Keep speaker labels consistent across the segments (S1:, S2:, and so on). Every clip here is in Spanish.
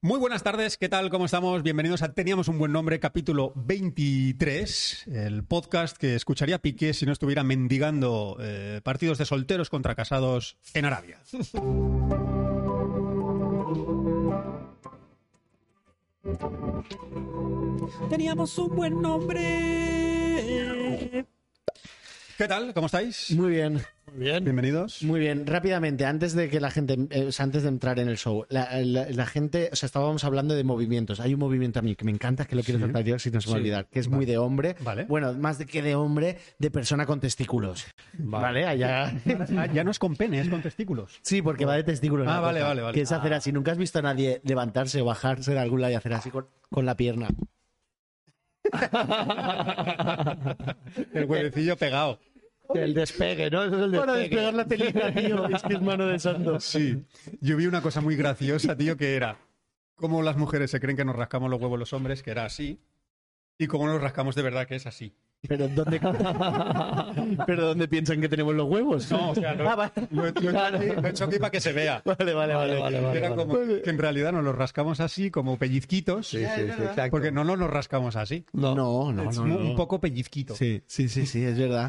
S1: Muy buenas tardes, ¿qué tal? ¿Cómo estamos? Bienvenidos a Teníamos un buen nombre, capítulo 23, el podcast que escucharía Piqué si no estuviera mendigando eh, partidos de solteros contra casados en Arabia.
S2: Teníamos un buen nombre.
S1: ¿Qué tal? ¿Cómo estáis?
S3: Muy bien,
S2: Muy bien.
S1: Bienvenidos.
S3: muy bien. Rápidamente, antes de que la gente, eh, o sea, antes de entrar en el show, la, la- la gente, o sea, estábamos hablando de movimientos. Hay un movimiento a mí que me encanta, que lo quiero tratar yo, si no se me va a olvidar, que es muy de hombre.
S1: Vale.
S3: Bueno, más de que de hombre, de persona con testículos. Vale, allá.
S1: Ah, ya no es con pene, es con testículos.
S3: Sí, porque va de testículos.
S1: Ah,
S3: la
S1: vale,
S3: cosa,
S1: vale, vale.
S3: Que es hacer así. Nunca has visto a nadie levantarse o bajarse de algún lado y hacer así con, con la pierna.
S1: El huevecillo pegado.
S3: El despegue, ¿no? Eso es el despegue. Para despegar la telita, tío. Es que es mano de santo.
S1: Sí, yo vi una cosa muy graciosa, tío, que era cómo las mujeres se creen que nos rascamos los huevos los hombres, que era así, y cómo nos rascamos de verdad, que es así.
S3: Pero ¿dónde, pero ¿dónde piensan que tenemos los huevos?
S1: No, o sea, lo,
S3: Ah, vale.
S1: lo he- lo he hecho aquí- lo he hecho aquí para que se vea.
S3: Vale, vale, vale.
S1: Era como que en realidad nos los rascamos así, como pellizquitos, porque no, no nos rascamos así.
S3: No, no, no.
S1: es
S3: no,
S1: un poco pellizquito. Eh,
S3: Sí, sí, sí, sí, es verdad.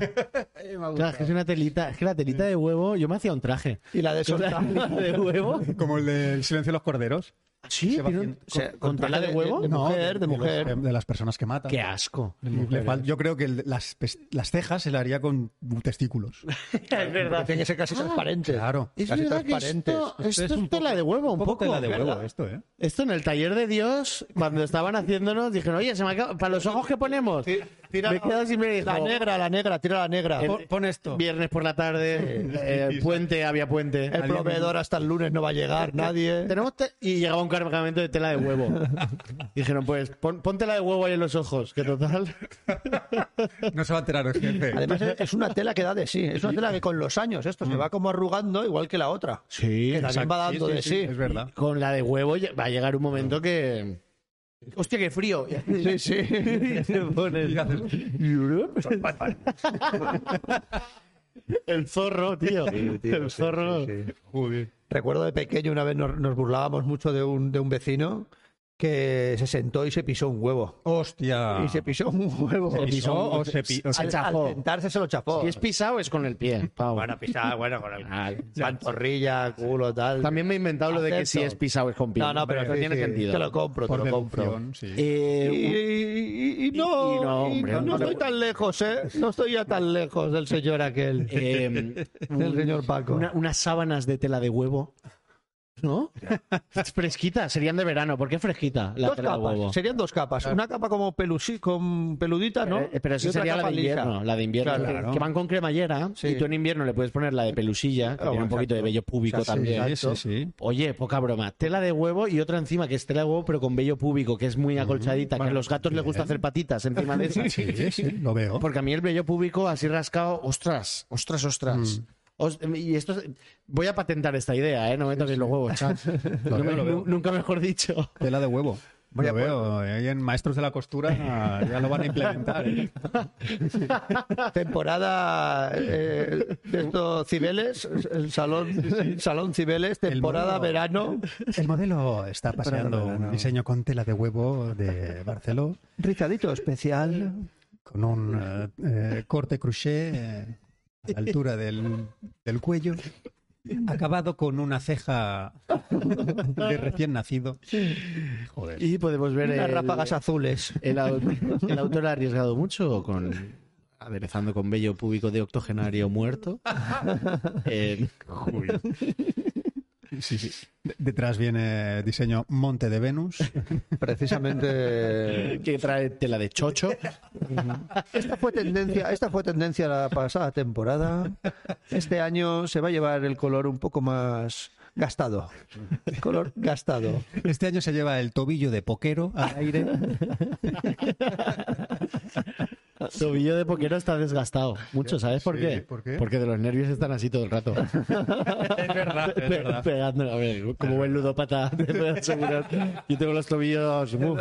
S3: Claro, es que es una telita, es que la telita de huevo, yo me hacía un traje.
S4: Y la de
S3: ¿Con la
S4: soltar.
S3: tela de huevo?
S1: Como el del silencio de los corderos.
S3: Sí,
S1: Se va
S3: tiene un-
S1: haciendo-
S3: o sea, con
S4: con- con
S3: tela
S4: traje
S3: de
S4: de-
S3: huevo.
S4: de- mujer,
S1: los- eh,
S4: mujer.
S1: de, las personas que matan.
S3: Qué asco. eh.
S1: Le fal- yo creo que el- las, pes- las cejas se le haría con testículos.
S3: Es verdad.
S4: Tiene que ser casi transparente.
S1: Claro.
S3: Es
S4: Casi
S3: verdad que
S4: transparentes.
S3: esto, esto
S1: es
S3: es,
S1: un
S3: tela de huevo, un poco.
S1: tela de huevo
S3: ¿verdad?
S1: esto, ¿eh?
S3: Esto en el taller de Dios, cuando estaban haciéndonos, dijeron, oye, se me acaba- para los ojos que ponemos.
S4: Ti- tira-
S3: me he quedado sin
S4: La negra, la negra, tira la negra.
S3: El-
S4: El,
S1: Pon, pon esto.
S3: Viernes por la tarde, eh, puente, había puente.
S4: proveedor hasta el lunes no va a llegar, nadie.
S3: Tenemos te- y llegaba un cargamento de tela de huevo. Dijeron, pues, pon, pon tela de huevo ahí en los ojos, que total.
S1: No se va a enterar el jefe.
S4: Además, es es una tela que da de sí. Es una tela que con los años esto
S3: Mm.
S4: se va como arrugando igual que la otra.
S3: Sí,
S4: Que también va dando de sí.
S1: Es verdad.
S3: Con la de huevo ya- va a llegar un momento que. ¡Hostia, qué frío!
S4: Sí, sí.
S3: Y te pones-
S1: Y haces-
S3: El zorro, tío. El zorro.
S4: Recuerdo de pequeño una vez nos, nos burlábamos mucho de un, de un vecino que se sentó y se pisó un huevo.
S1: Hostia.
S4: Y se pisó un huevo.
S1: Se pisó o se pi- o se-
S4: al,
S3: chafó.
S4: al sentarse se lo chafó.
S3: Si es pisado, es con el pie. Pau.
S4: pisada, bueno, con el
S3: Ah,
S4: pantorrilla, culo, tal.
S3: También me he inventado lo de que
S4: Acepto.
S3: si es pisado, es con pie.
S4: no, no, pero
S3: eso
S4: sí,
S3: tiene
S4: sí,
S3: sentido.
S4: Te lo compro, te
S1: por
S4: lo compro.
S1: deducción, sí.
S4: Y,
S3: Eh,
S4: y- y- y
S3: y- y no,
S4: no, y
S3: hombre,
S4: no,
S3: no le-
S4: estoy tan lejos, ¿eh? No estoy ya tan lejos del señor aquel,
S3: eh,
S4: del señor Paco.
S3: una- unas sábanas de tela de huevvo. ¿No? Fresquitas, serían de verano. ¿Por qué fresquita la
S4: dos
S3: tela de huevo?
S4: capas, serían dos capas. Una capa como pelusí, con peludita, ¿no?
S3: Eh, pero
S4: Y
S3: esa
S4: otra
S3: sería la
S4: capa
S3: de
S4: lisa.
S3: invierno, la de invierno.
S4: Claro,
S3: que-
S1: claro.
S3: Que van con cremallera
S4: Sí.
S3: y tú en invierno le puedes poner la de pelusilla, que
S4: Ah,
S3: tiene un
S4: bueno,
S3: poquito de
S4: exacto.
S3: vello púbico
S4: O sea, sí,
S3: también.
S1: Sí, sí, sí.
S3: Oye, poca broma. Tela de huevo y otra encima que es tela de huevo pero con vello púbico, que es muy acolchadita, que a los gatos les gusta hacer patitas encima de eso.
S1: Sí, sí, lo veo.
S3: Porque a mí el vello púbico así rascado, ostras, ostras, ostras. Os- y esto es- voy a patentar esta idea, ¿eh? No me toquéis los huevos, chat.
S1: Lo
S3: Nunca-
S1: veo, lo veo.
S3: Nunca mejor dicho.
S1: Tela de huevo. lo veo. Ahí en Maestros de la Costura ah, ya lo van a implementar. ¿eh?
S4: Temporada eh, de estos Cibeles, el salón, salón Cibeles,
S1: El
S4: temporada
S1: mono.
S4: verano.
S1: El modelo está paseando un diseño con tela de huevo de Barceló,
S4: Rizadito especial.
S1: con un eh, eh, corte crochet eh, a la altura del, del cuello, acabado con una ceja de recién nacido. Joder.
S3: Y podemos ver
S4: Unas
S3: el-
S4: ráfagas azules.
S3: El, au- el autor ha arriesgado mucho con aderezando con vello púbico de octogenario muerto. Eh,
S1: Sí, sí. De- Detrás viene diseño Monte de Venus.
S4: Precisamente.
S3: que trae tela de chocho.
S4: Esta fue tendencia, esta fue tendencia la pasada temporada. Este año se va a llevar el color un poco más gastado. El color gastado.
S1: Este año se lleva el tobillo de poquero al aire.
S3: Tobillo de poquero está desgastado. Mucho, ¿sabes por,
S1: Sí,
S3: qué?
S1: ¿por qué?
S3: Porque de los nervios están así todo el rato.
S1: Es verdad, es
S3: Pe-
S1: verdad.
S3: Pegando, a ver, como buen ludópata, te puedo asegurar. Yo tengo los tobillos. uf.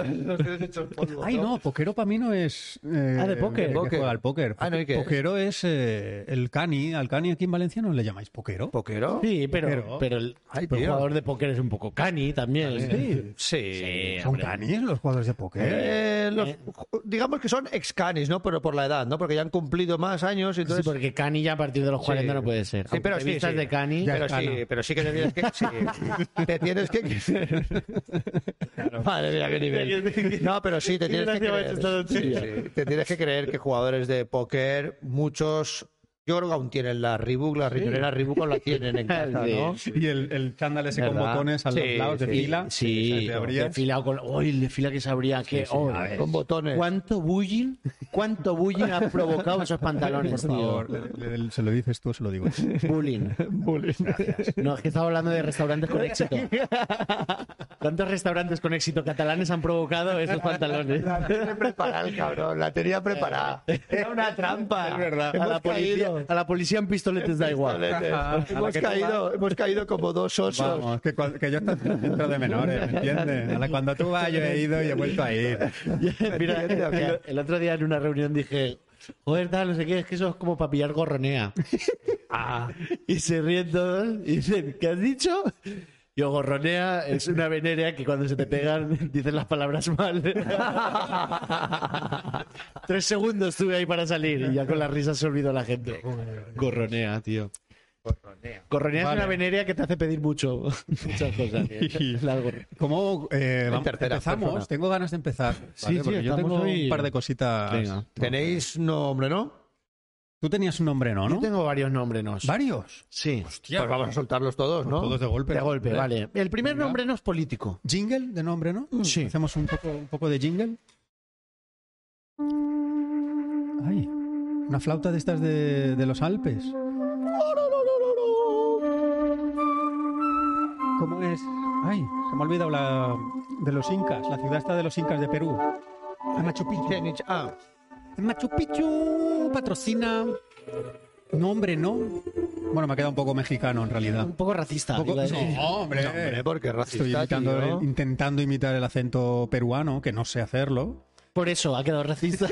S1: Ay, no, Poquero para mí no es. eh,
S3: Ah, de póker.
S1: el que
S4: Póker.
S1: juega al póker.
S4: Ah, no, ¿y qué es?
S1: Poquero es eh, el cani. Al cani aquí en Valencia no le llamáis poquero.
S4: ¿Poquero?
S3: Sí, pero,
S1: Pero-
S3: pero el,
S4: Ay,
S3: pero el
S4: tío.
S3: jugador de póker es un poco cani
S1: Sí.
S3: también.
S4: Sí.
S1: ¿Son canis los jugadores de póker?
S4: Eh, los- digamos que son ex canis, ¿no? Pero por la edad, ¿no? Porque ya han cumplido más años y
S3: Sí,
S4: entonces...
S3: porque cani ya a partir de los 40 no puede ser.
S4: Sí, pero
S3: Aunque te
S4: sí,
S3: vistas
S4: sí.
S3: de cani.
S1: Ya
S4: pero
S1: es cana.
S4: sí, pero sí que te tienes que... sí. te tienes que creer. Madre mía, qué nivel. No, pero sí, te
S3: Qué
S4: tienes
S3: gracia
S4: que
S3: me ha
S4: creer.
S3: hecho esta
S4: Sí,
S3: noche.
S4: sí. Te tienes que creer que jugadores de póker, muchos... Yo creo que aún tienen la Reebok, la riñonera Reebok aún la tienen en casa, ¿no?
S1: Y el, el chándal ese con
S4: ¿Verdad?
S1: botones a los
S4: Sí,
S1: lados de
S4: sí,
S1: fila.
S3: Sí,
S1: te abrías.
S3: de fila con. ¡Uy, el de fila que sabría que. oh,
S4: Con botones.
S3: ¿Cuánto bullying? ¿Cuánto bullying ha provocado esos
S1: Por
S3: pantalones, tío?
S1: favor, le- le- se lo dices tú, se lo digo. yo.
S3: Bullying. No, es que estaba hablando de restaurantes con éxito. ¿Cuántos restaurantes con éxito catalanes han provocado esos pantalones?
S4: La tenía preparada el cabrón, la tenía preparada. Era una trampa.
S3: Es verdad. A
S4: Hemos
S3: la, policía,
S4: caído.
S3: a la policía en pistoletes da igual.
S4: Hemos caído, hemos caído como dos osos.
S1: Vamos, que, cua- que yo estaba en el centro de menores, ¿me entiendes? A la- Cuando tú vas, yo he ido y he vuelto a ir.
S3: Mira, el, el otro día en una reunión dije, joder, tal, no sé qué, es que eso es como para pillar gorronea. Ah, y se ríen todos y dicen, ¿qué has dicho? Yo, gorronea es una venerea que cuando se te pegan dicen las palabras mal. Tres segundos estuve ahí para salir y ya con la risa se olvidó la gente. Gorronea, tío. Gorronea. es
S1: Vale.
S3: una venerea que te hace pedir mucho. Muchas cosas. tío. La gorro-
S1: ¿Cómo eh, vamos-
S4: tercera
S1: empezamos?
S4: persona.
S1: Tengo ganas de empezar.
S3: Sí,
S1: porque
S3: sí,
S1: yo tengo
S3: estamos hoy-
S1: un par de cositas.
S3: Venga.
S4: Tenéis nombre, ¿no?
S1: Tú tenías un nombre, ¿no?
S3: Yo
S1: ¿no?
S3: tengo varios nombres. ¿no?
S1: ¿Varios?
S3: Sí.
S1: Hostia,
S4: Pues vamos a soltarlos todos, ¿no?
S1: todos de golpe. ¿Eh?
S3: De golpe, vale. El primer nombre no es político.
S1: ¿Jingle de nombre, no?
S3: Sí.
S1: ¿Hacemos un poco, un poco de jingle? Ay, una flauta de estas de, de los Alpes. ¿Cómo es? Ay, se me ha olvidado la de los Incas, la ciudad está de los Incas de Perú. Machu Picchu.
S4: Tenich- Ah,
S1: Machu Picchu patrocina. No, hombre, no. Bueno, me ha quedado un poco mexicano en realidad.
S3: Un poco racista.
S1: Un poco-
S3: iba a decir.
S1: No, hombre.
S4: no, hombre, porque es racista,
S1: Estoy imitando
S4: tío.
S1: el- intentando imitar el acento peruano, que no sé hacerlo.
S3: Por eso ha quedado racista.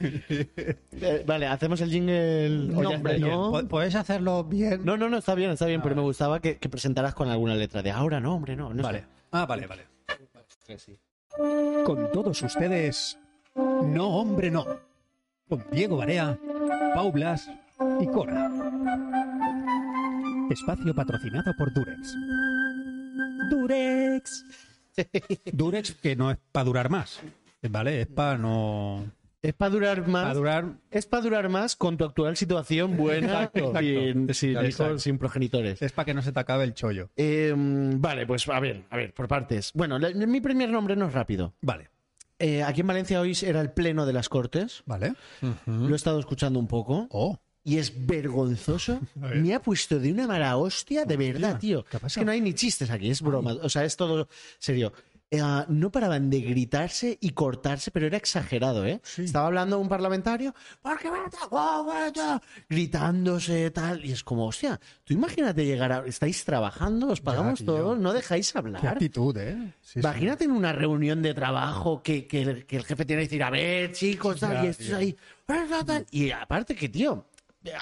S3: Eh, vale, hacemos el jingle. o ya está
S4: Nombre,
S3: bien.
S4: ¿no?
S1: Po- ¿Podéis hacerlo bien?
S3: No, no, no, está bien, está bien, pero me gustaba que, que presentaras con alguna letra de ahora, no, hombre, no. no
S1: Vale.
S3: sé.
S1: Ah, vale, vale. Con todos ustedes, No Hombre No. Con Diego Barea, Pau Blas y Cora. Espacio patrocinado por Durex.
S2: Durex.
S1: Durex que no es para durar más. ¿Vale? Es para no.
S3: Es para durar más.
S1: Para durar.
S3: Es para durar más con tu actual situación buena,
S1: Exacto,
S3: sin,
S1: exacto.
S3: sin hijos,
S1: Exacto.
S3: sin progenitores.
S1: Es para que no se te acabe el chollo.
S3: Eh, vale, pues a ver, a ver, por partes. Bueno, la- mi primer nombre no es rápido.
S1: Vale,
S3: Eh, aquí en Valencia hoy era el pleno de las Cortes.
S1: vale.
S3: Lo he estado escuchando un poco.
S1: Oh.
S3: Y es vergonzoso.
S1: A ver.
S3: Me ha puesto de una mala hostia, de verdad, tío.
S1: ¿qué ha
S3: Es
S1: pasado?
S3: que no hay ni chistes aquí, es broma. O sea, es todo serio. Eh, ah, no paraban de gritarse y cortarse, pero era exagerado, ¿eh? Estaba hablando un parlamentario, porque gritándose, tal. Y es como, hostia, tú imagínate llegar a. Estáis trabajando, os pagamos
S1: tío.
S3: todos, no dejáis hablar.
S1: Qué actitud, ¿eh? Sí, sí.
S3: Imagínate en una reunión de trabajo que, que el, que el jefe tiene que decir, a ver, chicos, tal,
S1: Ya,
S3: y estos
S1: tío.
S3: ahí. tal, tal, tal". Y aparte que, tío,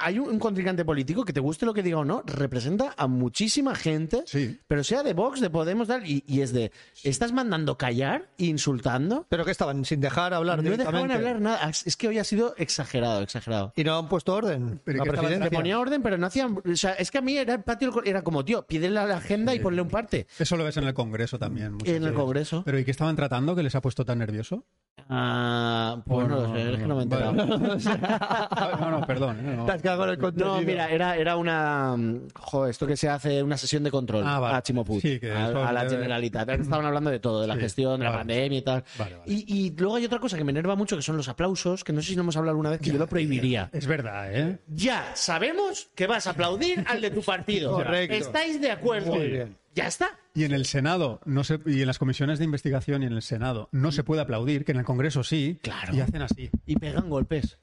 S3: hay un, un contrincante político que te guste lo que diga o no, representa a muchísima gente,
S1: Sí.
S3: pero sea de Vox, de Podemos, tal, y, y es de, estás mandando callar e insultando.
S4: Pero que estaban sin dejar hablar
S3: No dejaban
S4: directamente.
S3: hablar nada. Es que hoy ha sido exagerado, exagerado.
S4: Y no han puesto orden.
S1: Pero
S4: la
S1: que estaban
S4: presidencia.
S1: Hacían.
S3: Ponía orden, pero no hacían. O sea, es que a mí era el patio, era como, tío, pídele a la agenda y ponle un parte.
S1: Eso lo ves en el Congreso también. muchas
S3: En el
S1: veces.
S3: Congreso.
S1: Pero ¿y qué estaban tratando que les ha puesto tan nervioso?
S3: Ah, pues no, lo sé, es que no me he enterado.
S1: Vale. no, no, perdón. ¿eh? no, no.
S4: Te has quedado con el contenido.
S3: No, mira, era, era una. mm, Jo, esto que se hace una sesión de control
S1: Ah, vale.
S3: a Chimoput,
S1: Sí, que
S3: a,
S1: eso-
S3: a la Generalitat. Estaban hablando de todo, de la
S1: Sí,
S3: gestión, de la
S1: vale.
S3: pandemia y tal.
S1: Vale, vale.
S3: Y, y luego hay otra cosa que me enerva mucho, que son los aplausos, que no sé si lo hemos hablado alguna vez, que yo lo prohibiría.
S1: Es verdad, ¿eh?
S3: Ya sabemos que vas a aplaudir al de tu partido.
S4: Correcto.
S3: Estáis de acuerdo.
S4: Muy bien.
S3: Ya está.
S1: Y en el Senado, no se, y en las comisiones de investigación y en el Senado, no se puede aplaudir, que en el Congreso sí,
S3: Claro.
S1: y hacen así.
S3: Y pegan golpes.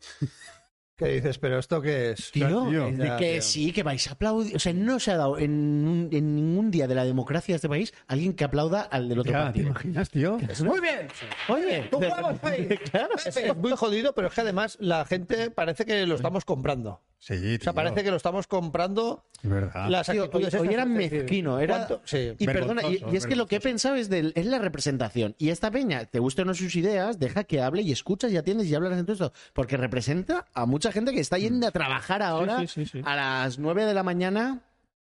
S4: ¿Qué dices? ¿Pero esto qué es?
S3: Tío,
S1: tío.
S3: es de
S4: Ya,
S3: que
S4: tío.
S3: sí, que vais a aplaudir. O sea, no se ha dado en, un- en ningún día de la democracia de este país alguien que aplauda al del otro
S1: Ya, ¿te
S3: partido.
S1: imaginas, tío?
S3: Muy bien. Oye,
S4: ¡Tú vamos ahí!
S3: claro.
S4: Es, es muy jodido, pero es que además la gente parece que lo estamos comprando.
S1: Sí,
S4: O sea, parece que lo estamos comprando
S1: Es verdad.
S4: las
S3: Tío, hoy,
S4: actitudes.
S3: hoy
S4: estas,
S3: era
S4: es decir,
S3: mezquino, era...
S4: ¿cuánto? Sí.
S3: Y perdona, y,
S1: Vergonzoso,
S3: y es que lo que he pensado es, del, es la representación. Y esta peña, te gusten o no sus ideas, deja que hable y escuchas y atiendes y hablas en tu esto. Porque representa a mucha gente que está yendo a trabajar ahora
S5: sí, sí, sí.
S3: a las 9 de la mañana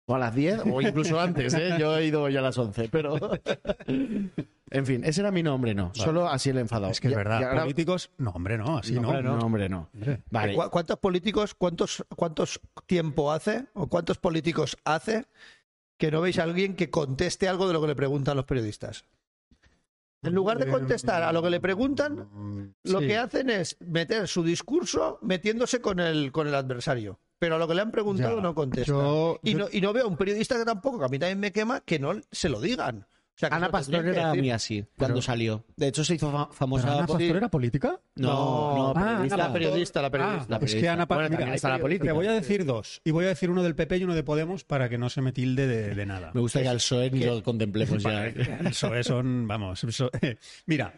S3: o a las 10 o incluso antes. ¿eh? Yo he ido ya a las 11, pero... en fin, ese era mi nombre, no. Solo así el enfadado.
S1: Es que es
S3: Ya-
S1: verdad.
S3: ya ahora-
S1: Políticos, no, hombre, no, así no.
S3: No, no, hombre, no.
S1: Hombre.
S3: Vale.
S4: ¿Cu- ¿Cuántos políticos, cuántos, cuántos tiempo hace o cuántos políticos hace que no veis a alguien que conteste algo de lo que le preguntan los periodistas? En lugar de contestar a lo que le preguntan,
S1: Mm,
S4: lo
S3: Sí.
S4: que hacen es meter su discurso metiéndose con el, con el adversario. Pero a lo que le han preguntado
S1: Ya.
S4: no contesta.
S1: Yo-
S4: y,
S1: yo-
S4: no, y no veo a un periodista que tampoco, que a mí también me quema, que no se lo digan. O sea, que se
S3: Ana
S4: lo
S3: Pastor
S4: tendrían que
S3: era
S4: decir.
S3: mía así, cuando
S1: Pero-
S3: salió. De hecho, se hizo fa-
S1: ¿Pero
S3: famosa...
S1: Ana
S3: por-
S1: Pastor era política?
S3: No, no,
S1: Ah,
S3: periodista.
S1: Ana
S4: La periodista, la periodista.
S1: Ah,
S3: La
S1: es que
S3: periodista.
S1: Ana Pa-
S3: Bueno,
S1: mira,
S3: también está la política.
S1: Te voy a decir dos. Y voy a decir uno del PP y uno de Podemos para que no se me tilde de, de nada.
S3: Me gusta que al PSOE ni lo contemplemos ya.
S1: Eso es un- vamos. eso- mira,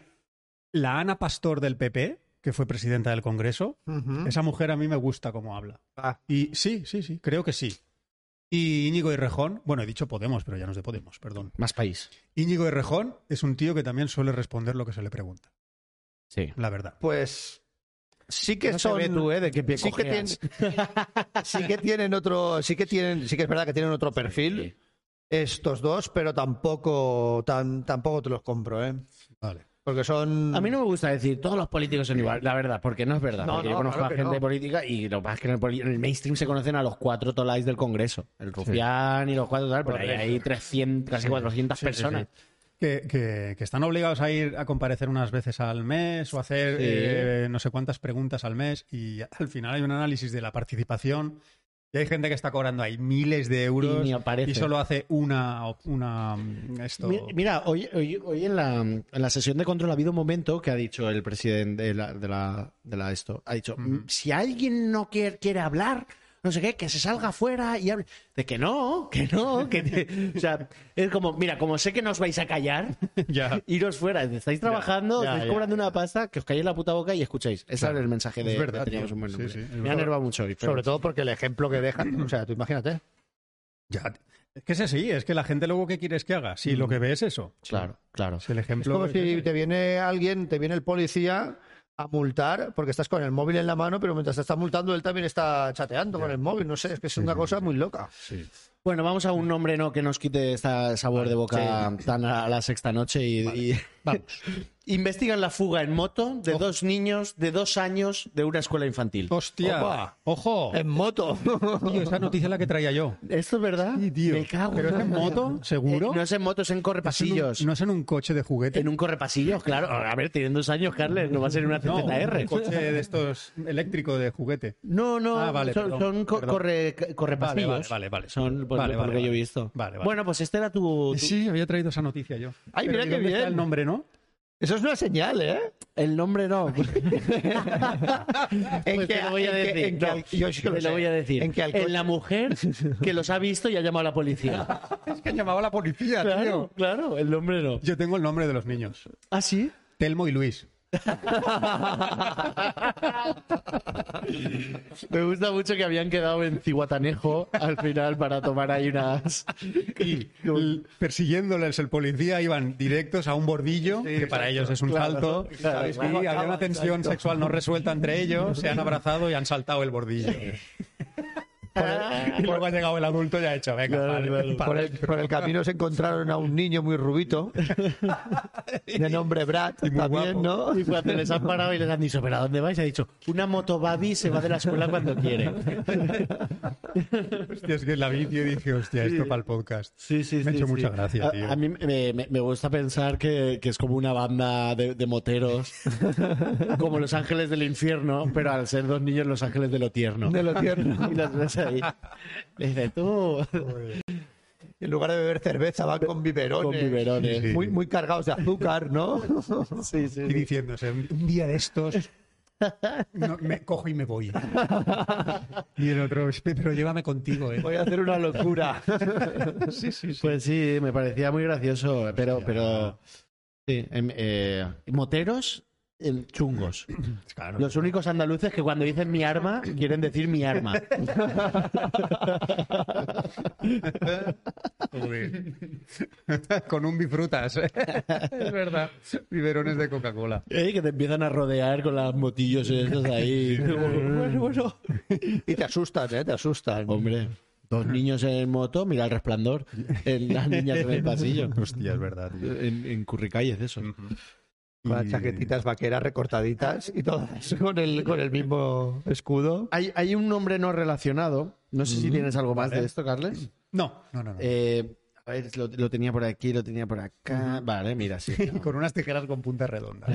S1: la Ana Pastor del PP, que fue presidenta del Congreso,
S4: Ujú.
S1: esa mujer a mí me gusta cómo habla.
S4: Ah.
S1: Y sí, sí, sí, creo que sí. Y Íñigo Errejón, bueno, he dicho Podemos, pero ya no es de Podemos, perdón.
S3: Más país.
S1: Íñigo Errejón es un tío que también suele responder lo que se le pregunta,
S3: Sí.
S1: la verdad.
S4: Pues sí que son...
S1: eh,
S4: eh,
S3: De qué pie
S4: sí que tienen
S3: cojeas.
S4: sí que tienen otro sí que tienen sí que es verdad que tienen otro perfil
S3: Sí.
S4: estos dos pero tampoco tan tampoco te los compro eh
S1: Vale.
S4: porque son
S3: A mí no me gusta decir todos los políticos son igual, la verdad, porque no es verdad.
S4: No,
S3: porque
S4: no,
S3: yo conozco
S4: claro
S3: a
S4: que
S3: gente
S4: no.
S3: política y lo que pasa es que en el, poli- en el mainstream se conocen a los cuatro tolais del Congreso. El Rufián y los cuatro tal, por ahí
S1: Correcto.
S3: hay 300, casi 400
S1: Sí, sí,
S3: personas.
S1: sí. Que, que- que están obligados a ir a comparecer unas veces al mes o a hacer
S3: Sí.
S1: eh, no sé cuántas preguntas al mes y al final hay un análisis de la participación y hay gente que está cobrando ahí miles de euros
S3: Y ni aparece.
S1: solo hace una, op- una mm, esto.
S3: Mi- Mira, hoy, hoy, hoy en, la, en la sesión de control ha habido un momento que ha dicho el presidente de la, de la, de la esto, ha dicho, "Mm, si alguien no quiere, quiere hablar, no sé qué, que se salga fuera y hable. De que no, que no, que... te- o sea, es como, mira, como sé que no os vais a callar,
S1: Ya.
S3: iros fuera, estáis trabajando,
S1: ya,
S3: estáis
S1: ya,
S3: cobrando
S1: ya.
S3: una pasta, que os calléis la puta boca y escucháis. Ese
S1: Claro.
S3: era el mensaje de...
S1: Es verdad,
S3: de teníamos
S1: tío.
S3: un buen
S1: Sí,
S3: nombre.
S1: sí, es
S3: Me ha
S1: verdad.
S3: enervado mucho hoy. pero-
S4: sobre todo porque el ejemplo que dejan o sea tú imagínate
S1: Ya. Es que es así, es que la gente luego qué quieres que haga. Si lo que ve es eso.
S3: Mm. Claro, claro.
S1: Es el
S4: es
S1: ejemplo.
S4: como
S1: que-
S4: si te viene alguien te viene el policía a multar porque estás con el móvil en la mano pero mientras te está multando él también está chateando con el móvil no sé es que es una cosa muy loca
S3: Bueno, vamos a un nombre no que nos quite esta sabor de boca tan a la sexta noche y, y- investigan la fuga en moto
S1: Oh.
S3: de dos niños de dos años de una escuela infantil.
S1: ¡Hostia!
S4: Opa.
S1: ¡Ojo!
S4: en moto
S1: Tío, esa noticia es la que traía yo.
S3: ¿Esto es verdad? Me cago.
S1: ¿Pero es en moto? ¿Seguro?
S3: Eh, no es en moto, es en
S1: ¿No es
S3: correpasillos.
S1: en un- no es en un coche de juguete.
S3: En un correpasillos, claro. A ver, teniendo dos años, Carles, no va a ser una
S1: No,
S3: ZR.
S1: un coche de estos eléctrico de juguete.
S3: No, no,
S1: Ah, vale,
S3: son,
S1: perdón,
S3: son co-
S1: perdón.
S3: corre,
S1: Vale, vale,
S3: correpasillos.
S1: vale, vale.
S3: Son por,
S1: Vale,
S3: por
S1: vale,
S3: lo que yo he
S1: vale.
S3: visto.
S1: Vale, vale.
S3: Bueno, pues este era tu, tu-
S1: Sí, había traído esa noticia yo.
S4: Ay,
S1: Pero
S4: mira
S1: ¿y
S4: qué
S1: dónde está
S4: bien.
S1: el nombre, ¿no?
S4: eso es una señal eh
S3: el nombre, no.
S4: en
S3: Pues te lo voy a
S4: en que-
S3: decir.
S4: en que
S3: no,
S4: al- yo sí que lo
S3: te lo
S4: sé.
S3: voy a decir.
S4: en que al
S3: la mujer que los ha visto y ha llamado a la policía.
S1: Es que llamaba a la policía,
S3: claro, claro, el nombre no.
S1: Yo tengo el nombre de los niños.
S3: ¿Ah, sí?
S1: Telmo y Luis.
S3: Me gusta mucho que habían quedado en Cihuatanejo al final para tomar ahí unas.
S1: Y l- persiguiéndoles el policía iban directos a un bordillo, que para ellos es un salto. y había una tensión sexual no resuelta entre ellos, se han abrazado y han saltado el bordillo. y luego ha llegado el adulto y ha hecho, venga, vale,
S4: Por el, por el camino se encontraron a un niño muy rubito, de nombre Brad,
S1: muy
S4: también,
S1: guapo.
S4: ¿no?
S3: Y cuando les han parado y les han dicho, ¿pero a dónde vais? Ha dicho, una motobabi se va de la escuela cuando quiere.
S1: Hostia, es que la vi, tío, y dije, hostia, esto para el podcast.
S3: Sí, sí,
S1: Me ha hecho mucha gracia,
S3: A-
S1: tío.
S3: A, mí me, me- me gusta pensar que, que es como una banda de, de moteros, como Los Ángeles del Infierno, pero al ser dos niños, Los Ángeles de lo Tierno.
S4: De lo tierno.
S3: Y las ves ahí. Le dice, tú.
S4: Y en lugar de beber cerveza, van con biberones.
S3: con biberones.
S1: Sí.
S4: Muy, muy cargados de azúcar, ¿no?
S3: Sí, sí.
S1: Y diciéndose, un día de estos no, me cojo y me voy. Y el otro, pero llévame contigo, ¿eh?
S4: Voy a hacer una locura.
S1: Sí, sí, sí.
S3: Pues sí, me parecía muy gracioso, pero, pero sí, em, eh, moteros em, chungos.
S1: Pues, Claro.
S3: Los únicos andaluces que cuando dicen mi arma quieren decir mi arma.
S1: Joder. Con un bifrutas. ¿eh? Es verdad. Biberones de Coca-Cola.
S3: Eh, que te empiezan a rodear con las motillos esas ahí. bueno, bueno.
S4: Y te asustan, ¿eh? Te asustan.
S3: Hombre, dos niños en moto, mira el resplandor. En las niñas en el pasillo.
S1: Hostia, es verdad. tío.
S3: En, en Curricalles, eso.
S4: Con las chaquetitas vaqueras recortaditas y todas con el, con el mismo escudo.
S3: Hay, hay un nombre no relacionado. No sé si tienes algo más de esto, Carles.
S1: No, no, no. no.
S3: Eh, a ver, lo, lo tenía por aquí, lo tenía por acá. Vale, mira, sí.
S1: Y con unas tijeras con punta redonda.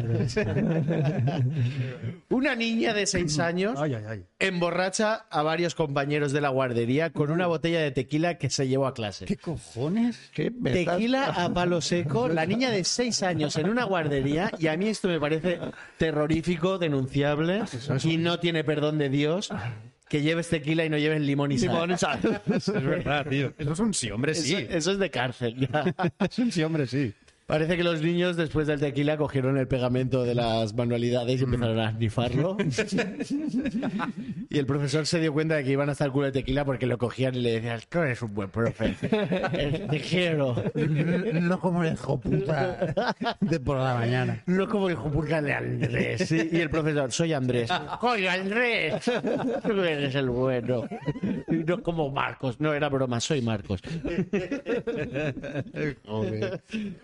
S3: Una niña de seis años
S1: Ay, ay, ay.
S3: emborracha a varios compañeros de la guardería con una botella de tequila que se llevó a clase.
S1: ¿Qué cojones?
S4: ¿Qué me estás-
S3: Tequila a palo seco, la niña de seis años en una guardería, y a mí esto me parece terrorífico, denunciable, y no tiene perdón de Dios que lleves tequila y no lleves limón y sal.
S1: Es verdad, tío. Eso es un sí, hombre,
S3: Eso,
S1: sí.
S3: eso es de cárcel. ya.
S1: Es un sí, hombre, sí.
S3: Parece que los niños después del tequila cogieron el pegamento de las manualidades y empezaron a nifarlo. y el profesor se dio cuenta de que iban hasta el culo de tequila porque lo cogían y le decían, tú eres un buen profe. Eh, Te quiero.
S1: No como el hijo puta de por la mañana.
S3: No como el jupuca de Andrés. Y- Y el profesor, soy Andrés. ¡Coño, Andrés! Tú eres el bueno. Y no como Marcos. No, era broma, soy Marcos.
S1: Joder.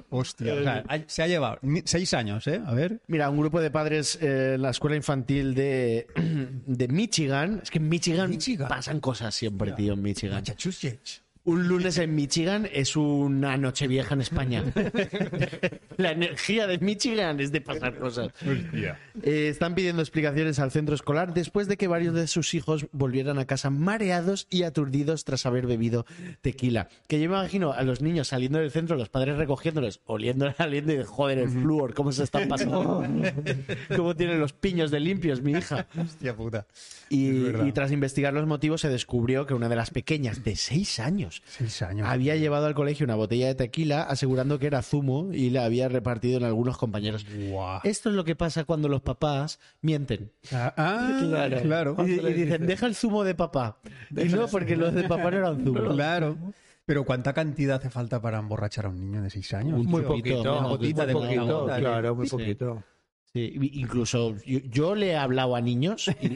S1: Hostia. o sea, ha- se ha llevado ni- seis años, ¿eh? A ver.
S3: Mira, un grupo de padres eh, en la escuela infantil de, de Michigan. Es que en Michigan,
S1: Michigan.
S3: pasan cosas siempre, tío, en Michigan.
S1: Massachusetts.
S3: Un lunes en Michigan es una noche vieja en España. la energía de Michigan es de pasar cosas.
S1: Hostia.
S3: Eh, están pidiendo explicaciones al centro escolar después de que varios de sus hijos volvieran a casa mareados y aturdidos tras haber bebido tequila. Que yo me imagino a los niños saliendo del centro, los padres recogiéndolos, oliendo, oliendo y de, joder, el flúor, cómo se están pasando. cómo tienen los piños de limpios, mi hija.
S1: Hostia puta. Es
S3: Y,
S1: verdad.
S3: y tras investigar los motivos se descubrió que una de las pequeñas de seis años
S1: Seis años.
S3: había llevado al colegio una botella de tequila asegurando que era zumo y la había repartido en algunos compañeros.
S1: Guau.
S3: Esto es lo que pasa cuando los papás mienten.
S1: Ah, ah, claro. Claro.
S3: Y, y dicen, deja el zumo de papá. Y no, porque los de papá no eran zumo.
S1: Pero ¿cuánta cantidad hace falta para emborrachar a un niño de seis años?
S3: Un
S1: Muy
S3: tío. poquito,
S1: una gotita de
S4: muy poquito,
S1: una gota de-
S4: claro, muy
S3: Sí.
S4: poquito.
S3: Sí, i- incluso yo, yo le he hablado a niños y,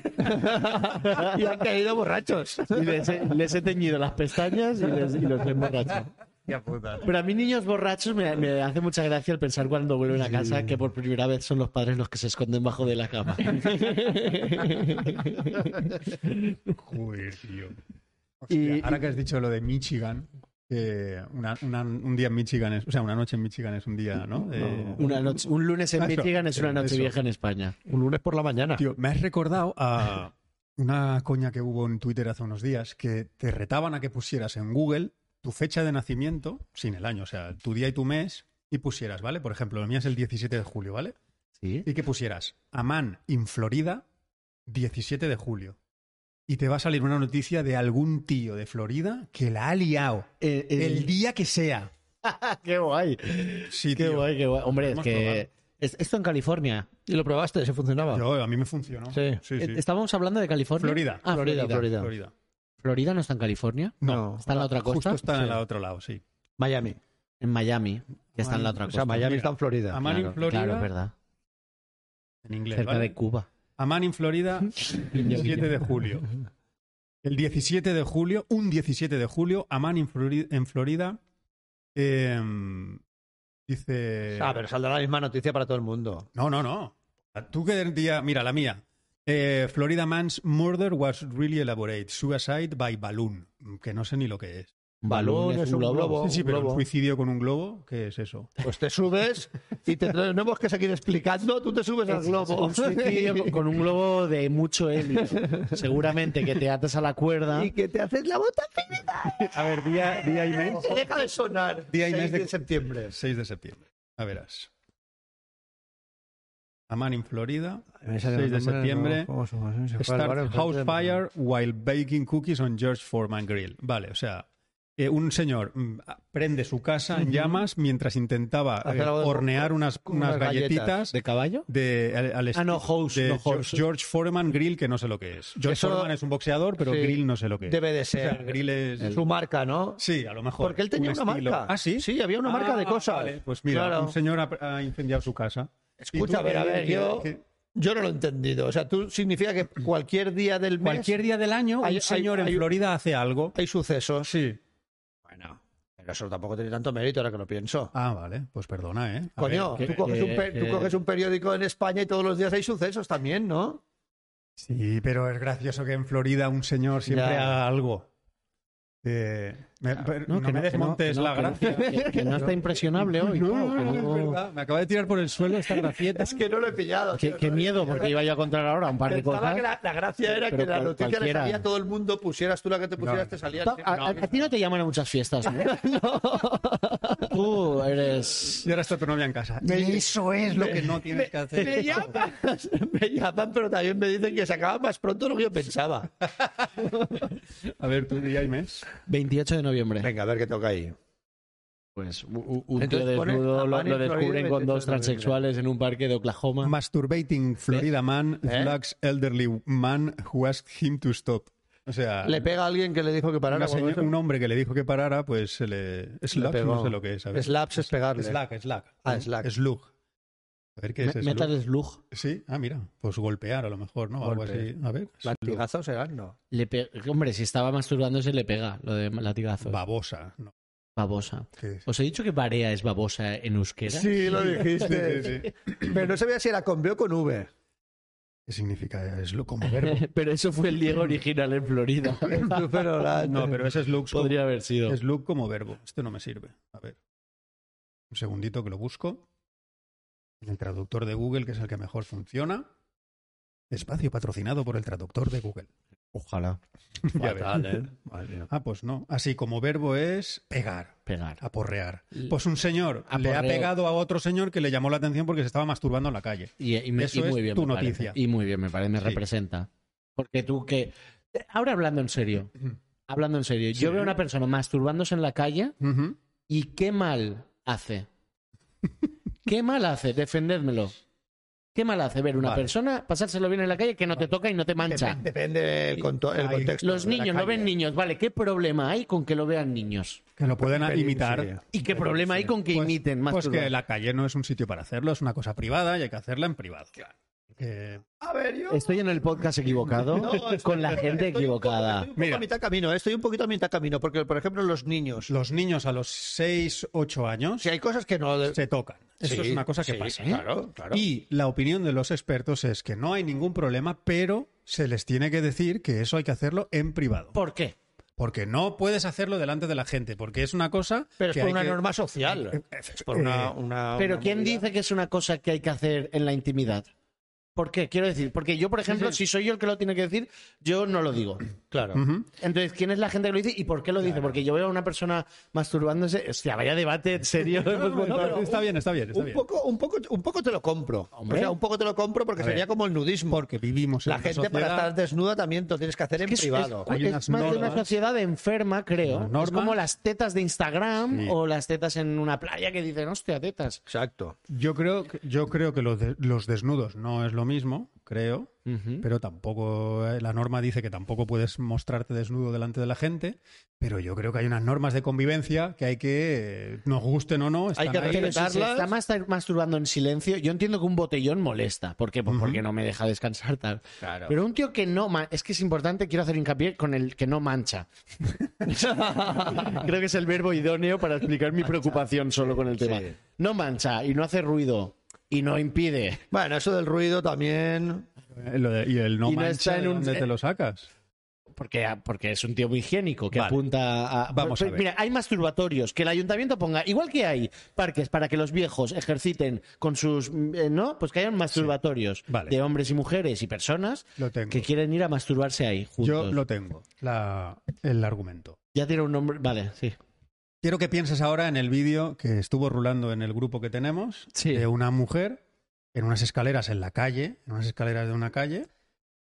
S4: Y han caído borrachos.
S3: y les, he, les he teñido las pestañas y, les- y los he emborrachado.
S1: Hostia puta.
S3: Pero a mí niños borrachos me, me hace mucha gracia el pensar cuando vuelven a casa que por primera vez son los padres los que se esconden bajo de la cama.
S1: Joder, tío.
S3: Y-
S1: Hostia, ahora que has dicho lo de Michigan, que una- una- un día en Michigan es, o sea, una noche en Michigan es un día, ¿no? Eh,
S3: Una noche, un lunes en
S1: Eso,
S3: Michigan es una noche
S1: eso.
S3: vieja en España.
S4: Un lunes por la mañana.
S1: Tío, me has recordado a una coña que hubo en Twitter hace unos días que te retaban a que pusieras en Google tu fecha de nacimiento, sin el año, o sea, tu día y tu mes, y pusieras, ¿vale? Por ejemplo, la mía es el 17 de julio, ¿vale?
S3: ¿Sí?
S1: Y que pusieras Amán in Florida, 17 de julio. Y te va a salir una noticia de algún tío de Florida que la ha liado.
S3: Eh, eh,
S1: El día que sea.
S3: ¡Qué guay!
S1: Sí,
S3: Qué
S1: tío.
S3: guay, qué guay. Hombre, es
S1: Hemos
S3: que. es- esto en California.
S4: ¿Y lo probaste? ¿Se funcionaba?
S1: Yo- a mí me funcionó.
S4: Sí.
S1: sí, sí.
S3: Eh, ¿Estábamos hablando de California?
S1: Florida.
S3: Ah, Florida, Florida. Florida.
S1: Florida.
S3: no está en California?
S4: No.
S3: ¿Está en la otra costa?
S1: Justo está en
S4: Sí.
S1: el otro lado, sí.
S4: Miami.
S3: En Miami, que está en
S1: Miami,
S3: la otra
S4: O
S3: costa.
S4: sea, Miami
S1: mira. Ah,
S4: está en Florida.
S1: Amán
S3: claro,
S1: in Florida.
S3: claro, es verdad.
S1: En inglés.
S3: Cerca
S1: ¿vale?
S3: de Cuba.
S1: Amán in Florida, 17 de
S4: Eh,
S1: julio. El 17 de julio, un 17 de julio, Amán in Florida, en Florida em, dice...
S4: Ah, pero saldrá la misma noticia para todo el mundo.
S1: No, no, no. Tú que día... Mira, la mía. Eh, Florida man's murder was really elaborate. Suicide by balloon. Que no sé ni lo que es.
S3: Balón es un globo.
S4: globo.
S1: Sí, sí, pero
S4: globo.
S1: un suicidio con un globo, ¿qué es eso?
S4: Pues te subes y te tenemos que seguir explicando, tú te subes al globo.
S3: Un suicidio con- con un globo de mucho helio. Seguramente que te atas a la cuerda.
S4: y que te haces la bota finita.
S1: A ver, día, día y mes.
S4: Se deja de sonar.
S1: Día y mes
S4: 6 de...
S1: de-
S4: septiembre.
S1: 6 de septiembre. A verás. Amán en Florida. 6 de septiembre. Start house fire while baking cookies on George Foreman grill. Vale, o sea, eh, un señor mm, prende su casa en llamas mientras intentaba
S4: Hacer
S1: eh,
S4: algo de-
S1: hornear unas,
S4: unas
S1: unas galletitas
S3: ¿De caballo?
S1: de, al, al
S3: Ah, no,
S1: estilo
S3: house,
S1: de
S3: no,
S1: George-
S3: house.
S1: George Foreman grill, que no sé lo que es. George
S4: Eso-
S1: Foreman es un boxeador, pero
S4: sí,
S1: grill no sé lo que es.
S4: Debe de
S1: O sea,
S4: ser
S1: grill es...
S4: su marca, ¿no?
S1: Sí, a lo mejor.
S4: Porque él tenía
S1: un
S4: una
S1: estilo.
S4: marca.
S1: Ah, sí.
S4: Sí, había una marca de
S1: Ah,
S4: cosas.
S1: vale. Pues mira,
S4: Claro.
S1: un señor ha, ha incendiado su casa.
S4: Escucha,
S1: ¿Y
S4: a
S1: tú
S4: ver,
S1: qué-
S4: a ver,
S1: qué-
S4: yo,
S1: qué-
S4: yo no lo he entendido. O sea, tú significa que cualquier día del mes
S1: Cualquier día del año,
S4: Hay- hay-
S1: un señor
S4: hay-
S1: en Florida hace algo.
S4: hay sucesos.
S1: Sí.
S4: Bueno, pero eso tampoco tiene tanto mérito ahora que lo pienso.
S1: Ah, vale. Pues perdona, ¿eh? A
S4: Coño,
S3: ver,
S4: tú,
S3: que-
S4: coges un pe-
S3: que-
S4: tú coges un periódico en España y todos los días hay sucesos también, ¿no?
S1: Sí, pero es gracioso que en Florida un señor siempre
S4: Ya.
S1: haga algo. Eh, me- per- no,
S3: que
S1: me
S3: que
S1: desmontes
S3: que Ah, no,
S1: la
S3: que no,
S1: gracia.
S3: Que, que no está impresionable hoy. Pau, que no-
S1: Me acaba de tirar por el suelo esta gracieta.
S4: Es que no lo he pillado.
S3: Qué,
S4: tío,
S3: qué
S4: no lo he
S3: miedo, porque iba yo a contar ahora un par de
S4: Pensaba
S3: cosas.
S4: que la, la gracia era
S3: Pero
S4: que la
S3: cual-
S4: noticia
S3: cualquiera.
S4: le salía a todo el mundo, pusieras tú la que te pusieras,
S1: No.
S4: te salía.
S3: Pa-
S4: siempre.
S3: A, a- a ti no te llaman a muchas fiestas, ¿no? Tú eres.
S1: Y ahora está tu novia en casa. Eso es lo que no tienes que hacer.
S4: Me llaman, me llaman, pero también me dicen que se acaba más pronto de lo que yo pensaba.
S1: A ver, tú, día y mes.
S3: 28 de noviembre.
S4: Venga, a ver qué toca ahí.
S3: Pues u- u- un
S4: Entonces
S3: tío
S4: pone
S3: desnudo lo,
S4: Amán en
S3: lo descubren
S4: Florida,
S3: con dos
S4: 28 de noviembre.
S3: transexuales en un parque de Oklahoma.
S1: Masturbating Florida man
S4: ¿Eh?
S1: slugs elderly man who asked him to stop. O sea,
S4: Le pega a alguien que le dijo que
S1: una
S4: parara.
S1: seño- un hombre que le dijo que parara, pues se le. Slug,
S4: pegó.
S1: no sé lo que es. a ver.
S4: Slaps es pegarle.
S1: Slack, Slack.
S4: Ah, Slack.
S1: Slug. A ver qué
S3: Me-
S1: es slug.
S3: Metal Slug.
S1: Sí, ah, mira. Pues golpear a lo mejor, ¿no? Algo
S4: Golpe.
S1: así. A ver. slug.
S4: Latigazos serán, no.
S3: Le pe- Hombre, si estaba masturbándose, le pega lo de latigazos.
S1: Babosa. ¿no?
S3: Babosa.
S1: ¿Qué es?
S3: ¿Os he dicho que Barea es babosa en euskera?
S4: Sí, lo dijiste.
S1: Sí, sí, sí.
S4: Pero no sabía si era con B o con V.
S1: ¿Qué significa slug como verbo?
S3: Pero eso fue el Diego original en Florida.
S4: Pero la-
S1: No, pero es slug como,
S3: Podría haber sido.
S1: slug como verbo. Este no me sirve. A ver. Un segundito que lo busco. En el traductor de Google, que es el que mejor funciona. Espacio patrocinado por el traductor de Google.
S3: Ojalá.
S1: Ya
S4: Fatal,
S1: ves.
S4: ¿eh? Madre mía.
S1: Ah, pues no. Así como verbo es pegar,
S3: Pegar.
S1: aporrear. Pues un señor le ha
S3: Aporreo.
S1: pegado a otro señor que le llamó la atención porque se estaba masturbando en la calle.
S3: Y, y me-
S1: Eso
S3: y muy
S1: es
S3: bien,
S1: tu
S3: me parece.
S1: noticia.
S3: Y muy bien, me parece, me
S1: Sí.
S3: representa. Porque tú que... eh, Ahora hablando en serio, hablando en serio, yo
S1: Sí.
S3: veo a una persona masturbándose en la calle
S1: Ujú.
S3: y qué mal hace. ¿Qué mal hace? Defendédmelo. ¿Qué mal hace ver una
S1: Vale.
S3: persona pasárselo bien en la calle que no te toca y no te mancha?
S4: Dep- Depende del conto- el
S1: Ay,
S4: contexto.
S3: Los
S4: de la
S3: niños, lo
S4: calle.
S3: ven niños, vale, ¿qué problema hay con que lo vean niños?
S1: Que lo pueden
S4: Pelín,
S1: imitar.
S4: sí.
S3: ¿Y qué problema hay con que
S1: Pues-
S3: imiten más
S1: Pues que la calle no es un sitio para hacerlo, es una cosa privada y hay que hacerlo en privado. Que-
S4: A ver, yo.
S3: Estoy en el podcast equivocado,
S4: No, estoy-
S3: con la gente
S4: estoy un poco-
S3: equivocada.
S4: Estoy un poco
S1: Mira.
S4: a mitad camino, ¿eh? estoy un poquito a mitad camino, porque por ejemplo los niños,
S1: los niños a los 6, 8 años
S4: si hay cosas que no...
S1: se tocan. Eso
S4: Sí,
S1: es una cosa que
S4: sí,
S1: pasa. ¿eh?
S4: Claro, claro.
S1: Y la opinión de los expertos es que no hay ningún problema, pero se les tiene que decir que eso hay que hacerlo en privado.
S3: ¿Por qué?
S1: Porque no puedes hacerlo delante de la gente, porque es una cosa
S4: Pero es
S1: que
S4: por
S1: hay
S4: una
S1: que-
S4: norma social. Es por una... una-
S3: Pero
S4: una
S3: ¿quién
S4: movida.
S3: dice que es una cosa que hay que hacer en la intimidad? ¿Por qué? Quiero decir, porque yo, por ejemplo, si soy yo el que lo tiene que decir, yo no lo digo.
S4: Claro.
S1: Ujú.
S3: Entonces, ¿quién es la gente que lo dice y por qué lo dice? Porque yo veo a una persona masturbándose. Hostia, vaya debate serio. hemos montado.
S4: pero-
S1: está bien, está bien, está
S4: Un
S1: bien.
S4: poco, un, poco, un poco te lo compro.
S3: Hombre.
S4: O sea, un poco te lo compro porque
S1: A
S4: sería
S1: ver.
S4: como el nudismo.
S1: Porque vivimos en
S4: la
S1: una
S4: gente para
S1: sociedad-
S4: estar desnuda también lo tienes que hacer en
S3: Que es-
S4: privado.
S3: Es,
S1: Hay
S3: es
S1: unas
S3: más de una
S1: normas.
S3: sociedad enferma, creo.
S1: Unas normas.
S3: Es como las tetas de Instagram
S1: Sí.
S3: o las tetas en una playa que dicen, hostia, tetas.
S4: Exacto.
S1: Yo creo, que- yo creo que los, de- los desnudos no es lo mismo, creo, pero tampoco, eh, la norma dice que tampoco puedes mostrarte desnudo delante de la gente, pero yo creo que hay unas normas de convivencia que hay que, eh, nos gusten o no, están
S4: que
S1: ahí.
S3: Pero si se
S4: respetarlas.
S3: está mas- masturbando en silencio, yo entiendo que un botellón molesta. ¿Por qué? Pues porque no me deja descansar tal.
S4: Claro.
S3: Pero un tío que no... ma- Es que es importante, quiero hacer hincapié con el que no mancha. Creo que es el verbo idóneo para explicar mi preocupación solo con el tema.
S4: sí.
S3: No mancha y no hace ruido y no impide.
S4: Bueno, eso del ruido también.
S1: Eh, lo de- y el no,
S3: Y no
S1: mancha,
S3: está en
S1: ¿de
S3: un-
S1: dónde te lo sacas?
S3: porque, ah, porque es un tío muy higiénico que
S1: Vale.
S3: apunta a.
S1: Vamos a ver.
S3: Pues, Mira, hay masturbatorios que el ayuntamiento ponga, igual que hay parques para que los viejos ejerciten con sus. mm, eh, ¿No? Pues que hayan masturbatorios
S1: Vale.
S3: de hombres y mujeres y personas
S1: Lo tengo.
S3: que quieren ir a masturbarse ahí juntos.
S1: Yo lo tengo, la- el argumento.
S3: Ya tiene un nombre. Vale, sí.
S1: Quiero que pienses ahora en el vídeo que estuvo rulando en el grupo que tenemos
S3: Sí.
S1: de una mujer en unas escaleras en la calle, en unas escaleras de una calle,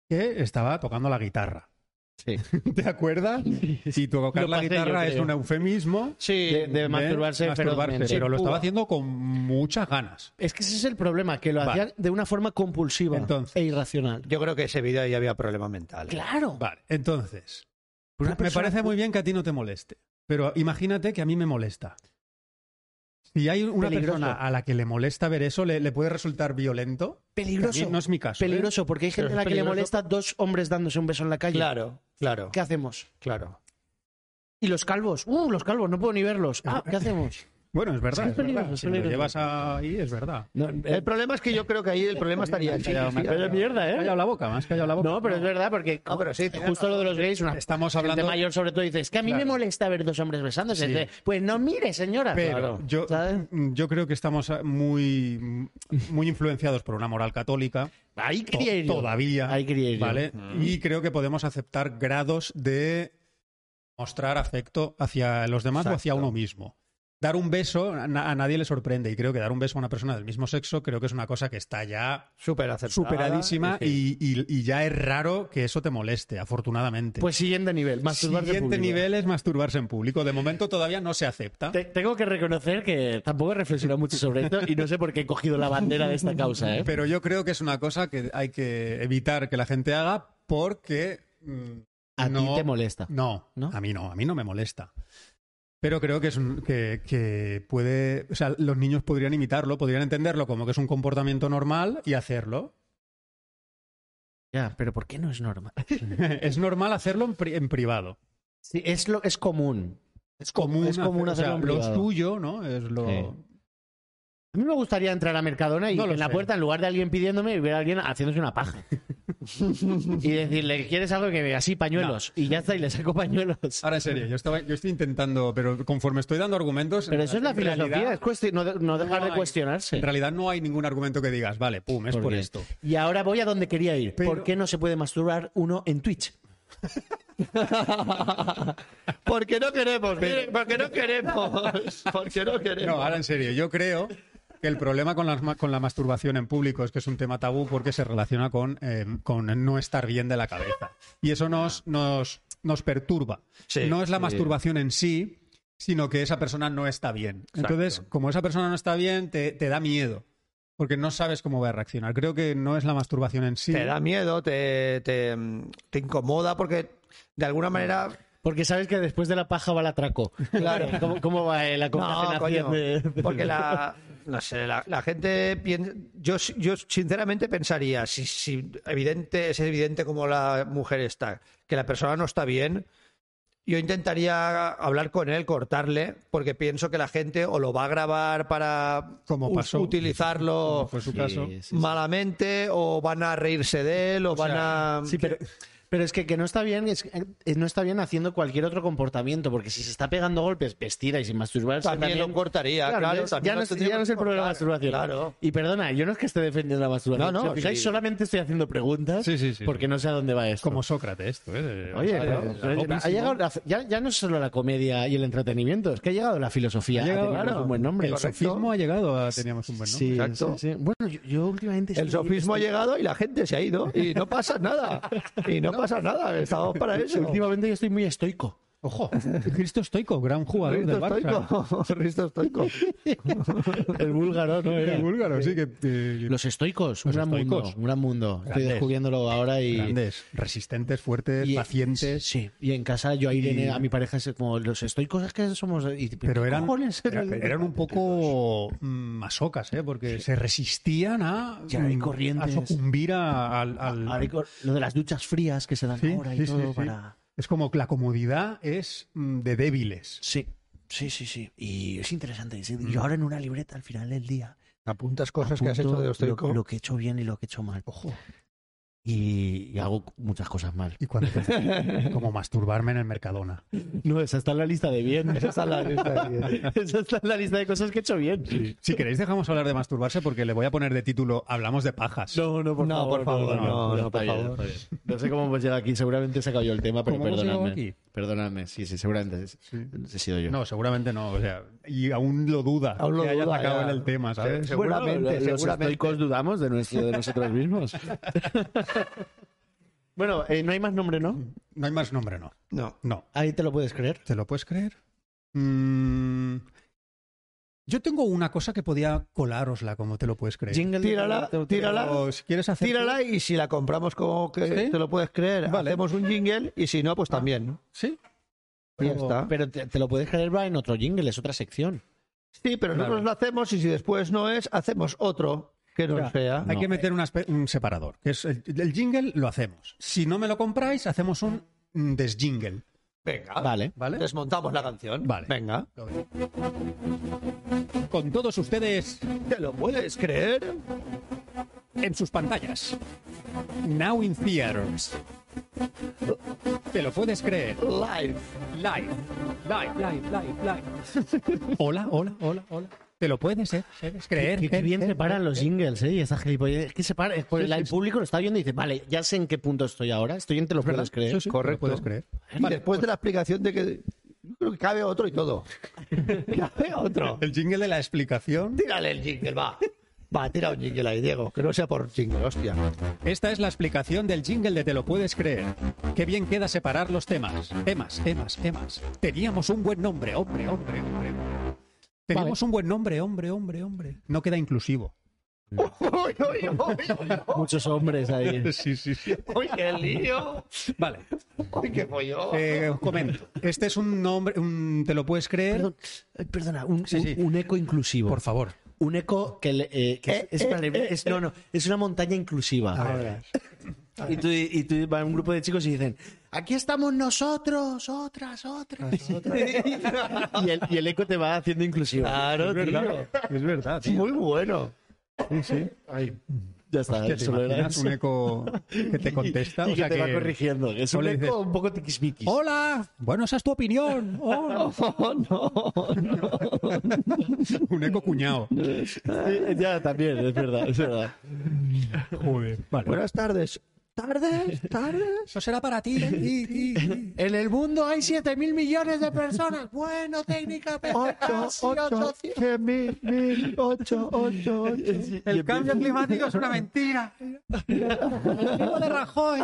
S1: que estaba tocando la guitarra.
S3: Sí.
S1: ¿Te acuerdas? Si tocar
S3: Lo
S1: la
S3: pasé yo,
S1: guitarra es
S3: creo.
S1: un eufemismo
S4: Sí,
S3: De, de
S1: de
S3: ¿Eh? masturbarse, ferozmente.
S1: pero lo estaba
S3: Púa.
S1: haciendo con muchas ganas.
S3: Es que ese es el problema, que lo
S1: Vale.
S3: hacía de una forma compulsiva
S1: Entonces.
S3: e irracional.
S4: Yo creo que ese vídeo ahí había problemas mentales.
S3: Claro.
S1: Vale, entonces,
S3: Una
S1: me
S3: persona-
S1: parece muy bien que a ti no te moleste, pero imagínate que a mí me molesta. Si hay una
S3: Peligroso.
S1: persona a la que le molesta ver eso, le, le puede resultar violento. que a mí
S3: Peligroso.
S1: no es mi caso. ¿eh?
S3: Peligroso, porque hay gente a la que le molesta dos hombres dándose un beso en la calle.
S4: Claro, claro,
S3: ¿Qué hacemos?
S4: claro.
S3: Y los calvos. Uh, los calvos, no puedo ni verlos. Ah, ¿qué hacemos?
S1: Bueno, es verdad.
S3: Sí,
S1: es verdad.
S3: peligroso,
S1: Si lo
S3: peligroso.
S1: llevas ahí, es verdad.
S4: El problema es que yo creo que ahí el problema estaría aquí.
S3: Pero es mierda,
S1: Me has
S3: ¿eh?
S1: callado la boca, me has callado la boca.
S3: No, pero es verdad, porque
S4: No, pero sí,
S3: justo lo de los gays, una
S1: Estamos
S3: gente
S1: hablando.
S3: mayor sobre todo dices, que a mí me
S1: Claro.
S3: molesta ver dos hombres besándose.
S1: Sí.
S3: Dice, Pues no mire, señora.
S1: Pero
S3: Claro.
S1: yo, mm,
S3: ¿Sabes?
S1: yo creo que estamos muy, muy influenciados por una moral católica.
S3: Ahí
S1: to-
S3: quería ir yo.
S1: todavía.
S3: Ahí quería ir yo.
S1: ¿Vale? Y creo que podemos aceptar grados de mostrar afecto hacia los demás o hacia uno mismo. Dar un beso a, na- a nadie le sorprende y creo que dar un beso a una persona del mismo sexo creo que es una cosa que está ya
S4: Súper aceptada.
S1: superadísima
S4: Sí.
S1: y, y- y ya es raro que eso te moleste, afortunadamente.
S3: Pues siguiente nivel, masturbarse
S1: Siguiente
S3: público.
S1: nivel es masturbarse en público. De momento todavía no se acepta.
S3: Te- tengo que reconocer que tampoco he reflexionado mucho sobre esto y no sé por qué he cogido la bandera de esta causa, ¿eh?
S1: Pero yo creo que es una cosa que hay que evitar que la gente haga porque mm,
S3: a ti
S1: no-
S3: te molesta.
S1: No,
S3: ¿No?
S1: a mí no, a mí no me molesta. Pero creo que es un- que, que puede, o sea, los niños podrían imitarlo, podrían entenderlo como que es un comportamiento normal y hacerlo.
S3: Ya, pero ¿por qué no es normal?
S1: es normal hacerlo en, pri- en privado.
S3: Sí, es, lo, es común.
S1: Es común,
S3: es común
S1: hacer-
S3: hacerlo en
S1: lo
S3: privado.
S1: tuyo, ¿no? Es lo
S3: Sí. A mí me gustaría entrar a Mercadona y
S1: No lo
S3: en la
S1: sé.
S3: puerta, en lugar de alguien pidiéndome, ver a alguien haciéndose una paja. y decirle, ¿quieres algo que me así pañuelos? Y ya está, y le saco pañuelos.
S1: Ahora en serio, yo estaba yo estoy intentando, pero conforme estoy dando argumentos
S3: Pero eso es la
S1: en
S3: filosofía,
S1: realidad-
S3: es cuesti- no, de- no dejar
S1: no
S3: de
S1: hay-
S3: cuestionarse.
S1: En realidad no hay ningún argumento que digas, vale, pum, es por,
S3: Porque-
S1: esto.
S3: Y ahora voy a donde quería ir.
S1: Pero-
S3: ¿Por qué no se puede masturbar uno en Twitch?
S4: Porque no queremos, miren, porque no queremos. Porque no queremos.
S1: No, ahora en serio, yo creo que el problema con la, con la masturbación en público es que es un tema tabú porque se relaciona con, eh, con no estar bien de la cabeza. Y eso nos, nos, nos perturba.
S4: Sí,
S1: no es la masturbación en sí, sino que esa persona no está bien. Entonces, como esa persona no está bien, te, te da miedo. Porque no sabes cómo va a reaccionar. Creo que no es la masturbación en sí.
S4: Te da miedo, te, te, te incomoda porque de alguna manera
S3: Porque sabes que después de la paja va el atraco.
S4: Claro.
S3: ¿Cómo, cómo va eh, la
S4: No,
S3: concatenación
S4: coño,
S3: de- de-
S4: porque la, no sé, la, la gente piensa, yo, yo sinceramente pensaría, si, si evidente, es evidente como la mujer está, que la persona no está bien, yo intentaría hablar con él, cortarle, porque pienso que la gente o lo va a grabar para
S1: Como
S4: us-
S1: pasó.
S4: utilizarlo
S1: Fue su caso.
S3: pues, Sí, sí, sí.
S4: malamente, o van a reírse de él, o, van a...
S3: Sí, pero, pero es que, que no está bien es- eh, no está bien haciendo cualquier otro comportamiento, porque si se está pegando golpes vestida y sin masturbarse
S4: También, lo cortaría, claro,
S3: ya- ya,
S4: también
S3: no
S4: lo
S3: es,
S4: tendríamos
S3: ya no es el
S4: que
S3: problema de la
S4: cortar,
S3: masturbación.
S4: Claro.
S3: Y perdona, yo no es que esté defendiendo la masturbación.
S4: No, no,
S3: Si os fijáis,
S4: sí.
S3: solamente estoy haciendo preguntas
S1: Sí, sí, sí,
S3: porque
S1: sí.
S3: no sé a dónde va esto.
S1: Como Sócrates, esto. ¿eh?
S3: Oye,
S1: O sea,
S3: pero-
S1: es
S3: pero-
S1: guapísimo.
S3: ha llegado- ya, ya no es solo la comedia y el entretenimiento, es que ha llegado la filosofía.
S1: Ha llegado,
S3: a tener
S1: claro,
S3: un buen nombre.
S1: El sofismo ha llegado a teníamos un buen nombre.
S3: Sí,
S4: Exacto.
S3: sí, sí. Bueno, yo, yo últimamente...
S4: El
S3: estoy-
S4: sofismo ha llegado y la gente se ha ido y no pasa nada. Y no pasa nada, estamos para eso.
S3: Últimamente yo estoy muy estoico.
S1: Ojo, Cristo estoico, gran jugador del
S4: Risto
S1: Barça.
S4: estoico. Risto estoico.
S3: El búlgaro, ¿no? Era.
S1: El búlgaro, sí, que, que-
S3: Los
S1: Los
S3: estoicos, un gran
S1: estoicos.
S3: mundo, un gran mundo. Estoy
S1: Grandes.
S3: descubriéndolo ahora y...
S1: grandes, resistentes, fuertes,
S3: y-
S1: pacientes.
S3: Sí, y en casa yo a Irene, a mi pareja, es como los estoicos es que somos... y-
S1: Pero
S3: ¿qué
S1: eran,
S3: cojones?
S1: era- eran un poco mm, masocas, ¿eh? porque se resistían a,
S3: Ya, y
S1: mm,
S3: corrientes.
S1: a sucumbir a- al... al-
S3: Ahora con Lo de las duchas frías que se dan
S1: Sí,
S3: ahora y
S1: sí, sí,
S3: todo
S1: sí.
S3: para...
S1: Es como que la comodidad es mm, de débiles.
S3: Sí, sí, sí, sí. Y es interesante. sí. Yo ahora en una libreta al final del día
S4: Apuntas cosas que has
S3: apunto
S4: hecho de
S3: lo,
S4: estoico.
S3: lo que he hecho bien y lo que he hecho mal.
S1: Ojo,
S3: y, y hago muchas cosas mal.
S1: Y cuando te- como masturbarme en el Mercadona.
S3: No, esa está en la lista de bien. Esa está en la lista de bien. esa está en la lista de cosas que he hecho bien.
S1: Si queréis dejamos hablar de masturbarse porque le voy a poner de título Hablamos de pajas.
S3: No, no, por
S4: No,
S3: favor.
S4: por favor, no, no, por
S3: está bien,
S4: favor.
S3: está bien. No sé cómo hemos llegado aquí. Seguramente se cayó el tema, pero
S1: ¿Cómo hemos
S3: perdonadme.
S1: llegado aquí?
S3: Perdonadme, sí, sí, seguramente es- he sido yo.
S1: No, seguramente no. O sea, y aún lo duda
S4: Aún lo
S1: que haya
S4: duda,
S1: atacado
S4: ya.
S1: en el tema, ¿sabes?
S4: Sí, seguro. seguramente,
S3: Bueno, lo- los
S4: seguramente.
S3: estoicos dudamos de, nuestro- de nosotros mismos. bueno, eh, no hay más nombre, ¿no?
S1: No hay más nombre, no.
S4: No.
S1: No.
S3: Ahí te lo puedes creer.
S1: ¿Te lo puedes creer? Mm, yo tengo una cosa que podía colárosla, como te lo puedes creer.
S3: Jingle de-
S4: Tírala, tírala.
S1: O si quieres hacer.
S4: Tírala y si la compramos como que
S1: ¿Sí?
S4: te lo puedes creer,
S1: Vale. Ah.
S4: hacemos un jingle y si no, pues también.
S1: Sí.
S4: Y ya está.
S3: Pero te, te lo puedes creer va en otro jingle, es otra sección.
S4: Sí, pero
S1: Claro.
S4: nosotros lo hacemos y si después no es, hacemos otro que no
S1: Mira,
S4: sea.
S1: Hay
S3: No.
S1: que meter una espe- un separador. Que es el, el jingle lo hacemos. Si no me lo compráis, hacemos un mm, desjingle.
S4: Venga.
S3: Vale.
S1: ¿Vale?
S4: Desmontamos la canción.
S1: Vale.
S4: Venga.
S1: Lo veo. Con todos ustedes
S4: ¿Te lo puedes creer?
S1: en sus pantallas. Now in theaters. ¿Te lo puedes creer?
S4: Live.
S1: Live, live, live, live, live. Hola, hola, hola, hola. Te lo puedes, ¿eh? ¿Puedes creer.
S3: Qué, qué
S1: ¿Eh?
S3: bien
S1: ¿Eh?
S3: se paran los jingles, ¿eh? Y esa gilipollez. Es que se para, es por-
S1: Sí, sí,
S3: el
S1: sí.
S3: público lo está viendo y dice, vale, ya sé en qué punto estoy ahora. Estoy en te lo
S1: ¿Es verdad?
S3: puedes creer.
S1: Sí, sí,
S4: Correcto.
S1: lo puedes creer.
S4: Y después de la explicación de que. Yo creo que cabe otro y todo. cabe otro.
S1: El jingle de la explicación.
S4: Tírale el jingle, va. Va, tira un jingle ahí, Diego. Que no sea por jingle, hostia.
S1: Esta es la explicación del jingle de Te lo puedes creer. Qué bien queda separar los temas. Temas, temas, temas. Teníamos un buen nombre, hombre, hombre, hombre. hombre. Tenemos un buen nombre, hombre, hombre, hombre. No queda inclusivo.
S4: ¡Uy, uy, uy!
S3: Muchos hombres ahí.
S1: Sí, sí, sí.
S4: ¡Uy, qué lío!
S1: Vale.
S4: ¡Uy, qué follón!
S1: Eh, os comento. Este es un nombre, un Te lo puedes creer.
S3: Perdón, eh, perdona, un,
S1: Sí, sí.
S3: un- un eco inclusivo.
S1: Por favor.
S3: Un eco que, le- eh, que es- es, para- es- no, no, es una montaña inclusiva. Y tú, y tú va un grupo de chicos y dicen, aquí estamos nosotros, otras, otras. Ah. y, el, y el eco te va haciendo inclusivo.
S4: Claro, tío.
S1: Es verdad, tío.
S4: Muy bueno.
S1: Sí, sí.
S3: Ya está,
S1: Hostia, ¿te
S3: solo era
S1: imaginas
S3: eso.
S1: un eco que te contesta?
S3: Y,
S1: O
S3: que
S1: sea
S3: te va
S1: que-
S3: corrigiendo. Es
S1: o
S3: un
S1: le
S3: eco
S1: dices, "Oh".
S3: un poco tiquismiquis.
S1: ¡Hola! Bueno, esa es tu opinión. Oh.
S4: Oh, no.
S1: un eco cuñado.
S3: Sí, ya, también, es verdad, es verdad.
S1: Joder. Vale.
S4: Buenas tardes. ¿Tardes? ¿Tardes?
S1: eso será para ti. ti, ti, ti.
S3: En el mundo hay 7 mil millones de personas. Bueno, técnica, pero casi 800.
S4: cien mil, mil, ocho, ocho, ocho.
S1: El cambio climático es una mentira. El hijo de Rajoy.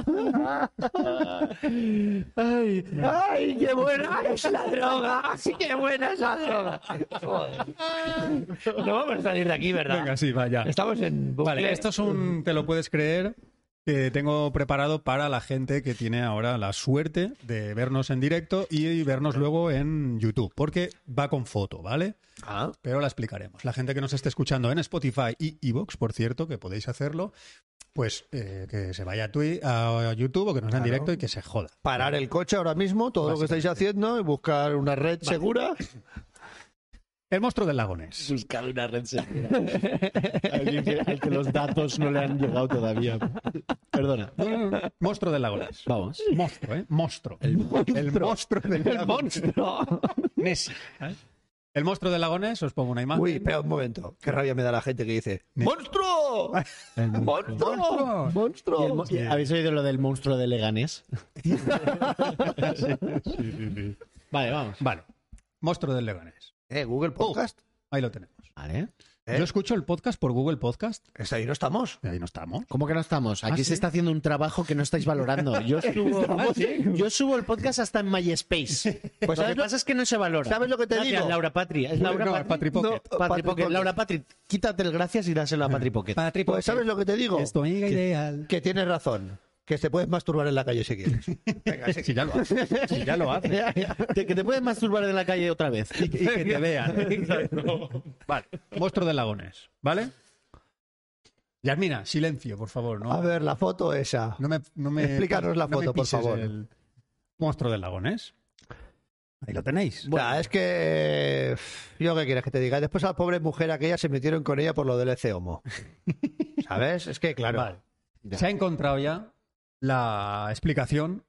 S3: Ay,
S4: ¡Ay, qué buena es la droga! ¡Ay, qué buena es la droga! Joder. No vamos a salir de aquí, ¿verdad?
S1: Venga, sí, vaya.
S4: Estamos en bucle.
S1: Vale, esto es un, te lo puedes creer, que tengo preparado para la gente que tiene ahora la suerte de vernos en directo y vernos luego en YouTube, porque va con foto, ¿vale?
S4: Ah,
S1: Pero la explicaremos. La gente que nos esté escuchando en Spotify y Evox, por cierto, que podéis hacerlo, pues eh, que se vaya a, Twi- a YouTube o que nos vean en directo y que se joda.
S4: parar el coche ahora mismo, todo lo que estáis haciendo, y buscar una red segura.
S1: El monstruo del lagones.
S3: buscar una red segura. Alguien que- al que los datos no le han llegado todavía. Perdona.
S1: Monstruo del lagones.
S3: Vamos.
S1: Monstruo, ¿eh? Monstruo. El monstruo. El monstruo del
S4: ¡El
S1: lagones.
S4: monstruo!
S1: Nessie, ¿eh? El monstruo del lagones, os pongo una imagen.
S4: Uy, espera un momento. Qué rabia me da la gente que dice ¡Monstruo! ¡Monstruo!
S1: Monstruo.
S3: ¿Y el
S4: ¡Monstruo!
S3: mo- ¿Habéis oído lo del monstruo de Leganés? Vale, vamos.
S1: Vale. Monstruo del Leganés.
S4: Eh, Google Podcast.
S1: Ahí lo tenemos.
S3: Vale.
S4: ¿Eh?
S1: Yo escucho el podcast por Google Podcast.
S4: Está ahí no estamos.
S1: Y ahí no estamos.
S3: ¿Cómo que no estamos? Aquí
S1: ¿Ah,
S3: se
S1: sí?
S3: está haciendo un trabajo que no estáis valorando. Yo
S1: Ah,
S3: subo, yo subo el podcast hasta en MySpace. Pues lo que pasa es que no se valora.
S4: ¿Sabes lo que te
S3: Gracias,
S4: digo?
S3: Laura Patri. Es Laura
S1: No,
S3: Patri.
S1: Patri Pocket.
S4: No,
S3: Patri
S4: Patri
S3: Pocket.
S4: Pocket.
S3: Laura Patri, quítate el gracias y dáselo a Patri Pocket.
S1: Patri Pocket.
S4: Pues ¿sabes lo que te digo?
S1: Es tu amiga ideal.
S4: Que tienes razón. Que te puedes masturbar en la calle si quieres. Venga, sí.
S1: Si ya lo hace. Si ya lo hace.
S3: Te- que te puedes masturbar en la calle otra vez.
S1: Y que, y que te vean. vale. Monstruo del lagones. ¿Vale? Yasmina, silencio, por favor.
S4: A
S1: No,
S4: ver, la foto esa.
S1: no me, no me-
S4: Explícanos la
S1: no me
S4: foto, por
S1: pises
S4: favor.
S1: el Monstruo del lagones. Ahí lo tenéis.
S4: O sea, es que. eh, Yo qué quieres que te diga. Después a la pobre mujer aquella se metieron con ella por lo del ECE homo. ¿Sabes? Es que, claro.
S1: Se ha encontrado ya la explicación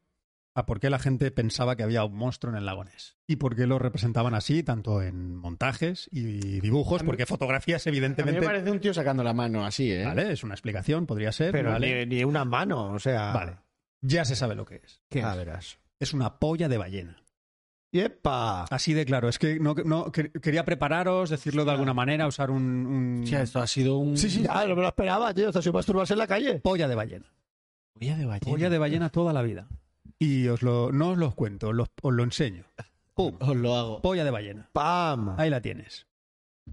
S1: a por qué la gente pensaba que había un monstruo en el lago Ness y por qué lo representaban así, tanto en montajes y dibujos,
S5: A mí-
S1: porque fotografías
S5: A mí me
S1: evidentemente...
S5: parece un tío sacando la mano así, ¿eh?
S1: Vale, es una explicación, podría ser.
S4: Pero
S1: vale,
S4: ni, ni una mano, o sea.
S1: vale, ya se sabe lo que es.
S5: ¿Qué
S4: Ah,
S5: es?
S4: verás.
S1: Es una polla de ballena.
S4: ¡Yepa!
S1: Así de claro, es que no, no- que- quería prepararos, decirlo de alguna manera, usar un... un-
S5: Hostia, esto ha sido un...
S4: Sí, sí, ah, no me lo esperaba, tío. Hasta se masturbarse en la calle.
S1: Polla de ballena.
S5: Polla de ballena.
S1: Polla de ballena toda la vida. Y os lo, no os lo cuento, los- os lo enseño. Pum,
S3: Os lo hago.
S1: polla de ballena.
S4: ¡Pam!
S1: Ahí la tienes.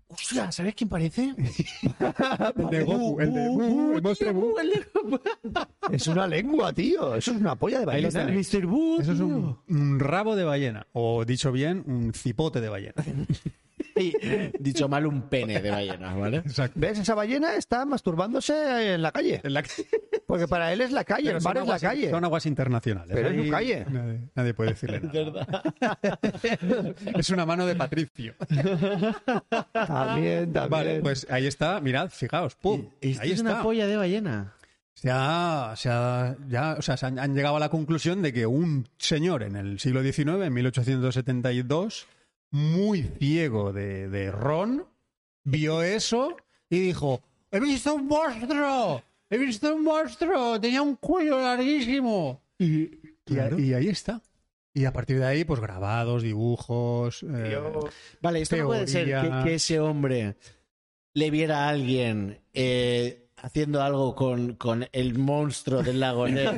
S5: Hostia, ¿sabes quién parece?
S1: El de Goku, el de uh, el monstruo Buu.
S4: Es una lengua, tío. Eso es una polla de
S1: Ahí lo
S4: ballena.
S1: tenéis.
S3: Mr. Boo,
S1: Eso es
S3: tío.
S1: un, un rabo de ballena, o dicho bien, un cipote de ballena.
S5: Y, dicho mal, un pene de ballena, ¿vale?
S1: Exacto.
S4: ¿Ves? Esa ballena está masturbándose en la calle.
S1: En la-
S4: Porque para él es la calle,
S1: pero
S4: el
S1: son
S4: bar es la
S1: aguas-
S4: calle.
S1: Son aguas internacionales.
S4: Pero es
S1: Ahí
S4: su calle.
S1: Nadie, nadie puede decirle nada. Es una mano de Patricio.
S4: También, también.
S1: Vale, pues ahí está, mirad, fijaos, pum,
S3: Esto
S1: ahí
S3: es
S1: Este está.
S3: una polla de ballena.
S1: Se ha- se ha- ya, o sea, se han, han llegado a la conclusión de que un señor en el siglo XIX, en 1872, muy ciego de, de ron, vio eso y dijo, he visto un monstruo, he visto un monstruo, tenía un cuello larguísimo. Y, y- y ahí está. Y a partir de ahí, pues grabados, dibujos. eh,
S3: Vale, esto no puede ser
S1: Teoría.
S3: que, que ese hombre le viera a alguien eh, haciendo algo con, con el monstruo del lago Ness.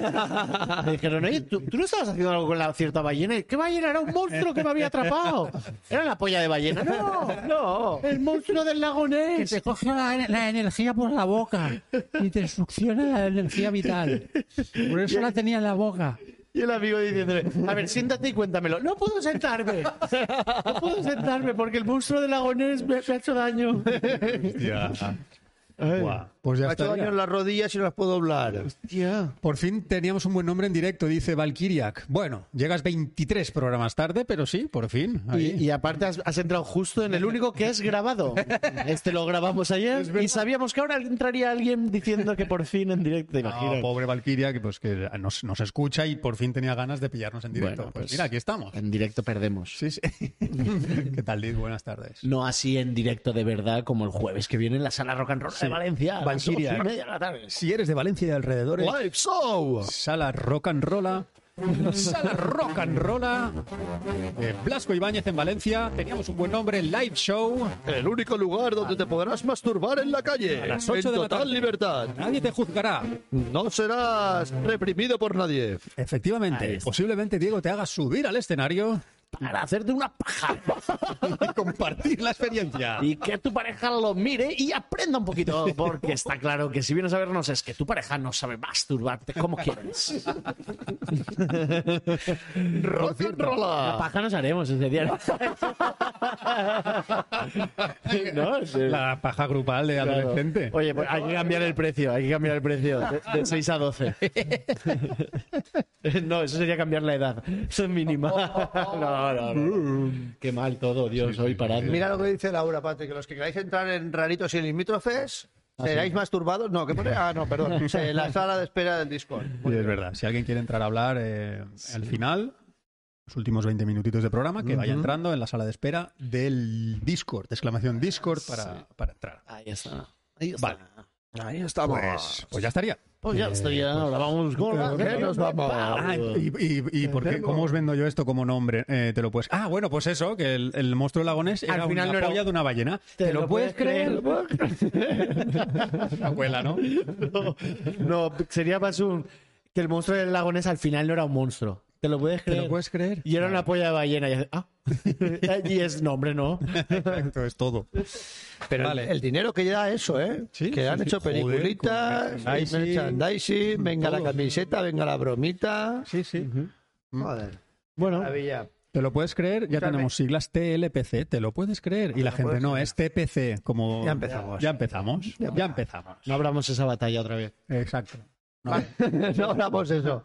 S3: Le dijeron, oye, ¿tú, tú no estabas haciendo algo con la cierta ballena? ¿Qué ballena? Era un monstruo que me había atrapado. Era la polla de ballena. No, no. El monstruo del lago Ness.
S2: Te coge la, la energía por la boca y te succiona la energía vital. Por eso la tenía en la boca.
S3: Y el amigo diciéndole, a ver, siéntate y cuéntamelo. No puedo sentarme. No puedo sentarme porque el monstruo del lago Ness me, me ha hecho daño.
S1: ya. Buah, Pues ya
S4: Me ha hecho
S1: está.
S4: daño en las rodillas y no las puedo doblar.
S3: Tía.
S1: Por fin teníamos un buen nombre en directo, dice Valkyriak. Bueno, llegas 23 programas tarde, pero sí, por fin. ahí.
S3: Y, y aparte has, has entrado justo en el único que es grabado. Este lo grabamos ayer y sabíamos que ahora entraría alguien diciendo que por fin en directo. ¿Te
S1: No,
S3: imaginas?
S1: pobre Valkyria, que pues que nos, nos escucha y por fin tenía ganas de pillarnos en directo.
S3: Bueno,
S1: pues,
S3: pues-
S1: mira, aquí estamos.
S3: en directo perdemos.
S1: Sí, sí. ¿Qué tal, Liz? Buenas tardes.
S3: No así en directo de verdad como el jueves que viene en la sala rock and roll de Valencia. a las
S1: Valkyria.
S3: once y media de la tarde.
S1: Si eres de Valencia y de alrededores,
S4: ¡Live show!
S1: sala rock and rolla. Sala rock and rolla. Eh, Blasco Ibáñez en Valencia. Teníamos un buen nombre, live show.
S4: El único lugar donde te podrás masturbar en la calle.
S1: A las ocho
S4: en
S1: de la
S4: total
S1: tarde.
S4: libertad.
S1: Nadie te juzgará.
S4: No serás reprimido por nadie.
S1: Efectivamente, posiblemente Diego te haga subir al escenario
S3: Para hacerte una paja.
S1: y compartir la experiencia.
S3: Y que tu pareja lo mire y aprenda un poquito. Porque está claro que si vienes a vernos es que tu pareja no sabe masturbarte como quieres.
S4: Rock and
S3: La
S4: rolla.
S3: paja nos haremos ese día. no, es el-
S1: La paja grupal de
S3: claro.
S1: adolescente.
S3: Oye, pues hay que cambiar el precio, hay que cambiar el precio de, 6 a 12. no, eso sería cambiar la edad. Eso es mínima. no, no, no. Qué mal todo, Dios, hoy parando.
S4: Mira lo que dice Laura, Patrick. que Los que queráis entrar en raritos y limítrofes, seráis masturbados. No, ¿qué pone? Ah, no, perdón. En la sala de espera del Discord.
S1: Sí, es verdad. Si alguien quiere entrar a hablar eh, al final, los últimos 20 minutitos de programa, que vaya entrando en la sala de espera del Discord, exclamación Discord para, para entrar. Ah,
S3: Ahí está. Ahí está.
S1: Vale.
S3: Ahí estamos.
S1: Pues, pues ya estaría.
S3: Pues ya estoy, ya. ahora vamos con la-
S4: ¿Qué nos vamos?
S1: Ah, y, y- y por qué- ¿cómo os vendo yo esto como nombre? Eh, te lo puedes. Ah, bueno, pues eso, que el, el monstruo lagones era
S3: Al final
S1: una
S3: no era-
S1: polla de una ballena. Te, lo, puedes creer, abuela, ¿no?
S3: No, no, sería más un. Que el monstruo del lago Ness al final no era un monstruo. ¿Te lo puedes
S1: Te
S3: creer?
S1: lo puedes creer.
S3: Y era una polla de ballena. Y, hace, ah. y es, no, hombre, no.
S1: Exacto, es todo.
S4: Pero el-
S1: Vale.
S4: el dinero que da eso, ¿eh?
S1: Sí,
S4: que
S1: sí,
S4: han
S1: sí.
S4: hecho
S1: Joder,
S4: peliculitas,
S1: con merchandising,
S4: merchandising, venga la
S1: todo.
S4: camiseta, venga la bromita.
S1: Sí, sí.
S4: Joder,
S3: Bueno,
S4: maravilla.
S1: Te lo puedes creer, ya
S4: Escúchame.
S1: tenemos siglas TLPC, Ah, te lo puedes creer. Y la gente no, es TPC, como...
S4: Ya empezamos.
S1: Ya empezamos, ya empezamos.
S3: no abramos esa batalla otra vez.
S1: Exacto. No,
S4: no hablamos eso.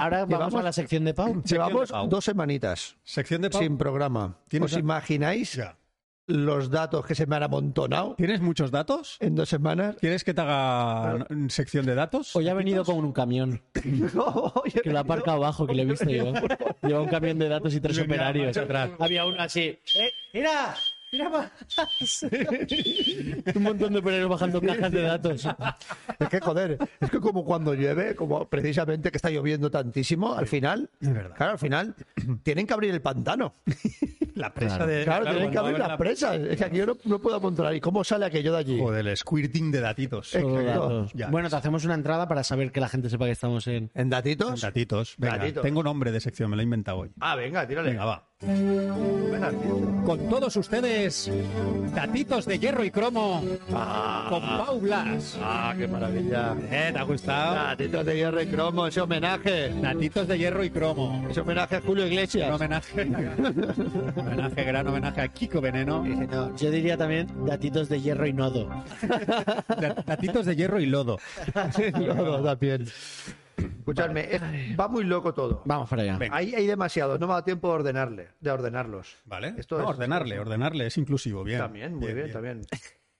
S3: Ahora vamos a la sección de Pau.
S4: Llevamos
S1: Pau.
S4: dos semanitas
S1: Sección de Pau.
S4: sin programa.
S1: ¿Tienes
S4: ¿Os
S1: a-
S4: imagináis
S1: Ya.
S4: los datos que se me han amontonado
S1: ¿Tienes muchos datos?
S4: en dos semanas.
S1: ¿Quieres que te haga n- sección de datos?
S3: Hoy ha venido con un camión. Que lo aparca abajo, que lo he visto yo. Lleva un camión de datos y tres
S1: Venía
S3: operarios
S1: marcha
S3: atrás.
S1: atrás.
S3: Había uno así. ¡Eh, ¡Mira! ¡Mira más! un montón de operarios bajando cajas de datos.
S4: Es que, joder, es que como cuando llueve, como precisamente que está lloviendo tantísimo, al final, claro, al final, tienen que abrir el pantano.
S1: La presa de...
S4: Claro, tienen que
S1: cuando
S4: abrir
S1: abres
S4: las presas. Es que aquí yo no, no puedo amontonar. ¿Y cómo sale aquello de allí?
S1: O del squirting de datitos.
S4: Eh,
S3: Todo
S4: Exacto.
S3: datos.
S1: Ya.
S3: Bueno, te hacemos una entrada para saber que la gente sepa que estamos en.
S4: ¿En datitos?
S1: Datitos. Venga,
S4: Datitos.
S1: tengo nombre de sección, me lo he inventado hoy.
S4: Ah, venga, tírale.
S1: Venga, va. Con todos ustedes, datitos de hierro y cromo con Pau Blas.
S4: Ah, qué maravilla.
S1: Eh, ¿Te ha gustado?
S4: Datitos de hierro y cromo, ese homenaje.
S1: Datitos de hierro y cromo.
S4: Ese homenaje a Julio
S1: Un
S4: Iglesias.
S1: homenaje, un homenaje, gran homenaje a Kiko Veneno.
S3: Yo diría también datitos de hierro y nodo.
S1: Da- Datitos de hierro y lodo.
S4: No, no, también. Escuchadme, es- va muy loco todo.
S3: Vamos para allá.
S1: Venga.
S4: Hay, hay demasiados, no me da tiempo de ordenarle, de ordenarlos.
S1: ¿Vale?
S4: Esto
S1: No,
S4: es-
S1: ordenarle, ordenarle, es inclusivo, bien.
S4: También, muy bien, también.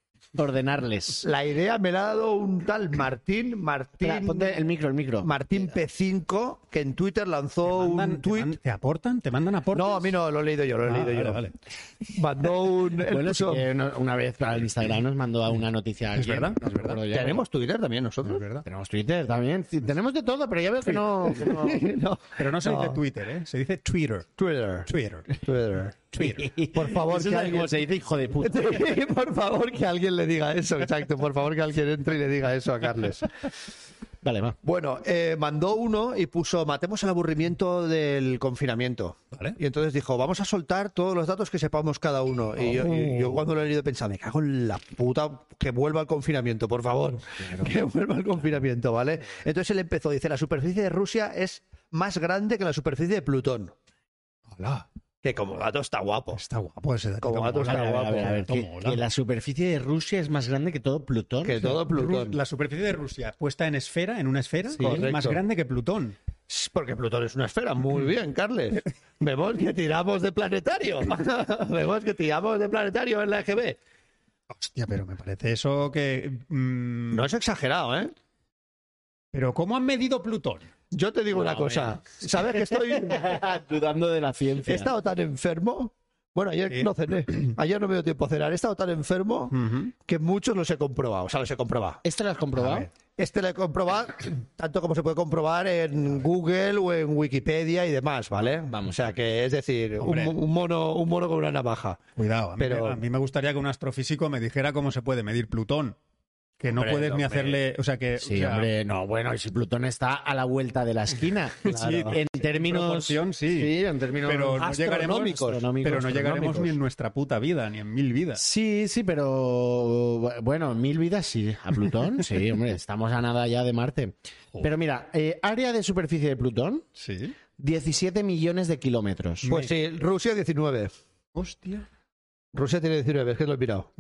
S3: Ordenarles.
S4: La idea me la ha dado un tal Martín,
S3: Espera,
S4: Martín,
S3: ponte el micro, el micro.
S4: Martín P5, que en Twitter lanzó
S1: Mandan- te,
S4: un
S1: man-
S4: tweet.
S1: ¿Te aportan? ¿Te mandan aportes?
S4: No, a mí no, lo he leído yo, lo he
S1: Ah,
S4: leído
S1: vale,
S4: yo.
S1: vale.
S4: Mandó un. él
S3: Bueno, sí
S4: puso-
S3: que no- una vez para el Instagram nos mandó a una noticia.
S1: Es verdad, es verdad.
S4: Tenemos Twitter también nosotros.
S1: ¿Verdad?
S3: Tenemos Twitter también. Sí, tenemos de todo, pero ya veo que no. que no-
S4: No,
S1: Pero no se dice Twitter, ¿eh? Se dice Twitter.
S4: Twitter.
S1: Twitter.
S4: Twitter.
S1: Twitter.
S4: Por favor,
S3: Eso
S4: que
S3: es
S4: alguien-
S3: como se dice, hijo de puta.
S4: Sí, por favor, que alguien le diga eso, exacto. Por favor, que alguien entre y le diga eso a Carles.
S3: Vale, va.
S4: Bueno, eh, mandó uno y puso, matemos el aburrimiento del confinamiento.
S1: Vale.
S4: Y entonces dijo, vamos a soltar todos los datos que sepamos cada uno. Y yo, y
S1: Oh.
S4: yo cuando lo he leído he pensado, me cago en la puta, que vuelva al confinamiento, por favor. Que vuelva al confinamiento, ¿vale? Entonces él empezó, dice, la superficie de Rusia es más grande que la superficie de Plutón.
S1: Hola.
S4: Que como dato está guapo.
S1: Está guapo ese datito.
S4: Como dato
S1: mola.
S4: está
S3: A ver, a ver, a ver,
S4: guapo.
S1: Toma,
S3: que-
S1: hola.
S3: que la superficie de Rusia es más grande que todo Plutón.
S4: Que todo Plutón.
S1: Ru- La superficie de Rusia puesta en esfera, en una esfera, es más
S4: correcto.
S1: grande que Plutón.
S4: Porque Plutón es una esfera. Muy bien, Carles. Vemos que tiramos de planetario. Vemos que tiramos de planetario en la E EGB.
S1: Hostia, pero me parece eso que. mm,
S4: No es exagerado, ¿eh?
S1: Pero ¿cómo han medido Plutón?
S4: Yo te digo una cosa. ¿Sabes que estoy...
S3: Dudando de la ciencia.
S4: He estado tan enfermo... Bueno, ayer
S1: Sí.
S4: no cené. Ayer no me dio tiempo a cenar. He estado tan enfermo
S1: Ujú.
S4: que muchos los he comprobado. O sea, los he comprobado.
S3: ¿Esto lo has comprobado?
S4: Este lo he comprobado tanto como se puede comprobar en Google o en Wikipedia y demás, ¿vale?
S3: Vamos.
S4: O sea, que es decir, un,
S1: Hombre.
S4: un mono, un mono con una navaja.
S1: Cuidado, a mí,
S4: Pero-
S1: me- a mí me gustaría que un astrofísico me dijera cómo se puede medir Plutón. Que no
S3: Hombre,
S1: puedes ni
S3: hombre.
S1: hacerle. O sea, que.
S3: Sí,
S1: o sea,
S3: hombre, no, bueno, si Plutón está a la vuelta de la esquina. en términos.
S1: proporción, sí.
S3: en términos
S1: Pero no llegaremos,
S3: astronómicos,
S1: pero no llegaremos
S3: astronómicos.
S1: ni en nuestra puta vida, ni en mil vidas.
S3: Sí, sí, pero bueno, mil vidas sí. A Plutón, sí, hombre, estamos a nada ya de Marte. Pero mira, eh, área de superficie de Plutón,
S1: Sí.
S3: 17 millones de kilómetros.
S4: Pues sí, Rusia 19.
S1: Hostia.
S4: Rusia tiene 19, es que lo he mirado.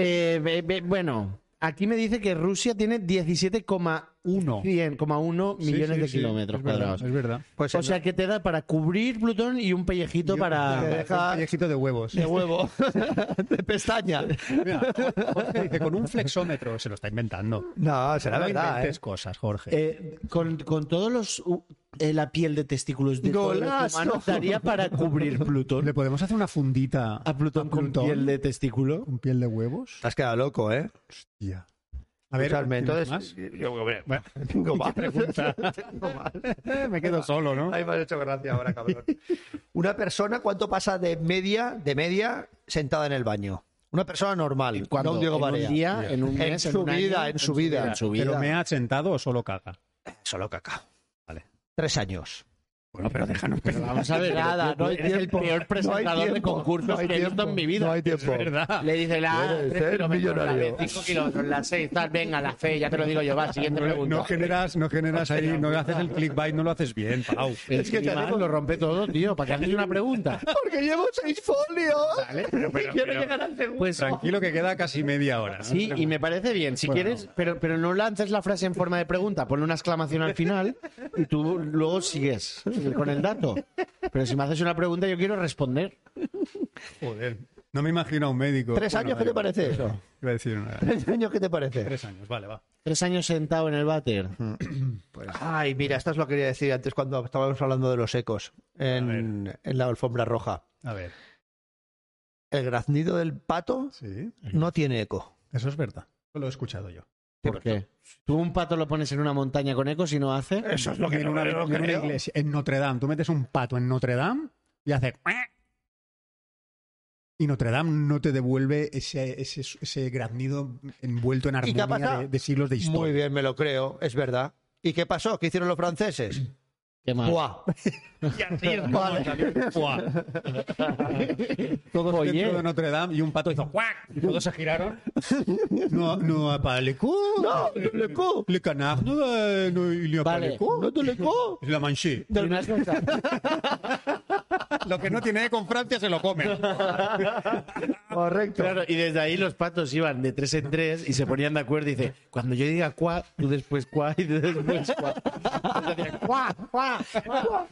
S3: Eh, ve- ve- bueno, aquí me dice que Rusia tiene 17,1
S1: Uno.
S3: 100,1
S1: Sí,
S3: millones
S1: sí,
S3: de
S1: sí,
S3: kilómetros
S1: es verdad,
S3: cuadrados.
S1: es verdad.
S4: Pues
S3: o sea que te da para cubrir Plutón y un pellejito para...
S1: Te deja
S4: deja-
S1: un pellejito de huevos.
S4: de huevo, de pestaña.
S1: Mira, Jorge dice, con un flexómetro se lo está inventando.
S4: No, será
S1: no
S4: verdad,
S1: inventes
S4: ¿eh?
S1: cosas, Jorge.
S3: Eh, con, con todos los u- eh, la piel de testículos de todos los
S4: Golazo.
S3: humanos daría para cubrir Plutón
S1: ¿Le podemos hacer una fundita
S3: a Plutón con piel de testículo
S1: con piel de huevos?
S4: Te has quedado loco, ¿eh?
S1: Ya. A
S4: Escuchadme,
S1: ¿tienes
S4: entonces,
S1: más?
S4: yo, hombre,
S1: Bueno,
S4: tengo más.
S1: pregunta.
S4: Tengo más.
S1: eh, me quedo solo, ¿no?
S4: Ahí me has hecho gracia ahora, cabrón. Una persona, ¿cuánto pasa de media, de media sentada en el baño? Una persona normal,
S3: Cuando,
S4: no un Diego
S3: en un
S4: Barea.
S3: día, en un
S4: En
S3: mes,
S4: su
S3: un año,
S4: vida, en su vida.
S3: en su vida.
S1: ¿Pero me ha sentado o solo caga?
S4: Solo caca.
S1: Vale.
S4: Tres años.
S1: Bueno, pero déjanos
S3: Pero vamos a ver,
S4: Nada, no hay
S3: eres el
S4: tiempo.
S3: peor presentador
S4: No hay
S3: de
S4: tiempo,
S3: concursos
S4: no hay
S3: que he visto
S4: tiempo,
S3: en mi vida.
S4: no hay tiempo.
S1: Es verdad.
S3: Le dice la 3
S4: Puedes ser
S3: kilómetros, la
S4: millonario.
S3: 5 kilómetros, la 6, tal, venga, la fe, ya te lo digo yo, va, siguiente
S1: No,
S3: pregunta.
S1: no generas, no generas ahí, no haces el clickbait, no lo haces bien, Pau.
S3: es que
S4: tenemos-
S3: lo rompe todo, tío, ¿para qué haces una pregunta?
S4: Porque llevo seis folios. Quiero llegar al segundo.
S3: Pues
S1: Tranquilo que queda casi media hora. ¿no?
S3: Sí, y me parece bien. Si quieres, pero, pero no lances la frase en forma de pregunta, pon una exclamación al final y tú luego sigues. el- con el dato. Pero si me haces una pregunta, yo quiero responder.
S1: Joder. No me imagino a un médico.
S4: ¿Tres
S1: Bueno, da
S4: años qué te
S1: igual.
S4: parece?
S1: Iba a decir una.
S4: ¿Tres años qué te parece?
S1: Tres años, vale, va.
S3: Tres años sentado en el váter.
S4: Ay, mira, esto es lo que quería decir antes cuando estábamos hablando de los ecos en, en la alfombra roja.
S1: A ver.
S4: El graznido del pato
S1: Sí.
S4: no tiene eco.
S1: Eso es verdad. Lo he escuchado yo.
S3: ¿Por qué? ¿Tú un pato lo pones en una montaña con eco si no hace?
S1: Eso es lo que en una, en una iglesia. En Notre Dame. Tú metes un pato en Notre Dame y hace. Y Notre Dame no te devuelve ese, ese, ese graznido envuelto en
S4: ¿Y qué ha
S1: armonía
S4: pasado?
S1: de, de siglos de historia.
S4: Muy bien, me lo creo, es verdad. ¿Y qué pasó? ¿Qué hicieron los franceses?
S3: ¿Qué
S1: Ah.
S3: más?
S4: ¡Buah! Vale.
S1: Todos
S3: Oye.
S1: dentro de Notre Dame y un pato hizo ¡cuac! Y todos se giraron. No, no, a pas le coup.
S4: ¡No! ¡No le co!
S1: Le canard, no, eh, no, il n'y a pas
S3: Vale.
S1: le coup.
S4: ¡No te le co!
S1: La manché.
S3: Y una cosa,
S1: Lo que no tiene eco con Francia se lo comen.
S4: Correcto.
S3: Claro, y desde ahí los patos iban de tres en tres y se ponían de acuerdo y dice, cuando yo diga cuá, tú después cuá y tú después cuá. Entonces hacían cuá, cuá, cuá.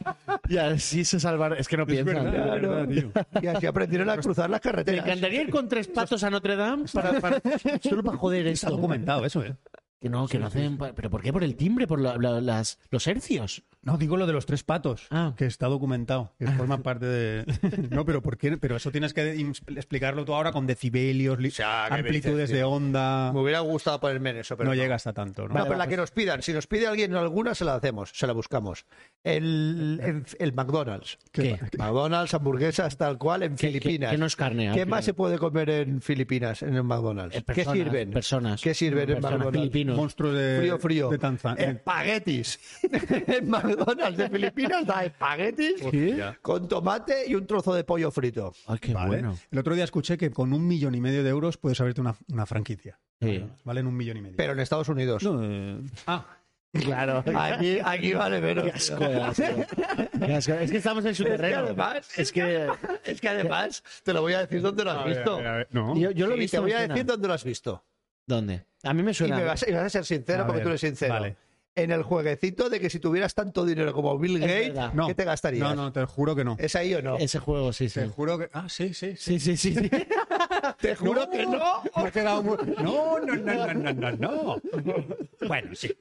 S3: Y así se salvaron. Es que no piensan.
S1: verdad, tío.
S4: Y así aprendieron a cruzar las
S3: Me
S4: carreteras.
S3: encantaría ir con tres patos a Notre Dame para, para- solo para joder
S1: Está
S3: esto.
S1: documentado eso, ¿eh?
S3: Que no, que no hacen... pa- ¿Pero por qué? ¿Por el timbre? ¿Por la- la- las, los hercios?
S1: No, digo lo de los tres patos,
S3: Ah.
S1: que está documentado, que forman parte de... No, pero ¿por qué? Pero eso tienes que ins- explicarlo tú ahora con decibelios, li-
S4: sea, qué
S1: amplitudes
S4: dices, tío.
S1: de onda...
S4: Me hubiera gustado ponerme en eso, pero
S1: no llega pues. hasta tanto, ¿no?
S4: No, pero la que nos pidan. Si nos pide alguien alguna, se la hacemos, se la buscamos. El, en- el McDonald's.
S3: ¿Qué?
S4: McDonald's, hamburguesas, tal cual, en
S3: ¿Qué-
S4: Filipinas.
S3: qué- qué no es carne, al
S4: ¿Qué
S3: final?
S4: más se puede comer en Filipinas, en el McDonald's?
S3: Eh, personas,
S4: ¿Qué sirven?
S3: personas.
S4: ¿Qué sirven en
S3: Personas,
S4: McDonald's?
S3: filipinos.
S1: Monstruo de...
S4: Frío, frío.
S1: De Tanzania.
S4: Espaguetis. en McDonald's de Filipinas da espaguetis
S3: Pues
S4: con tomate y un trozo de pollo frito.
S3: Ay, qué
S1: Vale.
S3: bueno.
S1: El otro día escuché que con un millón y medio de euros puedes abrirte una, una franquicia.
S3: Sí.
S1: Valen un millón y medio.
S4: Pero en Estados Unidos.
S1: No, eh, ah,
S3: Claro.
S4: Aquí, aquí vale menos.
S3: Qué asco. Es que estamos en su
S4: Es que
S3: terreno.
S4: además,
S3: Es que
S4: es que además, te lo voy a decir dónde lo has
S1: a ver,
S4: visto.
S1: a ver, a ver, no.
S3: yo, yo lo he
S4: Sí,
S3: visto.
S4: te voy
S3: en
S4: a
S3: escena.
S4: decir dónde lo has visto.
S3: ¿Dónde? A mí me
S4: Y
S3: suena.
S4: me vas, y vas a ser sincero
S1: A
S4: porque
S1: ver,
S4: tú eres sincero.
S1: vale.
S4: En el jueguecito de que si tuvieras tanto dinero como Bill Gates,
S3: verdad.
S1: No.
S4: ¿qué te gastarías? Eh,
S1: No, no, te juro que no.
S4: ¿Es ahí o no?
S3: Ese juego, sí, sí.
S1: Te juro que... Ah, sí, sí, sí.
S3: Sí, sí, sí. sí.
S4: Te juro que no.
S1: Me he quedado muy- No, no, no, no, no, no, no. Bueno, sí.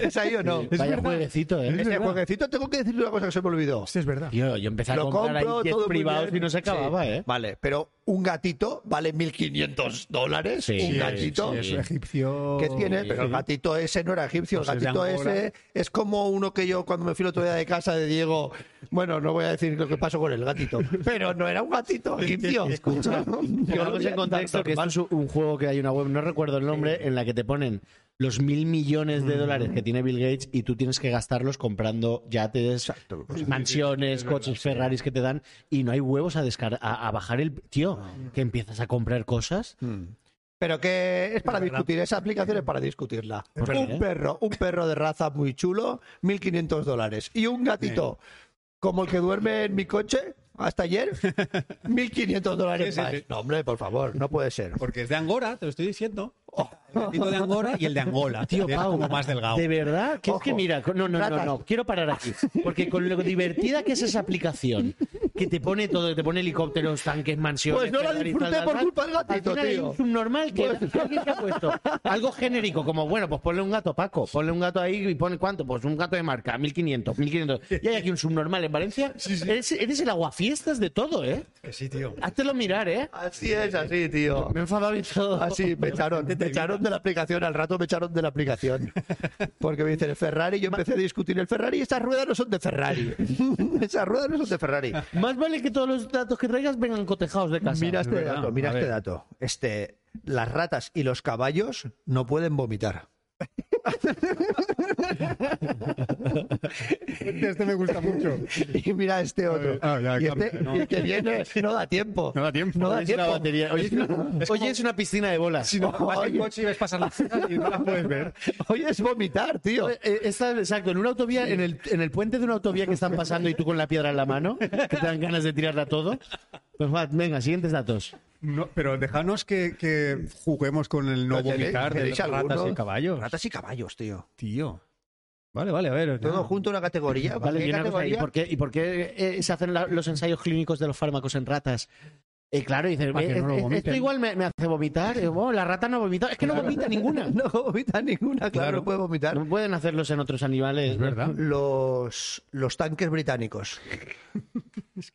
S4: ¿Es ahí o no?
S3: Vaya jueguecito, ¿eh?
S4: en el jueguecito tengo que decirte una cosa que se me olvidó.
S1: Sí, es verdad.
S3: Tío, yo empecé a
S4: Lo
S3: comprar ahí
S4: compro
S3: jets
S4: todo muy
S3: privados
S4: bien.
S3: y no se acababa, ¿eh?
S4: Vale, pero un gatito vale 1.500 dólares.
S3: Sí,
S4: un
S3: sí,
S4: gatito.
S1: Sí, es egipcio.
S4: ¿Qué tiene? Pero el
S1: Sí.
S4: gatito ese no era egipcio. El
S1: Pues es de
S4: gatito
S1: Angola.
S4: ese es como uno que yo cuando me fui el otro día de casa de Diego. Bueno, no voy a decir lo que pasó con el gatito. Pero no era un gatito egipcio. Escucha.
S3: Yo lo puse en contexto que esto es un juego que hay una web, no recuerdo el nombre, en la que te ponen los mil millones
S4: Mm.
S3: de dólares que tiene Bill Gates y tú tienes que gastarlos comprando yates,
S4: pues
S3: mansiones, coches, Ferraris que te dan y no hay huevos a, descar a, a bajar el... Tío,
S4: Ah.
S3: que empiezas a comprar cosas.
S4: Pero que es para discutir, esa aplicación es para discutirla.
S3: ¿Por qué?
S4: Un perro, un perro de raza muy chulo, 1.500 dólares. Y un gatito, como el que duerme en mi coche hasta ayer, 1.500 dólares
S1: Sí, sí,
S4: más.
S1: sí.
S4: No, hombre, por favor, no puede ser.
S1: Porque es de Angora, te lo estoy diciendo. El gatito de Angora y el de Angola. Oh. Tío, es
S3: Pau,
S1: como más delgado.
S3: De verdad, que
S4: Ojo.
S3: es que mira, con- no, no, no,
S4: Ratas.
S3: no, quiero parar aquí. Porque con lo divertida que es esa aplicación, que te pone todo, que te pone helicópteros, tanques, mansiones.
S4: Pues no la
S3: Ferrari,
S4: disfruté
S3: tal, tal,
S4: por
S3: tal,
S4: culpa del gatito,
S3: al final hay
S4: tío. Pues
S3: un subnormal que alguien te ha puesto algo genérico, como bueno, pues ponle un gato, Paco, ponle un gato ahí y pone cuánto, pues un gato de marca, 1500, 1500. Y hay aquí un subnormal en Valencia. Eres, eres el aguafiestas de todo, ¿eh?
S1: Que sí, tío.
S3: Háztelo mirar, ¿eh?
S4: Así es, así, tío.
S3: Me he enfadado y todo.
S4: Así, me echaron, me echaron de la aplicación, al rato me echaron de la aplicación. Porque me dicen el Ferrari, yo empecé a discutir el Ferrari y estas ruedas no son de Ferrari. Esas ruedas no son de Ferrari.
S3: Más vale que todos los datos que traigas vengan cotejados de casa.
S4: Mira este
S1: verdad.
S4: dato, mira
S1: A
S4: este
S1: ver.
S4: dato. Este, las ratas y los caballos no pueden vomitar.
S1: Este me gusta mucho.
S4: Y mira este otro.
S1: ver. Ah, ya,
S4: y
S1: claro,
S4: este
S1: no.
S4: y el que viene no da tiempo.
S1: No da tiempo.
S4: No da
S3: Hoy es una
S4: tiempo.
S3: batería. Hoy es una, hoy es una piscina de bolas.
S1: Vas en coche y ves pasar las cosas y no las puedes ver.
S4: Hoy es vomitar, tío.
S3: Eh, eh, está- exacto, en una autovía, en el, en el puente de una autovía que están pasando y tú con la piedra en la mano, que te dan ganas de tirarla todo. Pues va, venga, siguientes datos.
S1: No, pero dejanos que, que juguemos con el no
S4: ¿Tenéis-
S1: vomitar de
S4: tenéis
S1: ratas
S4: alguno?
S1: y caballos.
S4: Ratas y caballos, tío.
S1: Tío. Vale, vale, a ver.
S4: Todo junto a una categoría. ¿Para
S5: Vale,
S4: qué
S5: y una cosa, ¿y
S4: categoría?
S5: por qué, y por qué, eh, se hacen la- los ensayos clínicos de los fármacos en ratas? Eh, claro, dices,
S1: Para que
S5: eh,
S1: no lo
S5: eh, esto
S1: vomiten.
S5: igual me, me hace vomitar. Eh, bueno, la rata no vomita, es que no vomita ninguna.
S4: No vomita ninguna, Ah, claro,
S1: Claro. pues.
S4: no puede vomitar.
S5: No pueden hacerlos en otros animales.
S1: Es verdad.
S4: Los, los tanques británicos.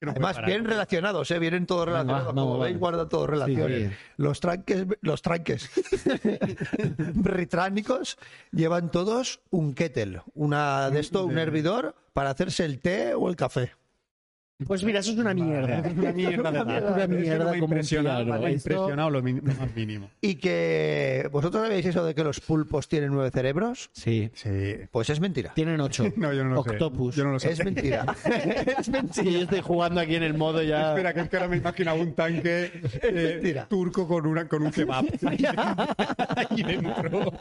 S4: Además,
S1: parar.
S4: bien relacionados, ¿eh? vienen todos
S5: Venga,
S4: relacionados.
S5: vamos,
S4: como
S5: vamos.
S4: veis, guardan todos relaciones.
S5: oye.
S4: los tranques, los tranques británicos llevan todos un kettle, una de esto, un hervidor para hacerse el té o el café.
S5: Pues mira, eso es una mierda.
S1: Es una mierda de
S5: Una
S1: nada.
S5: mierda
S1: Es que no me ha
S5: como un
S1: impresionado,
S5: piano.
S1: me ha
S5: Esto-
S1: impresionado lo, min- lo más mínimo.
S4: Y que vosotros sabéis eso de que los pulpos tienen nueve cerebros,
S5: Sí.
S1: Sí. pues
S4: pues es mentira.
S5: Tienen ocho.
S1: No, yo no lo
S5: Octopus.
S1: sé. Yo no lo sé.
S4: Es mentira. es
S5: Sí, yo
S4: mentira.
S5: estoy jugando aquí en el modo ya.
S1: Espera, que es que ahora me imagino un tanque eh,
S4: mentira.
S1: turco con, una, con un kebab. Ahí dentro.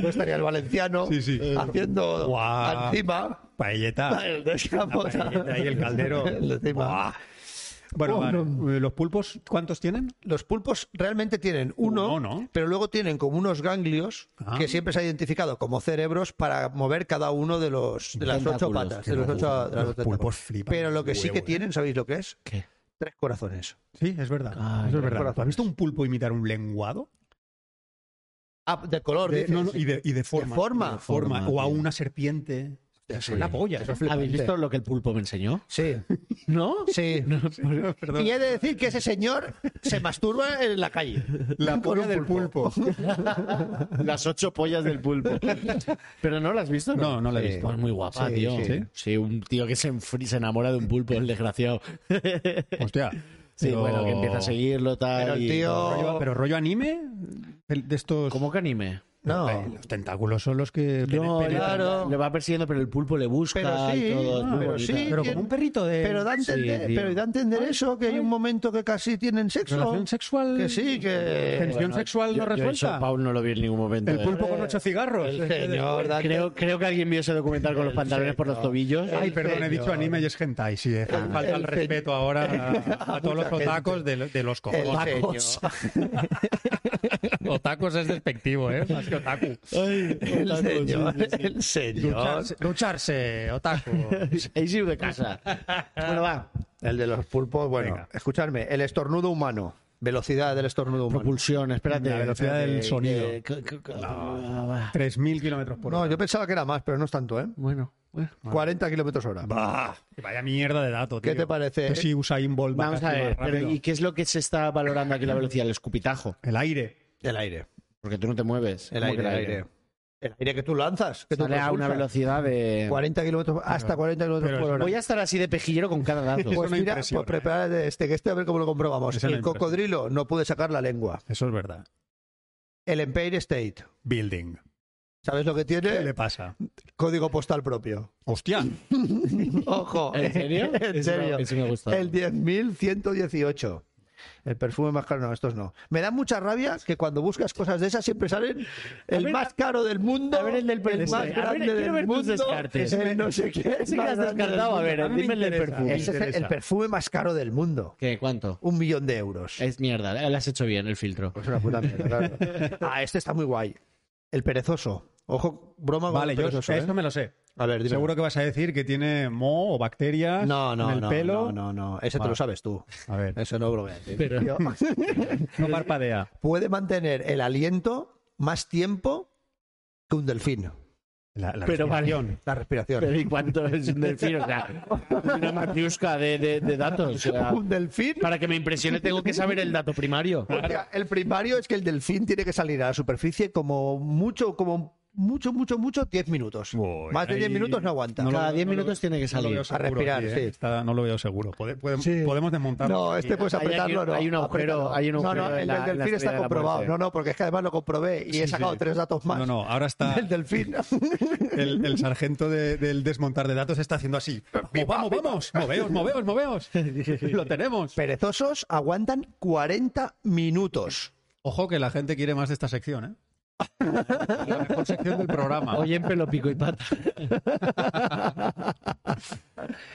S4: No estaría el valenciano
S1: Sí, sí.
S4: haciendo
S1: Guau.
S4: encima
S1: Paelleta.
S4: el descapotable.
S1: paelleta y el caldero.
S4: El encima.
S1: Guau. Bueno,
S4: Oh,
S1: vale.
S4: no.
S1: Eh, ¿los pulpos cuántos tienen?
S4: Los pulpos realmente tienen uno,
S1: Uno, ¿no?
S4: pero luego tienen como unos ganglios
S1: Ah.
S4: que siempre se ha identificado como cerebros para mover cada uno de los de las ocho
S6: Tentáculos,
S4: patas,
S6: que
S4: de los
S6: no
S4: ocho de las
S1: Los pulpos
S4: ocho tentáculos.
S1: flipan.
S4: Pero lo que sí
S1: Huevo,
S4: que
S1: eh.
S4: tienen, ¿sabéis lo que es?
S5: ¿Qué?
S4: Tres corazones.
S1: Sí, es verdad.
S5: Ay,
S1: Eso es verdad.
S4: corazones.
S1: ¿Tú ¿Has visto un pulpo imitar un lenguado?
S4: Ah, de color,
S1: De-
S4: dices.
S1: no, no, y, de, y de forma.
S4: forma.
S1: De forma.
S6: Forma,
S1: O a
S6: tío.
S1: una serpiente. Es una polla. Eso es
S5: ¿Habéis visto lo que el pulpo me enseñó?
S4: Sí,
S5: ¿No?
S4: sí.
S1: flipante. Perdón.
S4: Y he de decir que ese señor se masturba en la calle.
S1: La
S4: Con
S1: polla
S4: un
S1: del pulpo.
S5: Las ocho pollas del pulpo. Pero no las has visto,
S1: No, no la he
S5: Sí.
S1: visto.
S5: Pues muy guapa,
S4: Sí,
S5: tío.
S4: sí.
S5: ¿Sí? un tío que se, enfri- se enamora de un pulpo, el desgraciado.
S1: Hostia.
S5: Sí,
S1: Pero-
S5: bueno, que empieza a seguirlo, tal.
S4: Pero el
S5: y-
S1: Rollo-
S4: tío.
S1: pero rollo anime el- de estos
S5: ¿Cómo que anime?
S1: Eh,
S4: No.
S1: los tentáculos son los que pene-
S5: No,
S1: penetran.
S4: claro.
S5: le va persiguiendo, pero el pulpo le busca.
S4: Pero sí,
S5: y todo, es muy
S4: pero
S5: bonita.
S4: sí.
S1: pero como un perrito de
S4: Pero da a entender,
S5: Sí, tío.
S4: pero da a entender eso, que hay un momento que casi tienen sexo.
S1: relación sexual
S4: Que sí, que.
S1: tensión sexual no
S5: Yo- yo eso,
S1: resuelta
S5: Paul no lo vi en ningún momento.
S1: el
S5: eh.
S1: pulpo con ocho cigarros
S4: El señor Dante-
S5: Creo, creo que alguien vio ese documental con los pantalones por los tobillos.
S1: Ay, perdón, he
S4: señor.
S1: dicho anime y es hentai. Sí, eh, falta el
S4: el
S1: respeto ahora a, a todos los
S4: mucha
S1: otacos de, de los
S4: el
S1: cojones.
S4: señor.
S1: Otacos es despectivo, ¿eh? Más que otaku.
S4: El señor. El señor.
S1: Lucharse, lucharse, otaku.
S5: Ahí sí, de casa. Bueno, va.
S4: El de los pulpos, bueno, escuchadme, el estornudo humano, velocidad del estornudo humano.
S5: Propulsión, espérate.
S1: La velocidad
S5: espérate,
S1: del sonido.
S5: que- que- que- que- ah, va.
S1: 3.000 kilómetros por
S4: No,
S1: hora.
S4: yo pensaba que era más, pero no es tanto, ¿eh?
S5: Bueno, bueno.
S4: 40 kilómetros hora.
S1: Vaya mierda de dato, tío.
S4: ¿Qué te parece?
S1: Que si Usain Bolt va
S5: Vamos a
S1: casi más
S5: ver, pero
S1: rápido.
S5: ¿y qué es lo que se está valorando aquí la velocidad? El escupitajo.
S1: El aire.
S4: El aire.
S5: Porque tú no te mueves.
S4: El
S5: ¿Cómo
S4: aire,
S5: que
S4: el aire. El aire que tú lanzas. Que tú
S5: Sale a una
S4: propulsas.
S5: velocidad de...
S4: 40 kilómetros, hasta 40 kilómetros
S1: pero
S4: por hora.
S5: Voy a estar así de pejillero con cada dato.
S1: Eso
S4: Pues
S1: no
S4: mira,
S1: impresiona,
S4: pues prepárate este, que este a ver cómo lo comprobamos.
S1: Eso no
S4: el
S1: impresiona.
S4: cocodrilo no pude sacar la lengua.
S1: Eso es verdad.
S4: El Empire State,
S1: Building.
S4: ¿sabes lo que
S1: ¿Qué
S4: tiene?
S1: le pasa?
S4: Código postal propio.
S1: Hostia.
S4: Ojo.
S5: ¿En serio?
S4: en serio.
S5: Eso me gusta.
S4: El 10.118. El perfume más caro, no, estos no. Me da mucha rabia que cuando buscas cosas de esas siempre salen el
S5: ver,
S4: más caro del mundo,
S5: a ver el del
S4: el
S5: perfume. A
S4: más
S5: ver,
S4: grande
S5: quiero
S4: del
S5: ver tus
S4: mundo,
S5: descartes.
S4: el no sé qué.
S5: Ese que has
S4: más grande del
S5: descartado, a
S4: mundo.
S5: ver,
S1: A mí me
S5: dime el del
S1: interesa.
S5: perfume.
S1: Ese-
S4: Ese es el
S1: interesa.
S4: perfume más caro del mundo.
S5: ¿Qué? ¿Cuánto?
S4: Un millón de euros.
S5: Es mierda, le has hecho bien el filtro.
S4: Es una puta mierda, claro. Ah, este está muy guay. El perezoso. Ojo, broma con
S1: Vale,
S4: el
S1: yo
S4: perezoso. ¿eh?
S1: esto me lo sé.
S4: A ver, dime.
S1: Seguro que vas a decir que tiene moho o bacterias
S4: No, no,
S1: en el
S4: no,
S1: pelo.
S4: no, no, no. Ese te
S1: Vale.
S4: lo sabes tú.
S1: A ver,
S4: Eso no lo voy a decir.
S5: Pero-
S4: Yo-
S1: no parpadea.
S4: Puede mantener el aliento más tiempo que un delfín.
S1: La, la
S5: Pero vale.
S1: respiración.
S4: La respiración.
S5: Pero ¿y cuánto es un delfín? O sea, una matiusca de, de- de datos. o sea,
S4: Un delfín.
S5: para que me impresione tengo que saber el dato primario.
S4: Hostia, El primario es que el delfín tiene que salir a la superficie como mucho, como mucho, mucho, mucho, 10 minutos.
S1: Uy,
S4: más de 10
S1: ahí-
S4: minutos no aguanta.
S1: No lo-
S5: Cada 10
S1: no lo-
S5: minutos tiene que
S1: no lo
S5: salir.
S1: veo seguro
S4: A respirar,
S1: aquí, ¿eh?
S4: sí.
S1: Está- no lo veo seguro. Pode- podemos-
S4: Sí.
S1: Podemos desmontarlo.
S4: No, este puedes
S5: Hay aquí-
S4: apretarlo, no.
S5: hay un agujero,
S4: Apriétalo.
S5: hay un agujero
S4: No, no,
S5: en
S4: el
S5: la-
S4: del
S5: en la
S4: delfín
S5: estrella
S4: está
S5: de la
S4: comprobado.
S5: muerte.
S4: No, no, porque es que además lo comprobé y he
S1: sí,
S4: sacado
S1: sí.
S4: tres datos más.
S1: No, no, ahora está
S4: El delfín.
S1: el, el sargento de- del desmontar de datos está haciendo así. ¡Vamos, vamos! ¡Moveos, moveos, moveos! ¡Lo tenemos!
S4: Perezosos aguantan 40 minutos.
S1: Ojo que la gente quiere más de esta sección, ¿eh? La mejor sección del programa.
S5: Oye, en pelo pico y pata.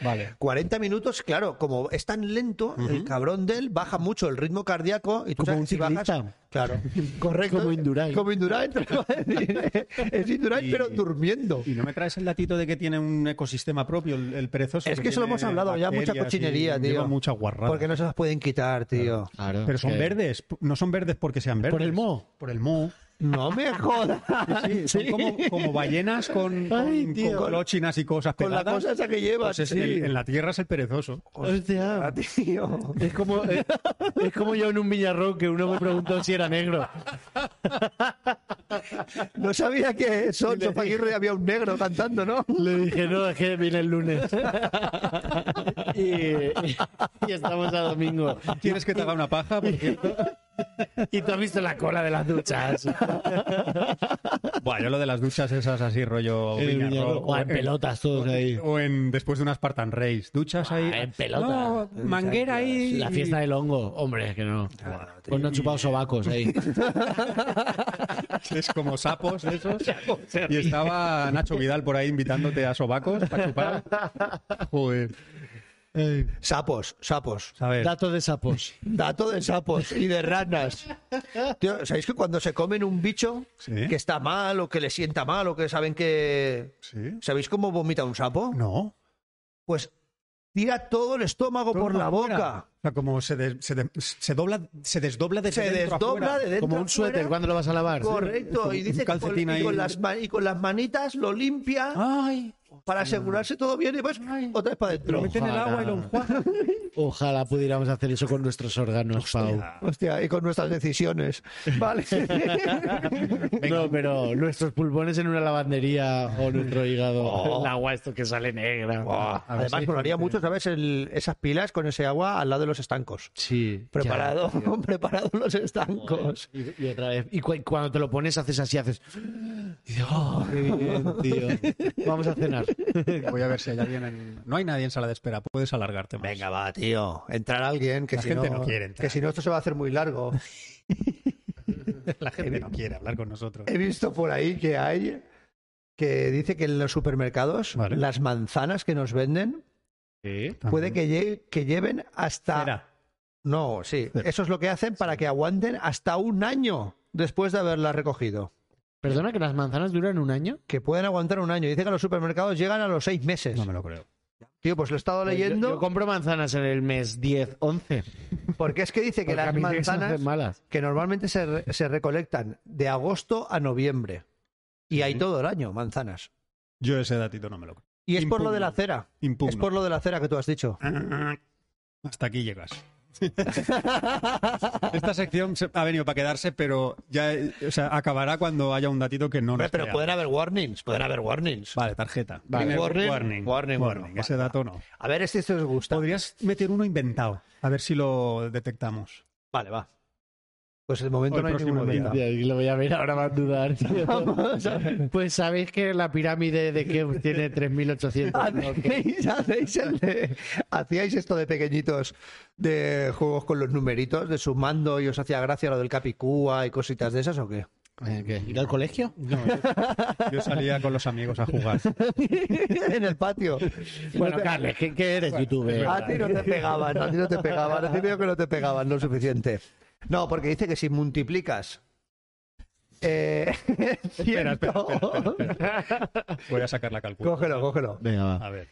S1: Vale.
S4: 40 minutos, claro, como es tan lento, el cabrón de él baja mucho el ritmo cardíaco y tú
S5: Como
S4: sabes
S5: un
S4: si bajas-
S5: ciclista.
S4: Claro, correcto.
S5: Como Indurain.
S4: Como Indurain, te lo voy a decir. Es Indurain,
S1: Y-
S4: pero durmiendo.
S1: ¿Y no me traes el datito de que tiene un ecosistema propio el, el perezoso?
S4: Es que eso lo
S1: tiene
S4: hemos hablado ya, mucha
S1: bacterias y
S4: cochinería, tío.
S1: Lleva mucha guarrada.
S4: Porque no se las pueden quitar, tío.
S5: Claro.
S1: Pero son verdes, p- no son verdes porque sean verdes.
S5: el moho.
S1: Por el moho.
S4: No me jodas.
S1: Sí, son como, como ballenas con, con,
S5: Ay,
S1: con
S5: tío.
S1: clochinas y cosas
S4: Con la
S1: pegadas.
S4: cosa esa que llevas.
S1: Pues es
S4: sí.
S1: el- en la tierra es el perezoso.
S5: Hostia.
S4: Ah, tío.
S5: Es como, es, es como yo en un villarrón que uno me preguntó si era negro.
S4: No sabía que Sonso Paquirre había un negro cantando, ¿no?
S5: Le dije, no, es que viene el lunes. Y, y estamos a domingo.
S1: ¿Quieres que te haga una paja? Porque,
S5: Y tú has visto la cola de las duchas.
S1: Buah, yo lo de las duchas esas así rollo
S5: El
S1: Viñarro,
S5: Villarro-
S1: o
S5: Buah,
S4: Ah,
S5: en pelotas todos ahí.
S1: O en después de una Spartan Race. Duchas ahí.
S4: Ah,
S5: en pelota.
S1: No, manguera ahí.
S5: La fiesta del hongo. Hombre, es que no. Pues no he chupado sobacos ahí.
S1: Es como sapos de esos. Y estaba Nacho Vidal por ahí invitándote a sobacos para chupar. Joder.
S4: Sapos, sapos.
S1: ¿Sabes?
S5: Datos de sapos.
S4: Dato de sapos y de ranas. Tío, ¿sabéis que cuando se comen un bicho
S1: Sí.
S4: que está mal o que le sienta mal o que saben que...
S1: Sí.
S4: ¿Sabéis cómo vomita un sapo?
S1: No.
S4: Pues tira todo el estómago por la
S1: Afuera.
S4: boca.
S1: O sea, como se, de- se, de- se dobla, se desdobla desde
S4: Se
S1: dentro
S4: desdobla
S1: afuera.
S4: de dentro
S5: Como un
S4: a
S5: suéter,
S4: fuera.
S5: ¿cuándo lo vas a lavar?
S4: Correcto, y
S1: Un
S4: dice que con,
S1: calcetín
S4: y
S1: ahí. Ah.
S4: con las, ma- y con las manitas lo limpia
S1: Ay,
S4: para asegurarse todo bien y pues otra vez para
S1: lo
S4: adentro.
S1: mete en el
S5: Ojalá.
S1: agua y lo enjuaga.
S5: Ojalá pudiéramos hacer eso con nuestros órganos, Pau.
S4: Hostia, y con nuestras decisiones. Vale.
S5: No, pero nuestros pulmones en una lavandería o nuestro hígado.
S3: Oh.
S5: El agua, esto que sale negra. Ah,
S4: Además, molaría mucho, ¿sabes? El- esas pilas con ese agua al lado de los estancos.
S5: Sí.
S4: Preparado, preparado los estancos.
S5: ya. Y, y otra vez. Y cu- cuando te lo pones, haces así, haces. Y, oh, qué bien, tío. Vamos a cenar.
S1: Voy a ver si hay alguien en... No hay nadie en sala de espera, puedes alargarte más.
S4: Venga, va, tío. Entrar alguien que
S1: La
S4: si
S1: gente no quiere entrar.
S4: Que si no, esto se va a hacer muy largo.
S1: La gente no quiere hablar con nosotros.
S4: He visto por ahí que hay que dice que en los supermercados
S1: Vale.
S4: las manzanas que nos venden puede que, lle- que lleven hasta
S1: Espera.
S4: no sí
S1: Cera.
S4: eso es lo que hacen para que aguanten hasta un año después de haberlas recogido
S5: Perdona que las manzanas duran un año.
S4: que pueden aguantar un año dice que los supermercados llegan a los seis meses
S1: No me lo creo.
S4: tío pues lo he estado leyendo
S5: Yo, yo compro manzanas en el mes 10, 11.
S4: porque es que dice que
S5: porque a
S4: las
S5: mí se me hacen
S4: manzanas
S5: malas.
S4: que normalmente se, re- se recolectan de agosto a noviembre y hay todo el año manzanas
S1: Yo ese datito no me lo creo.
S4: y es por lo de la
S1: Impugno.
S4: cera
S1: Impugno.
S4: es por lo de la cera que tú has dicho
S1: Hasta aquí llegas. Esta sección se- ha venido para quedarse, pero ya eh, o sea, acabará cuando haya un datito que no
S4: Hombre,
S1: nos
S4: pero
S1: crea.
S4: pueden haber warnings, pueden haber warnings.
S1: Vale, tarjeta.
S4: Vale.
S1: Primer
S4: Warning, warning, warning.
S1: Ese
S4: Vale,
S1: dato no.
S4: A ver este esto os gusta.
S1: Podrías meter uno inventado, a ver si lo detectamos.
S4: Vale, va. Pues de momento
S1: O el
S4: no hay
S1: próximo
S4: ninguno
S1: día.
S4: inventado.
S5: Tío, y lo voy a ver ahora más dudar. tío.
S4: Vamos a ver.
S5: Pues sabéis que la pirámide de Keops tiene 3800. ¿no? Que-
S4: ¿Hacéis, hacéis el de- hacíais esto de pequeñitos de juegos con los numeritos, de sumando y os hacía gracia lo del Capicúa y cositas de esas o qué?
S5: Eh, ¿qué? ¿Ir al colegio?
S1: Yo salía con los amigos a jugar.
S4: en el patio.
S1: Pues
S5: Bueno,
S4: No te-
S5: Carles, ¿qué, qué eres
S1: es
S5: youtuber?
S1: verdad.
S4: A ti no te pegaban, a ti no te pegaban, a ti veo que no te pegaban lo suficiente. No, porque dice que si multiplicas. Eh,
S1: espera, espera,
S4: ciento-
S1: espera, espera, espera. Voy a sacar la calculadora.
S4: Cógelo, cógelo.
S5: Venga, va.
S1: A ver.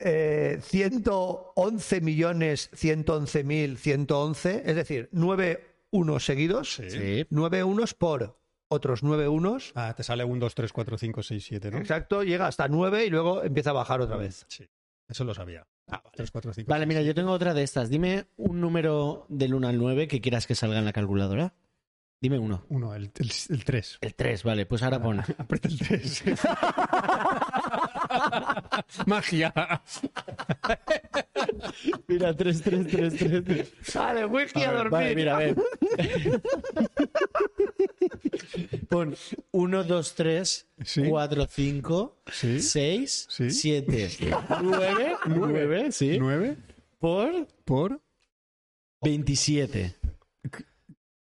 S4: Eh, 111 millones 111 mil 111, es decir, 9 unos seguidos,
S1: Sí.
S5: Sí.
S4: 9 unos por otros 9 unos.
S1: Ah, te sale un 2, 3, 4, 5, 6, 7, ¿no?
S4: Exacto, llega hasta 9 y luego empieza a bajar otra vez.
S1: Sí. Eso lo sabía. Ah, 3, 4, 5.
S5: Vale, mira, yo tengo otra de estas. Dime un número del 1 al 9 que quieras que salga en la calculadora. Dime uno.
S1: Uno, el, el, 3.
S5: El 3, vale, pues ahora pon.
S1: Aprieta el 3. Magia.
S5: Mira, 3, 3, 3, 3.
S4: Sale, whisky
S5: A
S4: a
S5: ver,
S4: dormir.
S5: vale, mira, a ver. Pon 1, 2, 3,
S1: Sí.
S5: 4, 5,
S1: Sí.
S5: 6,
S1: Sí.
S5: 7, 9, 9, sí.
S1: 9
S5: Por
S1: por.
S5: 27.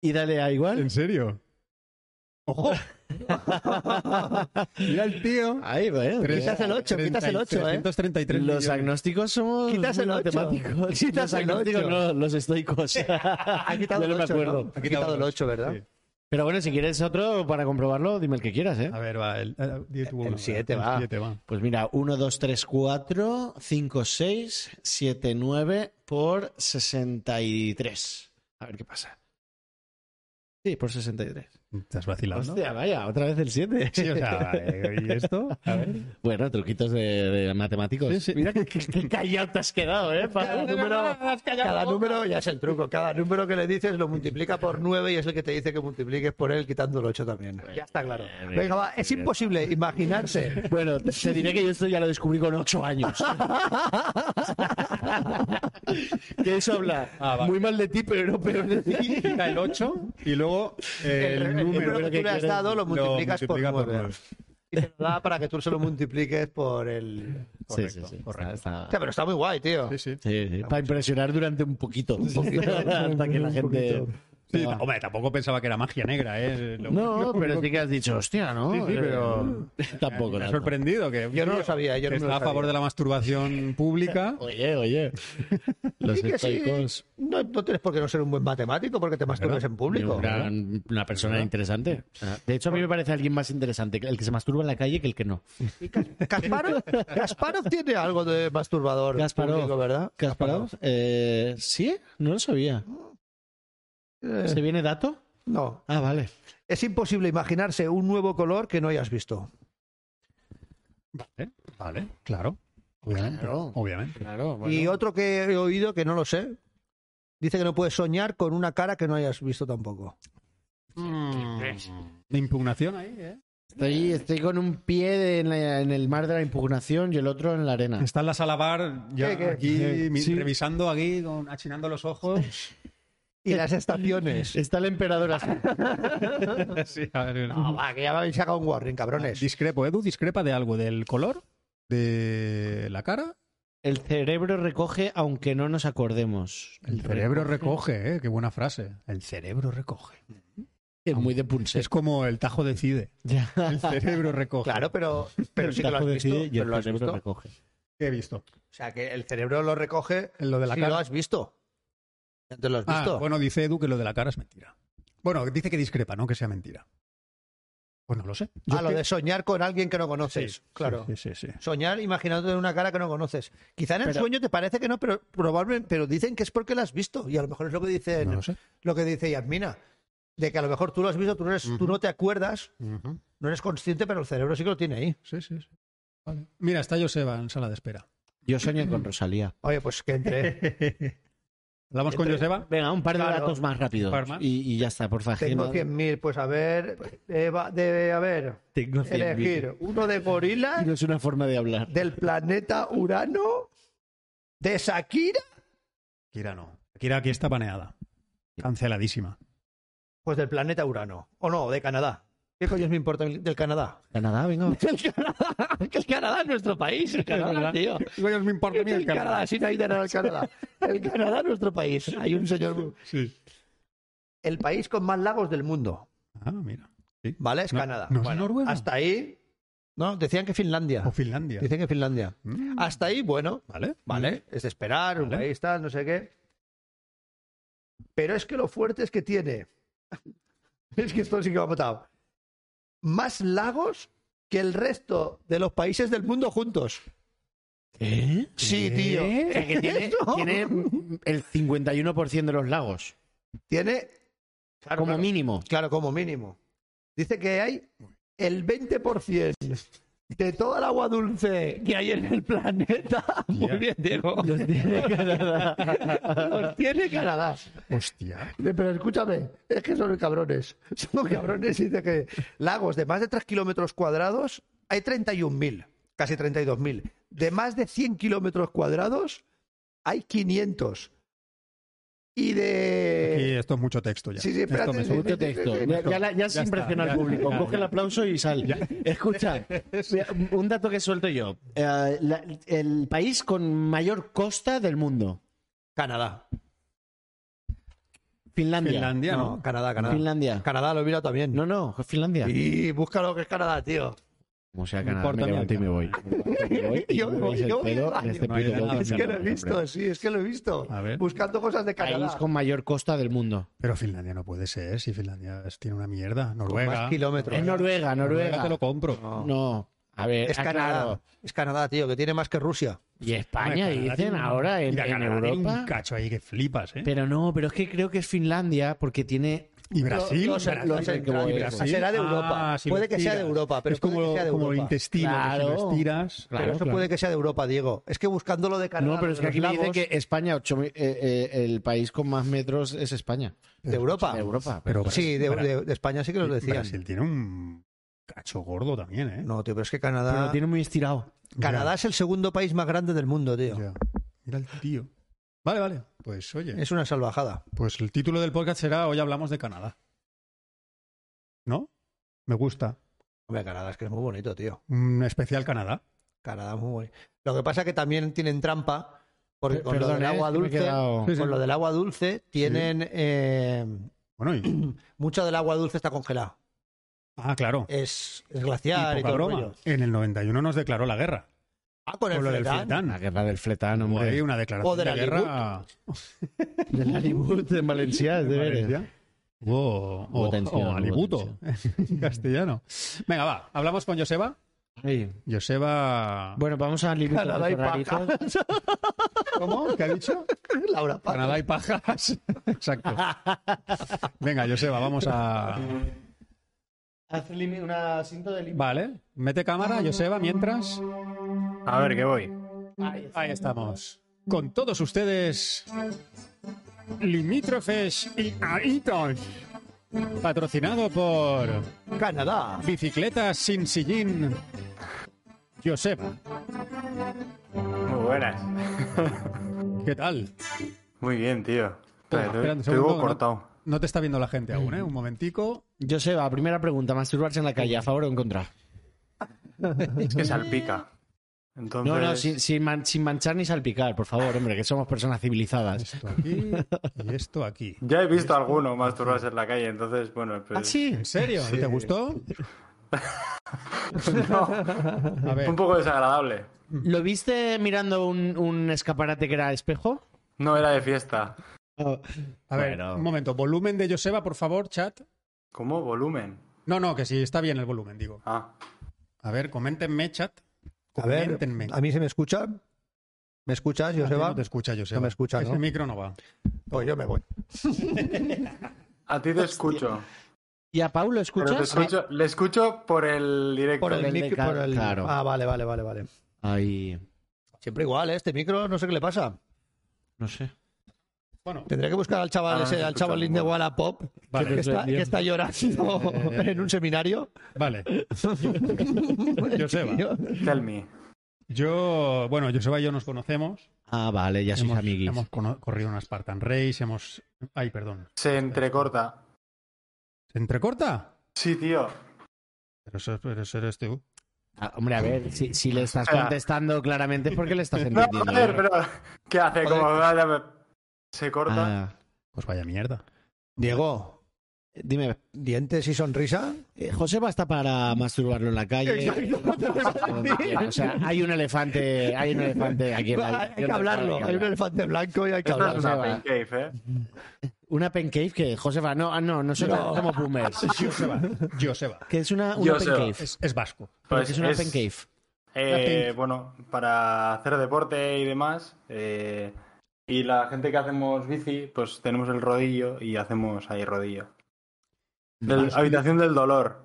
S5: Y dale a igual.
S1: ¿En serio? ¡Ojo! Mira el tío.
S5: Ahí, ¿eh? bueno.
S1: Tres-
S4: Quitas el ocho, quitas el ocho, ¿eh?
S1: 333
S5: Los
S1: millones.
S5: agnósticos somos
S4: Quitas
S5: muy
S4: el ocho.
S5: matemáticos. los
S4: Quitas el
S5: agnósticos
S4: ocho.
S5: no, los estoicos.
S4: Ha quitado
S5: Yo no
S4: el
S5: me
S4: 8,
S5: acuerdo.
S4: Ha quitado el 8, ¿verdad?
S1: Sí.
S5: Pero bueno, si quieres otro para comprobarlo, dime el que quieras, ¿eh?
S1: A ver, va, el, eh, di tú
S4: El
S1: uno,
S4: siete,
S1: el
S4: va.
S1: siete, va.
S5: Pues mira, 1, 2, 3, 4, 5, 6, 7, 9 por 63. A ver qué pasa. Sí, por 63.
S1: Estás vacilando.
S5: Hostia, vaya, otra vez el 7.
S1: Sí, o sea, vale, ¿y esto? A ver.
S5: Bueno, truquitos de, de matemáticos. Mira que, que- que callado te has quedado, ¿eh? Para
S4: Cada número, cada número ya es el truco. Cada número que le dices lo multiplica por 9 y es el que te dice que multipliques por él quitando el 8 también. Ya está claro. Venga, va, es imposible imaginarse.
S5: Bueno, te- te diré que yo esto ya lo descubrí con ocho años. que eso habla muy mal de ti, pero no peor de ti.
S1: Quita el 8 y luego eh, el,
S4: El, número que tú le has
S5: quieres
S4: dado lo multiplicas por
S1: multiplica
S4: 9.
S1: nueve.
S4: Y te lo da para que tú se lo multipliques por el.
S5: Sí, sí, sí.
S1: correcto.
S5: Está-
S4: Hostia,
S5: está-
S4: pero está muy guay, tío.
S1: Sí, sí.
S5: sí, sí. Para impresionar durante un poquito. hasta que la gente.
S1: Sí, ta- hombre, tampoco pensaba que era magia negra, ¿eh? Lo-
S5: No, pero sí que has dicho, hostia, ¿no?
S1: Sí, sí,
S5: Eh,
S1: pero-
S5: Tampoco,
S1: Me ha
S5: nada.
S1: sorprendido que.
S4: Yo no lo sabía, yo
S1: que
S4: no me lo
S1: está a favor
S4: sabía.
S1: de la masturbación pública.
S5: Oye, oye. Los
S4: Sí que sí.
S5: estoicos.
S4: No, no tienes por qué no ser un buen matemático porque te masturbes en público.
S5: Una, una persona interesante. De hecho, a mí me parece alguien más interesante el que se masturba en la calle que el que no.
S4: Kasparov, Kasparov tiene algo de masturbador
S5: Kasparov.
S4: público, ¿verdad?
S5: ¿Kasparov? Eh, ¿Sí? No lo sabía.
S4: Eh,
S5: ¿Se viene dato?
S4: no.
S5: Ah, vale.
S4: Es imposible imaginarse un nuevo color que no hayas visto.
S1: Vale, claro. Obviamente.
S5: Claro.
S1: Obviamente.
S5: Claro.
S4: Y otro que he oído que no lo sé. Dice que no puedes soñar con una cara que no hayas visto tampoco.
S1: Mm. De impugnación ahí, ¿eh?
S5: estoy, estoy con un pie de- en, la- en el mar de la impugnación y el otro en la arena.
S1: Está en la sala bar, ya
S4: ¿Qué, qué?
S1: aquí,
S5: Sí.
S1: mi-
S5: Sí.
S1: revisando aquí, con- achinando los ojos.
S4: Y las estaciones.
S5: Está el emperador así.
S1: Sí, a ver,
S4: No, va, que ya me habéis sacado un warning, cabrones.
S1: Discrepo, Edu discrepa de algo, del color, de la cara.
S5: El cerebro recoge aunque no nos acordemos.
S1: El cerebro recoge, ¿eh? Qué buena frase. El cerebro recoge.
S5: Es muy de punset.
S1: Es como el tajo decide.
S5: Ya.
S1: El cerebro recoge.
S4: Claro, pero, pero sí que lo has
S5: Tajo
S4: visto.
S5: decide y
S4: pero
S5: el
S4: lo has
S5: cerebro
S4: visto.
S5: recoge.
S1: ¿Qué he visto?
S4: O sea, que el cerebro lo recoge
S1: Lo de la
S4: si
S1: cara.
S4: lo has visto. Antes lo has
S1: Ah,
S4: visto.
S1: bueno, dice Edu que lo de la cara es mentira. Bueno, dice que discrepa, no que sea mentira. Pues no lo sé. Yo
S4: Ah,
S1: es
S4: lo
S1: que-
S4: de soñar con alguien que no
S1: Sí,
S4: conoces.
S1: sí,
S4: claro.
S1: Sí, sí, sí.
S4: Soñar imaginándote una cara que no conoces. Quizá en el
S5: Pero-
S4: sueño te parece que no, pero probablemente, pero dicen que es porque la has visto. Y a lo mejor es lo que dice
S1: No lo sé.
S4: lo que dice Yasmina. De que a lo mejor tú lo has visto, tú no, eres- tú no te acuerdas,
S1: Ujú.
S4: no eres consciente, pero el cerebro sí que lo tiene ahí.
S1: Sí, sí, sí. Vale. Mira, está Joseba en sala de espera.
S5: Yo soñé con Rosalía.
S4: Oye, pues que entre.
S1: ¿Hablamos con Joseba?
S5: Venga, un par de
S4: Claro.
S5: datos más rápidos.
S1: Par más.
S5: Y, y ya está, por favor.
S4: Tengo 100.000, pues a ver, Eva, debe haber.
S5: Tengo
S4: Elegir uno de
S5: Y
S4: gorilas,
S5: no es una forma de hablar.
S4: del planeta Urano, de Shakira.
S1: Kira no. Kira aquí está baneada. Canceladísima.
S4: Pues del planeta Urano. O no, de Canadá. ¿Qué coño me importa el- del Canadá?
S5: Canadá, venga.
S4: El Canadá, que el Canadá es nuestro país, el Canadá, tío.
S1: me importa a mí
S4: El Canadá, sin ahí tener el Canadá. El Canadá es nuestro país. Hay un señor.
S1: Sí.
S4: El país con más lagos del mundo,
S1: Ah, mira. Sí.
S4: ¿vale? Es
S1: No-
S4: Canadá.
S1: no es
S4: Bueno,
S1: Noruega.
S4: hasta ahí. No, decían que Finlandia.
S1: O Finlandia.
S4: Dicen que Finlandia.
S1: Mm,
S4: Hasta ahí, bueno,
S1: Vale.
S4: "Ah, vale, es de esperar, un
S1: Vale.
S4: país tal, no sé qué. Pero es que lo fuerte es que tiene. Es que esto sí que me ha matado. Más lagos que el resto de los países del mundo juntos.
S5: ¿Eh?
S4: Sí, tío.
S5: O sea, que tiene,
S4: Eso.
S5: tiene el 51% de los lagos.
S4: Tiene. Claro,
S5: como
S4: claro.
S5: mínimo.
S4: Claro, como mínimo. Dice que hay el 20% de toda el agua dulce que hay en el planeta. Muy bien, Diego. Los tiene Canadá. Los tiene Canadá.
S1: Hostia.
S4: De- Pero escúchame, es que son cabrones. Son cabrones. Dice que lagos de más de 3 kilómetros cuadrados hay 31.000, casi 32.000. De más de 100 kilómetros cuadrados hay 500. Y de...
S1: Aquí esto es mucho texto ya.
S4: Sí, sí,
S1: Esto
S4: espérate.
S1: me
S4: Sí,
S1: sobra.
S5: Mucho texto. Ya, ya la- ya has
S1: Ya está,
S5: impresionado
S1: ya,
S5: al público.
S1: ya,
S5: Coge
S1: ya.
S5: el aplauso y sal. Escucha, mira, un dato que suelto yo. Eh, la- el país con mayor costa del mundo.
S4: Canadá.
S5: Finlandia.
S1: Finlandia,
S4: No,
S1: ¿no?
S4: Canadá, Canadá.
S5: Finlandia.
S4: Canadá lo he mirado también.
S5: No, no, es Finlandia.
S4: Y busca lo que es Canadá, tío.
S7: Como sea,
S1: No
S7: Canadá,
S1: importa,
S7: me levanto y me
S1: mira.
S7: voy. Me voy y
S4: Yo
S7: me
S4: voy,
S7: veis el
S4: yo voy
S7: pelo
S4: al
S7: en este
S1: baño.
S7: puto
S1: No hay nada,
S7: lado.
S4: Es que lo he visto,
S7: Hombre.
S4: sí, es que lo he visto.
S1: A ver.
S4: Buscando cosas de
S5: País
S4: Canadá.
S5: con mayor costa del mundo.
S1: Pero Finlandia no puede ser, si Finlandia es- tiene una mierda. Noruega.
S4: Más kilómetros.
S5: Es ah, Noruega, Noruega.
S1: te lo compro.
S4: No.
S5: No, a ver,
S4: Es Canadá.
S5: aclaro.
S4: Es Canadá, tío, que tiene más que Rusia.
S5: Y España,
S1: Hombre, Canadá
S5: dicen
S1: tiene un-
S5: ahora en,
S1: Mira,
S5: en
S1: Canadá tiene
S5: Europa.
S1: un cacho ahí que flipas, ¿eh?
S5: Pero no, pero es que creo que es Finlandia porque tiene
S1: Y Brasil.
S4: Los- los-
S1: Brasil,
S4: los-
S5: que voy.
S1: y
S4: Brasil. Será de Europa.
S1: Ah, si
S4: puede
S1: lo
S4: que sea de
S1: estiras.
S4: Europa, pero
S1: es como,
S4: puede que sea de
S1: como el
S4: Europa.
S1: intestino, que si
S5: Claro.
S1: lo estiras.
S5: Claro,
S4: pero eso puede que sea de Europa, Diego. Es que buscándolo de Canadá.
S5: No, pero es que
S4: de
S5: aquí
S4: los
S5: me dicen
S4: lagos,
S5: que España, ocho mi- eh, eh, el país con más metros es España.
S4: De Europa.
S5: De Europa.
S1: pues, Pero
S4: Sí, de,
S1: Brasil-
S4: de- de España sí que lo decían.
S1: Brasil tiene un cacho gordo también, ¿eh?
S4: No, tío, pero es que
S5: Pero
S4: Canadá.
S5: lo tiene muy estirado.
S4: Canadá es el segundo país más grande del mundo, tío.
S1: Ya. Mira el tío. Vale, vale. Pues oye,
S4: Es una salvajada.
S1: pues el título del podcast será Hoy hablamos de Canadá. ¿No? Me gusta.
S4: Hombre, Canadá es que es muy bonito, tío.
S1: Un especial Canadá.
S4: Canadá es muy bonito. Lo que pasa es que también tienen trampa, porque
S5: Per-
S4: con lo
S5: perdón,
S4: del
S5: eh,
S4: agua
S5: es que me he
S4: dulce.
S5: quedado-
S1: Sí, sí.
S4: Con lo del agua dulce, tienen. eh,
S1: Bueno, y...
S4: mucho del agua dulce está congelado.
S1: Ah, claro.
S4: Es, es
S1: Y
S4: glaciar y,
S1: poca
S4: todo el
S1: broma.
S4: rollo.
S1: En el 91 nos declaró la guerra.
S4: Ah, con el
S1: Por lo del
S4: fletán.
S1: Fletán.
S5: La guerra del fletano,
S1: Hubo ahí
S5: hombre.
S1: una declaración
S4: O de
S1: de,
S4: la
S1: guerra
S5: De la Libut en Valencia, es
S1: en
S5: de veras.
S1: Valencia. Hubo-
S7: Hubo
S1: o,
S7: tensión,
S1: o
S7: hubo
S1: alibuto en castellano. Venga, va. Hablamos con Joseba.
S5: Sí.
S1: Joseba.
S5: Bueno, vamos a Libut.
S4: Canadá y paja.
S1: ¿Cómo? ¿Qué ha dicho?
S4: Laura Paz.
S1: Canadá y pajas. Exacto. Venga, Joseba, vamos a.
S5: Haz una cinta de
S1: Vale. Mete cámara, Joseba, mientras.
S8: A ver, que voy.
S1: Ahí estamos. Con todos ustedes, limítrofes y aitos. Patrocinado por
S4: Canadá.
S1: Bicicletas sin sillín. Joseba,
S8: Muy buenas.
S1: ¿qué tal?
S8: Muy bien, tío. Espera,
S1: Espera,
S8: te-
S1: espera un
S8: te
S1: segundo,
S8: oigo
S1: ¿no?
S8: cortado.
S1: No te está viendo la gente aún, ¿eh? Un momentico.
S5: Joseba, primera pregunta. ¿Masturbarse en la calle, a favor o en contra?
S8: Es que salpica. Entonces,
S5: No, no, sin, sin man- sin manchar ni salpicar, por favor, hombre, que somos personas civilizadas.
S1: Esto aquí y esto aquí.
S8: ya he visto alguno masturbarse en la calle, entonces, bueno, pues,
S5: ¿Ah, sí?
S1: ¿En serio? ¿Te gustó? A
S8: un
S1: ver,
S8: poco desagradable.
S5: ¿Lo viste mirando un, un escaparate que era espejo?
S8: No era de fiesta.
S1: a ver,
S5: Bueno.
S1: un momento. Volumen de Joseba, por favor, chat.
S8: ¿Cómo? Volumen.
S1: No, no, que sí, está bien el volumen, digo.
S8: Ah,
S1: A ver, coméntenme, chat.
S4: A ver,
S1: Coméntenme.
S4: ¿a mí se me escucha? ¿Me escuchas,
S1: A ti
S4: Joseba?
S1: No te escucha, Joseba.
S4: No me escucha,
S1: Ese
S4: ¿no?
S1: micro no va.
S4: Pues yo me voy.
S8: a ti te escucho.
S5: ¿Y a Paulo
S8: Pero te
S5: escuchas?
S8: escucho, le escucho por el directo.
S4: Por el,
S5: el de
S4: micro.
S5: Ca-
S4: por el-
S5: claro.
S4: Ah, vale, vale, vale, vale.
S5: Ay,
S4: Siempre igual, ¿eh? este micro, no sé qué le pasa.
S5: no sé.
S1: Bueno,
S4: Tendré que buscar al chaval
S8: Ah, no,
S4: ese,
S8: no
S4: al
S8: escucha,
S4: chavalín de
S8: bueno.
S4: Wallapop,
S1: Vale.
S4: que, está, que está llorando en un seminario.
S1: vale. Joseba.
S4: Yo-
S8: Tell me.
S1: Yo, bueno, Joseba y yo nos conocemos.
S5: Ah, vale, ya sois
S1: hemos,
S5: amiguis.
S1: hemos cono- corrido una Spartan Race, hemos... Ay, perdón.
S8: Se entrecorta.
S1: ¿Se entrecorta?
S8: Sí, tío.
S1: Pero eso, pero eso eres tú.
S5: Ah, hombre, a ver, si, si le estás
S8: Espera.
S5: contestando claramente es porque le estás
S8: No,
S5: entendiendo.
S8: joder, pero ¿qué hace? Como vaya, me- se corta.
S5: Ah,
S1: Pues vaya mierda.
S4: Diego,
S5: dime,
S4: dientes y sonrisa.
S5: eh, ¿Joseba está para masturbarlo en la calle? O sea, hay un elefante, hay un elefante aquí en la
S4: Hay que hablarlo. Hay un elefante blanco y hay que
S8: Esto es
S4: hablarlo.
S8: una
S5: Joseba.
S8: pain cave, ¿eh?
S5: Una pen cave que, Joseba, no, ah, no, nosotros no. somos boomers.
S1: Joseba. Joseba.
S5: Que es una, una pen
S8: Joseba.
S5: cave.
S1: Es, es vasco.
S5: Pero
S8: Pues
S5: que es una
S8: es-
S5: pen cave.
S8: Eh, bueno, para hacer deporte y demás. eh, y la gente que hacemos bici, pues tenemos el rodillo y hacemos ahí rodillo. Del- habitación del dolor.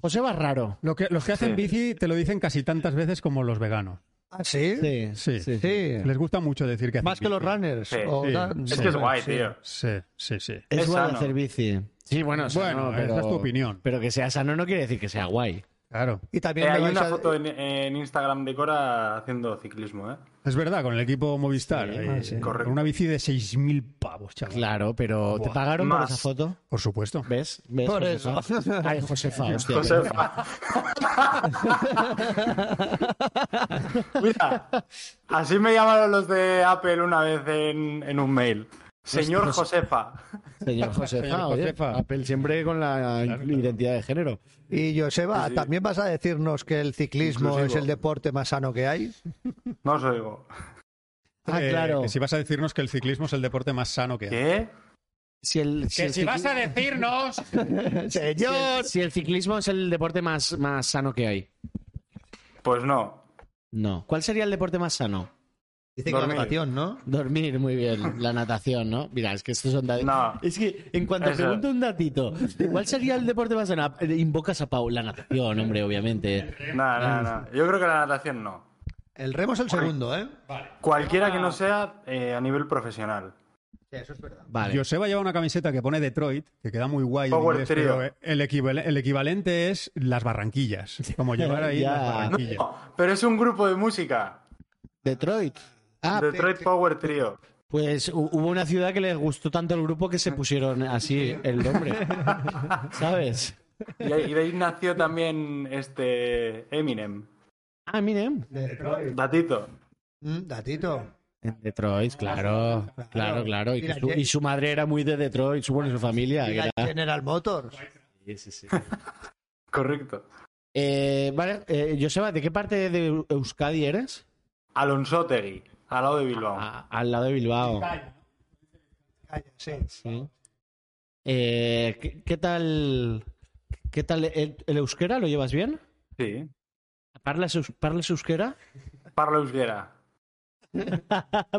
S5: Joseba es raro.
S1: Lo que, los que hacen
S8: Sí.
S1: bici te lo dicen casi tantas veces como los veganos.
S4: ¿Ah, sí?
S5: Sí,
S1: Sí.
S5: sí.
S4: Sí.
S1: Les gusta mucho decir que hacen
S4: Más que los
S1: bici.
S4: runners.
S8: Sí.
S4: o
S1: Sí.
S4: dan-
S8: Es que es guay, tío.
S1: Sí, sí, sí.
S5: Es,
S8: Es
S5: guay
S8: sano.
S5: hacer bici. Sí, bueno, o sea,
S1: Bueno,
S5: no, pero,
S1: esa es tu opinión.
S5: Pero que sea sano no quiere decir que sea guay.
S1: Claro.
S4: Y
S8: Eh,
S4: también me
S8: hay
S4: vais
S8: una
S4: a-
S8: foto en, en Instagram de Cora haciendo ciclismo, ¿eh?
S1: Es verdad, con el equipo Movistar.
S5: Sí,
S1: ahí,
S5: sí.
S1: eh,
S8: Correcto.
S1: Con una bici de 6.000 pavos, chaval.
S5: Claro, pero ¿te
S1: Buah,
S5: pagaron por
S8: más.
S5: esa foto?
S1: Por supuesto.
S5: ¿Ves? ¿Ves,
S4: Por
S5: Josefa?
S4: eso.
S5: Ay, Josefa, hostia. qué
S8: Josefa. Mira, así me llamaron los de Apple una vez en, en un mail. Señor Josefa.
S5: Señor Josefa,
S1: Señor
S5: oye,
S1: Josefa.
S5: Apple siempre con la identidad de género.
S4: Y Joseba,
S8: Sí, sí.
S4: ¿también vas a decirnos que el ciclismo
S8: Inclusivo.
S4: es el deporte más sano que hay?
S8: No os oigo.
S5: Ah,
S1: Eh,
S5: claro.
S1: que si vas a decirnos que el ciclismo es el deporte más sano que hay.
S8: ¿Qué?
S5: Si el, si el cicli-
S1: decirnos.
S4: Señor,
S5: si el ciclismo es el deporte más, más sano que hay.
S8: Pues no.
S5: No. ¿Cuál sería el deporte más sano?
S4: Dice que la
S8: Dormir.
S4: natación, ¿no?
S5: Dormir, muy bien. La natación, ¿no? Mira, es que estos son datitos.
S8: No.
S5: Es que en cuanto
S8: Eso.
S5: pregunto un datito, de ¿cuál sería el deporte más sano? Eh, Invocas a Pau, la natación, hombre, obviamente.
S8: Nada, nada, nada. Yo creo que la natación no.
S4: El remo es el segundo, ¿eh?
S8: Cualquiera que no sea eh, a nivel profesional.
S4: eso es verdad.
S5: Vale.
S1: Joseba lleva una camiseta que pone Detroit, que queda muy guay. en
S8: Power Trio.
S1: pero el, equival- el equivalente es las barranquillas. Como llevar ahí
S5: Ya.
S1: las barranquillas.
S8: No, pero es un grupo de música.
S5: Detroit. Ah,
S8: Detroit Power Trio.
S5: pues hu- hubo una ciudad que les gustó tanto el grupo que se pusieron así el nombre. ¿Sabes?
S8: Y, ahí- y de ahí nació también este Eminem.
S5: Ah, miren.
S8: Datito.
S4: Mm, Datito.
S5: En Detroit, claro, claro, claro. Y,
S4: Mira,
S5: que su,
S4: Jen-
S5: y su madre era muy de Detroit, su, bueno, su familia. que
S4: Mira,
S5: era-
S4: General Motors.
S5: Sí, sí, sí.
S8: Correcto.
S5: Eh, vale, eh, Joseba, ¿de qué parte de Eu- Euskadi eres?
S8: Alonso Tegui, al lado de Bilbao.
S1: Ah.
S5: A- al lado de Bilbao.
S4: Calla, sí.
S5: Sí. Eh, ¿qué, qué tal, qué tal el, el euskera? ¿Lo llevas bien?
S8: Sí.
S5: ¿Parles, eus- parles euskera?
S8: Parlo euskera.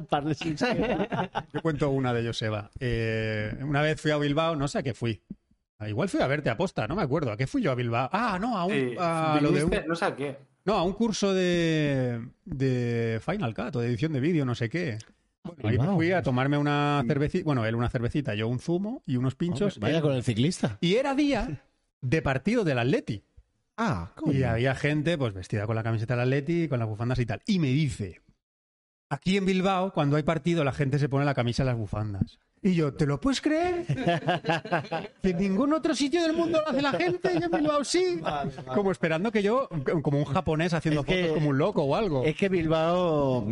S5: ¿Parles euskera?
S1: Yo cuento una de Joseba. Eh, una vez fui a Bilbao, no sé a qué fui. Ah, Igual fui a verte a posta, no me acuerdo. ¿A qué fui yo a Bilbao? Ah, no, a un,
S8: Sí.
S1: a lo de un-
S8: Eh, Viniste- No sé a qué.
S1: no, a un curso de, de Final Cut o de edición de vídeo, no sé qué. Bueno, ahí me
S5: Bilbao.
S1: fui a tomarme una cervecita, bueno, él una cervecita, yo un zumo y unos pinchos.
S5: Vaya con el ciclista.
S1: Y era día de partido del Atleti.
S5: Ah,
S1: Y había gente pues vestida con la camiseta del Atleti, con las bufandas y tal. Y me dice, aquí en Bilbao, cuando hay partido, la gente se pone la camisa y las bufandas. Y yo, ¿te lo puedes creer? Que en ningún otro sitio del mundo lo hace la gente y en Bilbao sí. Como esperando que yo, como un japonés haciendo
S5: Es que-
S1: fotos como un loco o algo.
S5: Es que Bilbao,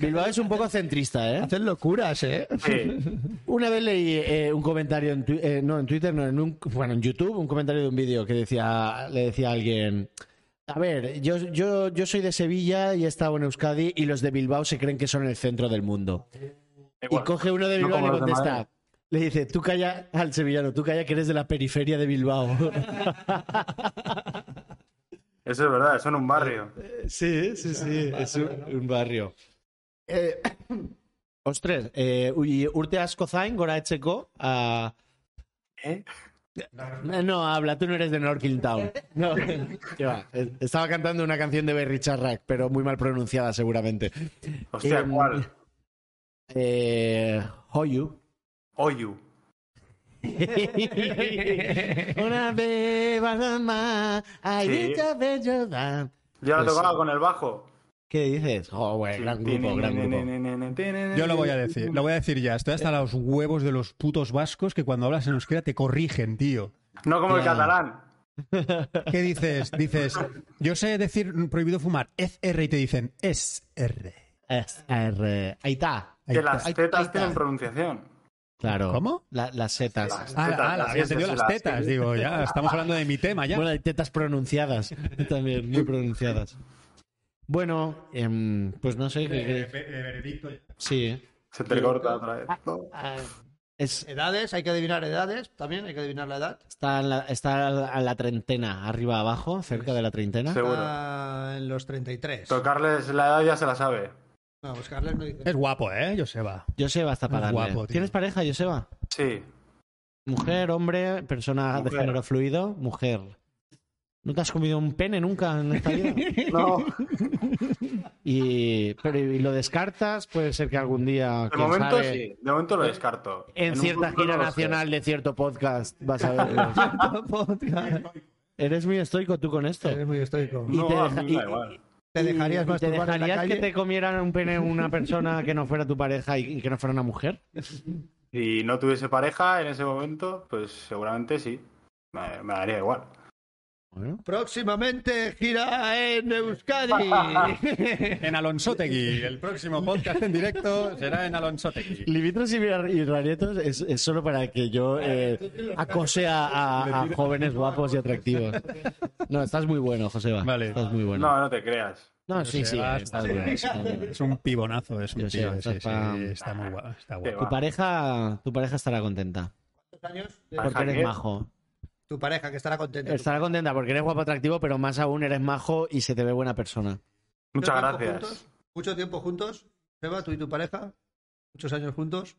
S5: Bilbao es un poco centrista, ¿eh?
S4: Hacen locuras, ¿eh?
S8: Sí.
S5: Una vez leí eh, un comentario en, Twi- eh, no, en Twitter, no, en un, bueno, en YouTube, un comentario de un vídeo que decía, le decía a alguien, a ver, yo, yo, yo soy de Sevilla y he estado en Euskadi y los de Bilbao se creen que son el centro del mundo.
S8: Igual.
S5: y coge uno de
S8: No
S5: Bilbao y
S8: como
S5: le
S8: los de
S5: contesta,
S8: Madrid.
S5: le dice, tú calla al sevillano, tú calla que eres de la periferia de Bilbao.
S8: Eso es verdad, son un barrio.
S1: Eh,
S5: sí, sí, sí, es un, un barrio. Eh, Ostres, eh, ui, urte asko zain, gora etxeko, ah,
S8: ¿Eh?
S5: No, habla, tú no eres de North Town. No, qué va. Estaba cantando una canción de Berry Charrac, pero muy mal pronunciada seguramente.
S8: Hostia,
S5: Em,
S1: eh.
S8: ¿cuál?
S5: Eh, Hoyu.
S8: Oyu.
S5: Una beba mamá, ay,
S8: Sí.
S5: dicha bello da.
S8: Yo la
S5: Pues,
S8: tocaba con el bajo.
S5: ¿Qué dices? Oh, bueno, gran grupo, gran grupo.
S1: Yo lo voy a decir, lo voy a decir ya. Estoy hasta los huevos de los putos vascos que cuando hablas en euskera te corrigen, tío.
S8: No como el
S5: Claro.
S8: catalán.
S1: ¿Qué dices? Dices, yo sé decir prohibido fumar FR y te dicen SR.
S5: Es- er, Ahí está.
S1: Ahí
S8: Que
S1: está.
S8: las
S5: ahí
S8: tetas
S5: está.
S8: tienen pronunciación.
S5: Claro.
S1: ¿Cómo?
S5: La- las setas.
S8: Las
S1: Ah,
S8: tetas,
S1: ah,
S8: las
S1: había entendido
S8: tetas,
S1: las
S8: las-
S1: tetas, digo, ya, estamos hablando de mi tema ya.
S5: Bueno, hay tetas pronunciadas también, muy pronunciadas. Bueno, em, pues no
S1: Eh,
S5: sé. qué- qué- sí.
S8: Se te corta otra vez.
S1: eh,
S5: Ah, es-
S4: Edades, hay que adivinar edades también, hay que adivinar la edad.
S5: está, en la, está a la- a la treintena, arriba abajo, cerca de la treintena.
S8: Seguro.
S4: Ah, en los 33.
S8: Tocarles la edad ya se la sabe.
S4: No, buscarles no dice.
S1: Es guapo, ¿eh, Joseba?
S5: Joseba está para darle.
S1: Guapo, tío.
S5: ¿Tienes pareja, Joseba?
S8: Sí.
S5: Mujer, hombre, persona de
S8: Mujer.
S5: género fluido, mujer. ¿No te has comido un pene nunca en esta vida?
S8: No,
S5: Y, pero, y lo descartas, puede ser que algún día.
S8: de
S5: quién
S8: momento
S5: sabe,
S8: sí. De momento lo descarto.
S5: En,
S8: un
S5: cierta
S8: futuro
S5: gira
S8: no sé.
S5: nacional de cierto podcast, vas a ver. Eres muy estoico tú con esto.
S4: Eres muy estoico.
S5: Y
S8: No,
S5: te
S8: a
S5: deja-
S8: mí me da
S5: y-
S8: igual.
S4: ¿Te dejarías
S5: ¿Y te
S4: masturbar en la
S5: dejarías
S4: calle?
S5: que te comieran un pene una persona que no fuera tu pareja y y que no fuera una mujer?
S8: Si no tuviese pareja en ese momento, pues seguramente sí. Me, me daría igual.
S4: Próximamente gira en Euskadi.
S1: En Alonsotegui. El próximo podcast en directo será en Alonsotegui.
S3: Limitros y, Virar- y Ranietos es, es solo para que yo eh, acose a, a- a jóvenes guapos y atractivos. No, estás muy bueno, Joseba.
S1: Vale.
S3: Estás muy bueno.
S8: No, no te creas.
S3: No, Ah, sí, sí.
S1: Joseba,
S3: estás bueno, estás bueno.
S1: Es un pibonazo, es un
S3: Yo sé,
S1: tío.
S3: eso
S1: sí,
S3: es
S1: sí,
S3: pa-
S1: está muy guapo. Está
S8: Qué
S1: guapo.
S3: Tu
S8: va.
S3: pareja, tu pareja estará contenta. Porque
S8: Ajá,
S3: eres
S8: ¿qué?
S3: majo.
S4: Tu pareja que estará contenta.
S3: Estará contenta porque eres guapo atractivo, pero más aún eres majo y se te ve buena persona.
S8: Muchas
S4: ¿Mucho tiempo
S8: gracias.
S4: juntos? Mucho tiempo juntos. Seba, tú y tu pareja. Muchos años juntos.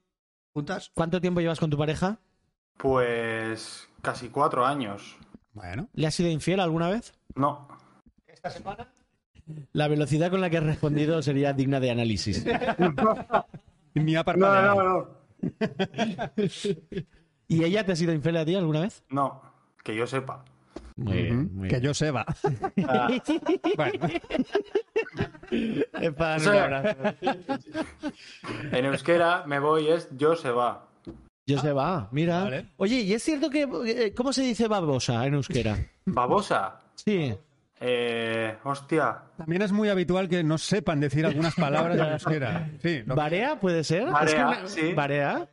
S4: Juntas.
S3: ¿Cuánto tiempo llevas con tu pareja?
S8: Pues casi cuatro años.
S1: Bueno,
S3: ¿Le has sido infiel alguna vez?
S8: No.
S4: Esta semana.
S3: La velocidad con la que has respondido sería digna de análisis.
S1: ni a
S8: No,
S1: parpadear.
S8: no, no.
S3: ¿Y ella te ha sido infiel a ti alguna vez?
S8: No, que yo sepa.
S3: Muy
S5: Eh,
S1: Ujú, que yo sepa.
S8: Ah,
S1: Bueno,
S3: Es para darle un
S8: o sea,
S3: abrazo.
S8: en euskera me voy es yo se va.
S3: Yo se va, mira.
S1: Vale.
S3: Oye, ¿y es cierto que... eh, ¿Cómo se dice babosa en euskera?
S8: Babosa.
S3: Sí.
S8: Eh, hostia.
S1: también es muy habitual que no sepan decir algunas palabras en euskera. Sí, lo-
S3: ¿Barea puede ser?
S8: Barea,
S3: Es
S8: sí.
S3: ¿Barea?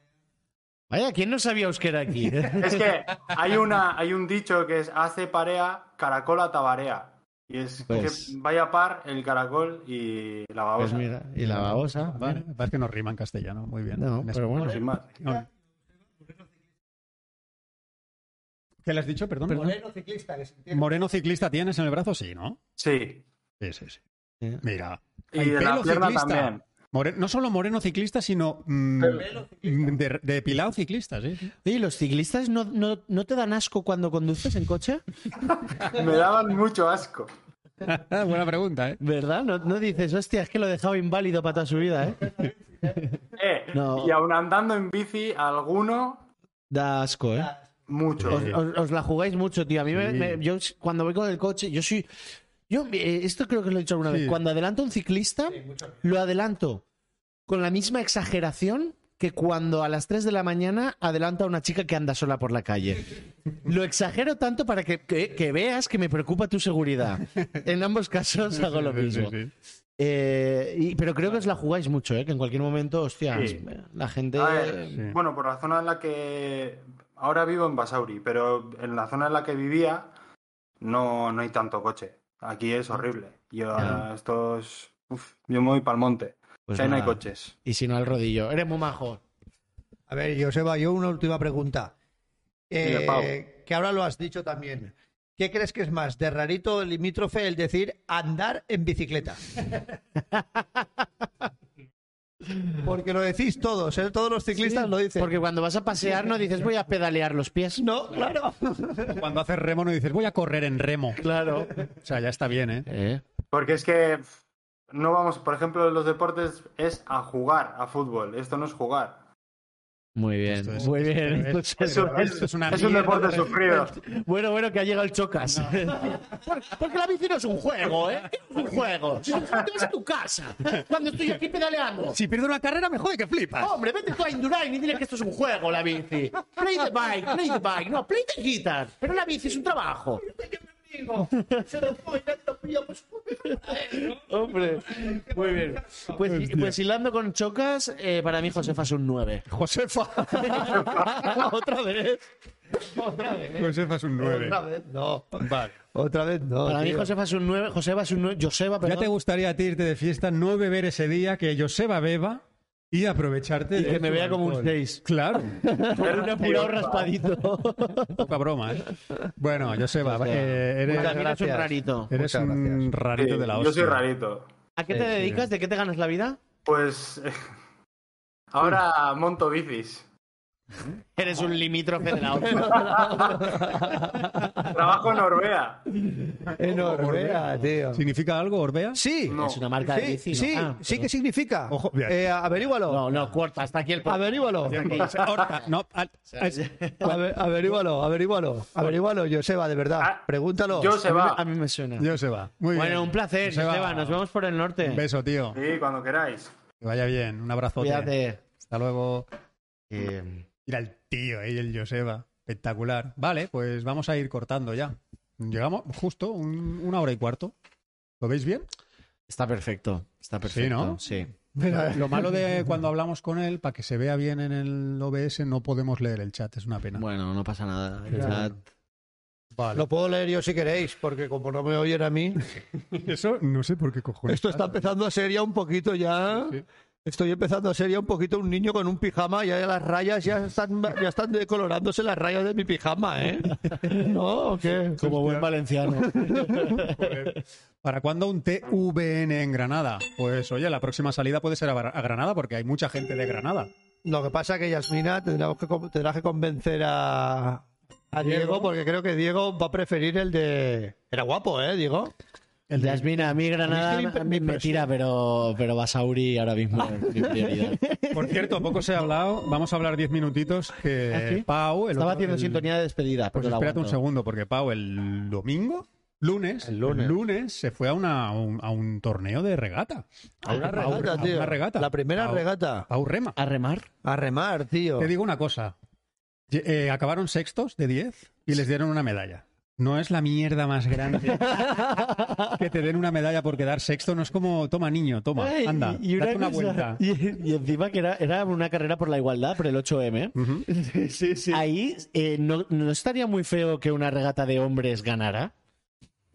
S3: Vaya, ¿quién no sabía euskera aquí?
S8: Es que hay una, hay un dicho que es hace parea, caracola tabarea. Y es
S3: Pues-
S8: que vaya par el caracol y la
S3: pues
S8: babosa.
S3: mira, y la babosa.
S1: Vale, parece que no rima en castellano. Muy bien.
S3: No,
S1: En
S3: pero bueno.
S8: Sin más.
S1: español. ¿Qué le has dicho? Perdón. perdón.
S4: Moreno ciclista. Que se entiende.
S1: Moreno ciclista tienes en el brazo, sí, ¿no?
S8: Sí.
S1: Sí, sí, sí.
S3: Sí.
S1: Mira.
S8: Y
S1: Hay
S8: de la
S1: pelo
S8: pierna
S1: ciclista.
S8: también.
S1: More- no solo moreno ciclista, sino mm,
S4: Pelo ciclista.
S1: mm, de, depilado ciclista, sí. sí.
S3: Oye, ¿los ciclistas no, no, no te dan asco cuando conduces en coche?
S8: Me daban mucho asco.
S1: Ah, buena pregunta, ¿eh?
S3: ¿Verdad? No, no dices, hostia, es que lo he dejado inválido para toda su vida, ¿eh?
S8: Eh,
S3: No.
S8: Y aun andando en bici, alguno,
S3: Da asco, ¿eh?
S8: mucho.
S3: Os, os- os la jugáis mucho, tío. A mí me-
S1: Sí.
S3: me- yo cuando voy con el coche, yo soy... Yo, eh, esto creo que lo he dicho alguna
S1: Sí.
S3: vez. Cuando adelanto a un ciclista, lo adelanto con la misma exageración que cuando a las 3 de la mañana adelanto a una chica que anda sola por la calle. Lo exagero tanto para que, que- que veas que me preocupa tu seguridad. En ambos casos hago lo
S1: Sí, sí,
S3: mismo.
S1: sí, sí.
S3: Eh, y- pero creo que os la jugáis mucho, ¿eh? que en cualquier momento, hostia,
S8: Sí.
S3: la gente...
S8: A ver,
S1: Sí.
S8: Bueno, por la zona en la que. Ahora vivo en Basauri, pero en la zona en la que vivía no, no hay tanto coche. Aquí es horrible. Yo
S3: Ya.
S8: esto es- uf, yo me voy para el monte.
S3: Pues
S8: Ahí no hay
S3: nada.
S8: coches.
S3: Y si no, al rodillo. Eres muy majo.
S4: A ver, Joseba, yo una última pregunta. Eh,
S8: Dime, Pau.
S4: que ahora lo has dicho también. ¿Qué crees que es más de rarito el limítrofe el decir andar en bicicleta? Porque lo decís todos, ¿eh? todos los ciclistas lo dicen.
S3: Porque cuando vas a pasear no dices voy a pedalear los pies.
S4: No, claro.
S1: Cuando haces remo no dices, voy a correr en remo.
S3: Claro.
S1: O sea, ya está bien, ¿eh?
S8: Porque es que uf, no vamos, por ejemplo, en los deportes es a jugar a fútbol. Esto no es jugar.
S3: Muy bien.
S1: Esto es-
S3: muy bien.
S1: pero
S3: Entonces,
S8: Es un-
S1: Pero esto es una
S8: es un
S1: mierda.
S8: deporte sufrido.
S3: bueno, bueno, que ha llegado el chocas. Por- Porque la bici no es un juego, ¿eh? Es un juego. Te vas a tu casa. Cuando estoy aquí pedaleando.
S1: Si pierdo una carrera, me jode que flipas.
S3: Hombre, vete tú a Indurain y dile que esto es un juego, la bici. Play the bike, play the bike. No, play the guitar. Pero la bici es un trabajo. Hombre, muy bien. Pues, pues hilando con chocas, eh, para mí Josefa es un 9.
S1: Josefa.
S3: Otra vez.
S1: Josefa es un 9.
S4: Otra vez no.
S1: Vale.
S4: Otra vez no.
S3: Para mí
S4: tío.
S3: Josefa es un 9. Josefa es un 9. Joseba,
S1: Ya te
S3: perdón.
S1: gustaría a ti irte de fiesta, no beber ese día, que Joseba beba y aprovecharte
S3: Y
S1: de
S3: que me
S1: tu
S3: vea como un
S1: alcohol.
S3: seis.
S1: Claro,
S3: Un apurado raspadito.
S1: poca broma. ¿eh? Bueno, Joseba,
S3: Joseba,
S1: eh, eres,
S3: Para mí es un
S4: gracias.
S3: rarito.
S1: eres
S4: muchas
S1: un
S8: Sí,
S1: rarito de la hostia.
S8: yo soy rarito.
S3: ¿A qué te dedicas? ¿De qué te ganas la vida?
S8: Pues ahora monto bicis.
S3: Eres un limítrofe de la otra.
S8: Trabajo en Orbea.
S4: En Orbea, tío.
S1: ¿Significa algo, Orbea?
S4: Sí,
S8: No.
S3: Es una marca de
S4: sí,
S3: bici. ¿no?
S4: sí,
S3: Ah,
S4: sí que
S3: perdón.
S4: significa.
S1: Ojo, bien.
S4: Eh, averígualo.
S3: No, no, corta, hasta aquí el podcast.
S4: Averígualo.
S1: Horta, no, al- es-
S4: Aver- averígualo, averígualo. Averígualo, Joseba, de verdad.
S8: Ah,
S4: Pruébalo.
S8: Yo se va.
S3: A mí me suena.
S1: Joseba, muy bien.
S3: Bueno, un placer,
S1: Joseba,
S3: Joseba. Nos vemos por el norte.
S1: Un beso, tío.
S8: Sí, cuando queráis.
S1: Que vaya bien. Un abrazote.
S3: Cuídate.
S1: Hasta luego.
S3: Eh,
S1: eh, Mira el tío, ahí el Joseba. Espectacular. Vale, pues vamos a ir cortando ya. Llegamos justo un- una hora y cuarto. ¿Lo veis bien?
S5: Está perfecto. Está perfecto.
S1: ¿no?
S5: Sí.
S1: Lo malo de cuando hablamos con él, para que se vea bien en el OBS, no podemos leer el chat. Es una pena.
S5: Bueno, no pasa nada. El
S1: Claro.
S5: chat-
S1: Vale.
S4: Lo puedo leer yo si queréis, porque como no me oyen a mí,
S1: Eso no sé por qué cojones.
S4: esto está empezando a ser ya un poquito ya.
S1: Sí.
S4: Estoy empezando a ser ya un poquito un niño con un pijama, ya las rayas ya están, ya están decolorándose las rayas de mi pijama, ¿eh? ¿No? ¿O qué?
S3: Como buen valenciano.
S1: Joder. ¿Para cuándo un TVN en Granada? Pues oye, la próxima salida puede ser a, Bar- a Granada porque hay mucha gente de Granada.
S4: Lo que pasa que Yasmina tendrá que, con- tendrá que convencer a, a Diego, porque creo que Diego va a preferir el de... Era guapo, ¿eh, Diego?
S1: El de-
S5: Yasmina, a mí Granada
S4: A mí es que me-
S5: a mí
S4: me
S5: me tira, pero, pero Basauri ahora mismo es mi prioridad.
S1: Por cierto, poco se ha hablado. Vamos a hablar diez minutitos que
S5: ¿Ah, sí?
S1: Pau... El
S5: Estaba
S1: otro-
S5: haciendo
S1: el-
S5: sintonía de despedida.
S1: Pues
S5: pero la
S1: espérate un
S5: aguanto.
S1: segundo porque Pau el domingo... Lunes, el lunes. se fue a, una- a un, a un torneo de regata.
S4: A una
S1: Pau-
S4: regata,
S1: a
S4: tío.
S1: una regata.
S4: La primera
S1: Pau-
S4: regata.
S1: Pau Rema.
S5: ¿A remar?
S4: A remar, tío.
S1: Te digo una cosa. Ye- eh, acabaron sextos de 10 y les dieron una medalla. No es la mierda más grande que te den una medalla por quedar sexto. No es como, toma niño, toma,
S5: Ay,
S1: anda,
S5: y, y una
S1: date una
S5: cosa-
S1: vuelta.
S5: y- y encima que era, era una carrera por la igualdad, por el 8M.
S1: Ujú.
S5: Ahí eh, no, no estaría muy feo que una regata de hombres ganara.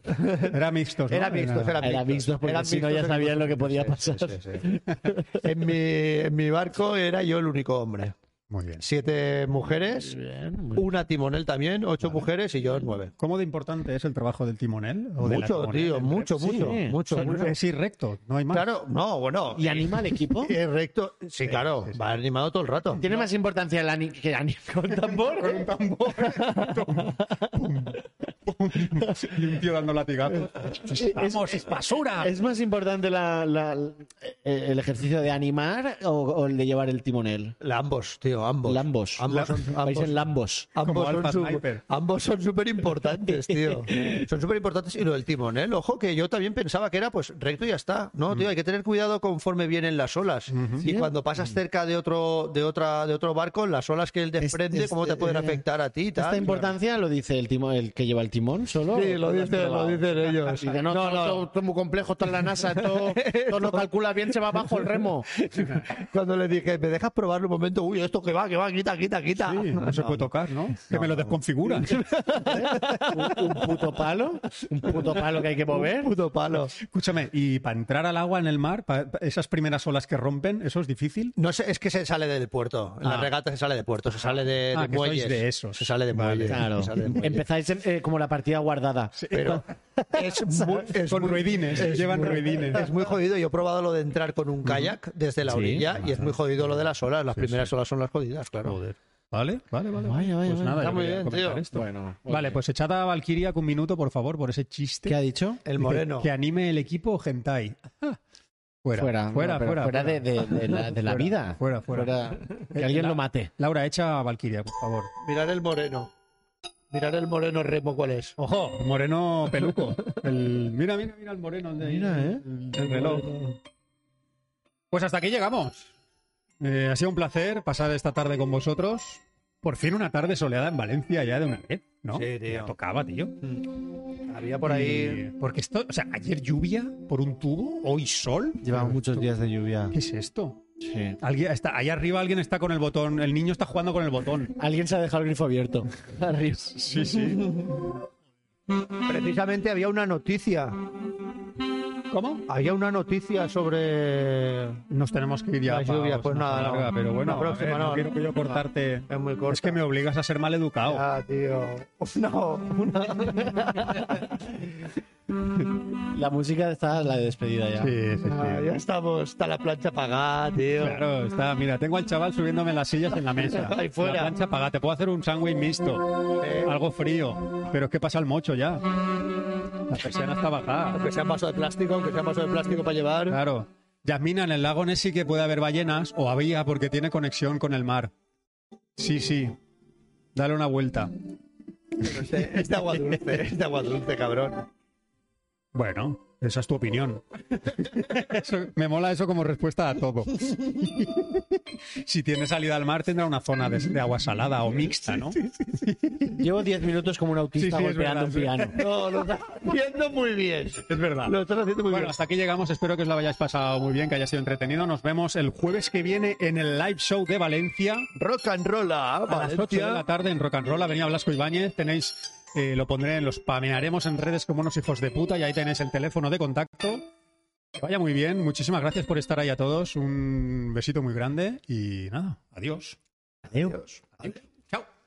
S1: Era mixtos, ¿no?
S4: Era mixtos, era
S5: Era mixtos, porque
S4: Eran
S5: si no
S4: mixtos
S5: ya
S4: en
S5: sabían lo que podía
S4: Sí,
S5: pasar.
S4: sí, sí, sí. en, mi, en mi barco era yo el único hombre.
S1: Muy bien.
S4: Siete mujeres,
S5: Bien, muy-
S4: una timonel también, ocho mujeres y yo nueve.
S1: ¿Cómo de importante es el trabajo del timonel? o de la
S4: Mucho,
S1: timonel,
S4: tío,
S1: entre-
S4: mucho, mucho,
S5: Sí.
S4: mucho,
S1: Es-
S4: mucho.
S1: Es irrecto, no hay más.
S4: Claro, no, bueno.
S5: ¿Y anima al equipo?
S4: Es recto, sí, claro, va animado todo el rato.
S5: Tiene más importancia el ani- que el ani- con tambor.
S1: Con un tambor. Pum, pum, y un tío dando latigazos. ¡Vamos, es basura!
S5: ¿Es más importante la- la- el ejercicio de animar o, o el de llevar el timonel?
S4: La- ambos, tío, ambos.
S5: Lambos.
S4: Ambos son-
S5: Vais
S4: ambos.
S5: en Lambos.
S1: Como
S4: Ambos
S1: Alpha
S4: son, su-
S1: Sniper.
S4: ambos son súper importantes, tío. Son súper importantes. Y lo del timonel, ojo, que yo también pensaba que era pues recto y ya está.
S1: Mm.
S4: No, tío, hay que tener cuidado conforme vienen las olas. Y cuando
S1: Mm.
S4: pasas cerca de otro, de otra, de otro barco, las olas que él desprende,
S5: es-
S4: cómo te pueden
S5: eh,
S4: afectar a ti y
S5: ¿Esta
S4: tal.
S5: importancia lo dice el, timo- el que lleva el timón solo?
S4: Sí, lo dicen, lo dicen ellos.
S5: Dice, no, todo, todo- todo muy complejo, todo en la NASA, todo, todo lo calcula bien, se va abajo el remo.
S4: Cuando le dije, ¿me dejas probarlo un momento? Uy, esto que va, que va, quita, quita, quita.
S1: Sí, no se puede tocar, Ah. ¿no? Que me lo desconfiguran.
S5: Un, un puto palo, un puto palo que hay que mover.
S4: Puto palo.
S1: Escúchame, y para entrar al agua en el mar, pa- pa- esas primeras olas que rompen, ¿eso es difícil?
S4: No sé, es que se sale del puerto. En la
S1: Ah.
S4: regata se sale de puerto, se sale de,
S1: Ah,
S4: de
S1: que sois
S4: muelles.
S1: de esos.
S4: Se sale de
S1: Vale.
S4: muelles.
S5: Claro,
S4: se sale de muelles.
S5: empezáis en- eh, como la partida guardada.
S4: Pero es muy, es
S1: Con
S4: muy-
S1: ruedines, llevan
S4: muy-
S1: ruedines.
S4: Es muy jodido. Yo he probado lo de entrar con un kayak desde la
S5: Sí.
S4: orilla y es muy jodido lo de las olas. Las primeras olas son las jodidas, claro.
S1: Vale, vale, vale.
S5: Vaya, vaya,
S1: pues
S5: vaya.
S1: nada,
S4: Está
S1: yo
S4: muy
S1: quería
S4: bien,
S1: comentar
S4: tío.
S1: esto.
S5: Bueno,
S1: Vale, pues echad a Valkyria un minuto, por favor, por ese chiste.
S5: ¿qué ha dicho?
S4: El
S1: Dice,
S4: moreno.
S1: Que anime el equipo hentai. Ah, Fuera, fuera,
S5: Fuera,
S1: fuera.
S5: no, pero
S1: fuera,
S5: fuera de, de- de la, de la
S1: Fuera,
S5: vida.
S1: fuera, fuera.
S5: Que alguien lo mate.
S1: Laura, echa a Valkyria, por favor.
S4: Mirar el moreno. Mirar el moreno remo cuál es.
S1: Ojo, moreno peluco. El- Mira, mira, mira el moreno. de-
S5: ¿eh?
S1: El reloj. Pues hasta aquí llegamos. Eh, ha sido un placer pasar esta tarde con vosotros. Por fin una tarde soleada en Valencia ya de una vez, ¿no?
S4: Sí, tío.
S1: Ya tocaba, tío.
S4: Había por ahí.
S1: Y- Porque esto, o sea, ayer lluvia por un tubo, hoy sol.
S5: Llevamos muchos días de lluvia.
S1: ¿Qué es esto?
S5: Sí.
S1: Alguien está, ahí arriba alguien está con el botón, el niño está jugando con el botón.
S5: Alguien se ha dejado el grifo abierto. Arriba.
S1: Sí, sí.
S4: Precisamente había una noticia.
S1: ¿Cómo?
S4: Había una noticia sobre.
S1: Nos tenemos que ir ya.
S4: La lluvia,
S1: Pau,
S4: pues
S1: es una
S4: nada,
S1: larga,
S4: no.
S1: pero bueno,
S4: La próxima,
S1: a ver, no,
S4: no,
S1: quiero
S4: no.
S1: que yo cortarte.
S4: Es muy corta.
S1: Es que me obligas a ser mal educado.
S4: Ah, tío. No, una.
S5: La música está la de despedida ya.
S1: Sí, sí, sí.
S4: Ah, ya estamos. Está la plancha apagada, tío.
S1: Claro, está. Mira, tengo al chaval subiéndome las sillas en la mesa.
S4: Ahí fuera.
S1: La plancha apagada. Te puedo hacer un sándwich mixto.
S4: Eh.
S1: Algo frío. Pero es que pasa el mocho ya. La persiana está bajada.
S4: Aunque sea paso de plástico, aunque sea paso de plástico para llevar.
S1: Claro. Yasmina, en el lago Ness sí que puede haber ballenas. O había, porque tiene conexión con el mar. Sí, sí. Dale una vuelta.
S4: Este, este agua dulce, este agua dulce, cabrón.
S1: Bueno, Esa es tu opinión. Eso- me mola eso como respuesta a todo. Si tiene salida al mar, tendrá una zona de, de agua salada o mixta, ¿no?
S5: Llevo 10 minutos como un autista
S1: Sí, sí, es
S5: golpeando un
S1: verdad,
S5: piano.
S4: No, lo estás haciendo muy bien.
S1: Es verdad.
S4: Lo estás haciendo muy
S1: Bueno,
S4: bien.
S1: hasta aquí llegamos. Espero que os lo hayáis pasado muy bien, que haya sido entretenido. Nos vemos el jueves que viene en el live show de Valencia
S4: Rock and roll a
S1: a las 8 de la
S4: Valencia.
S1: tarde en Rock and Roll, Avenida Blasco Ibáñez. Tenéis, eh, lo pondré en los pamearemos en redes como unos hijos de puta y ahí tenéis el teléfono de contacto. Que vaya muy bien. Muchísimas gracias por estar ahí a todos. Un besito muy grande y nada, adiós.
S4: Adiós.
S1: Adiós.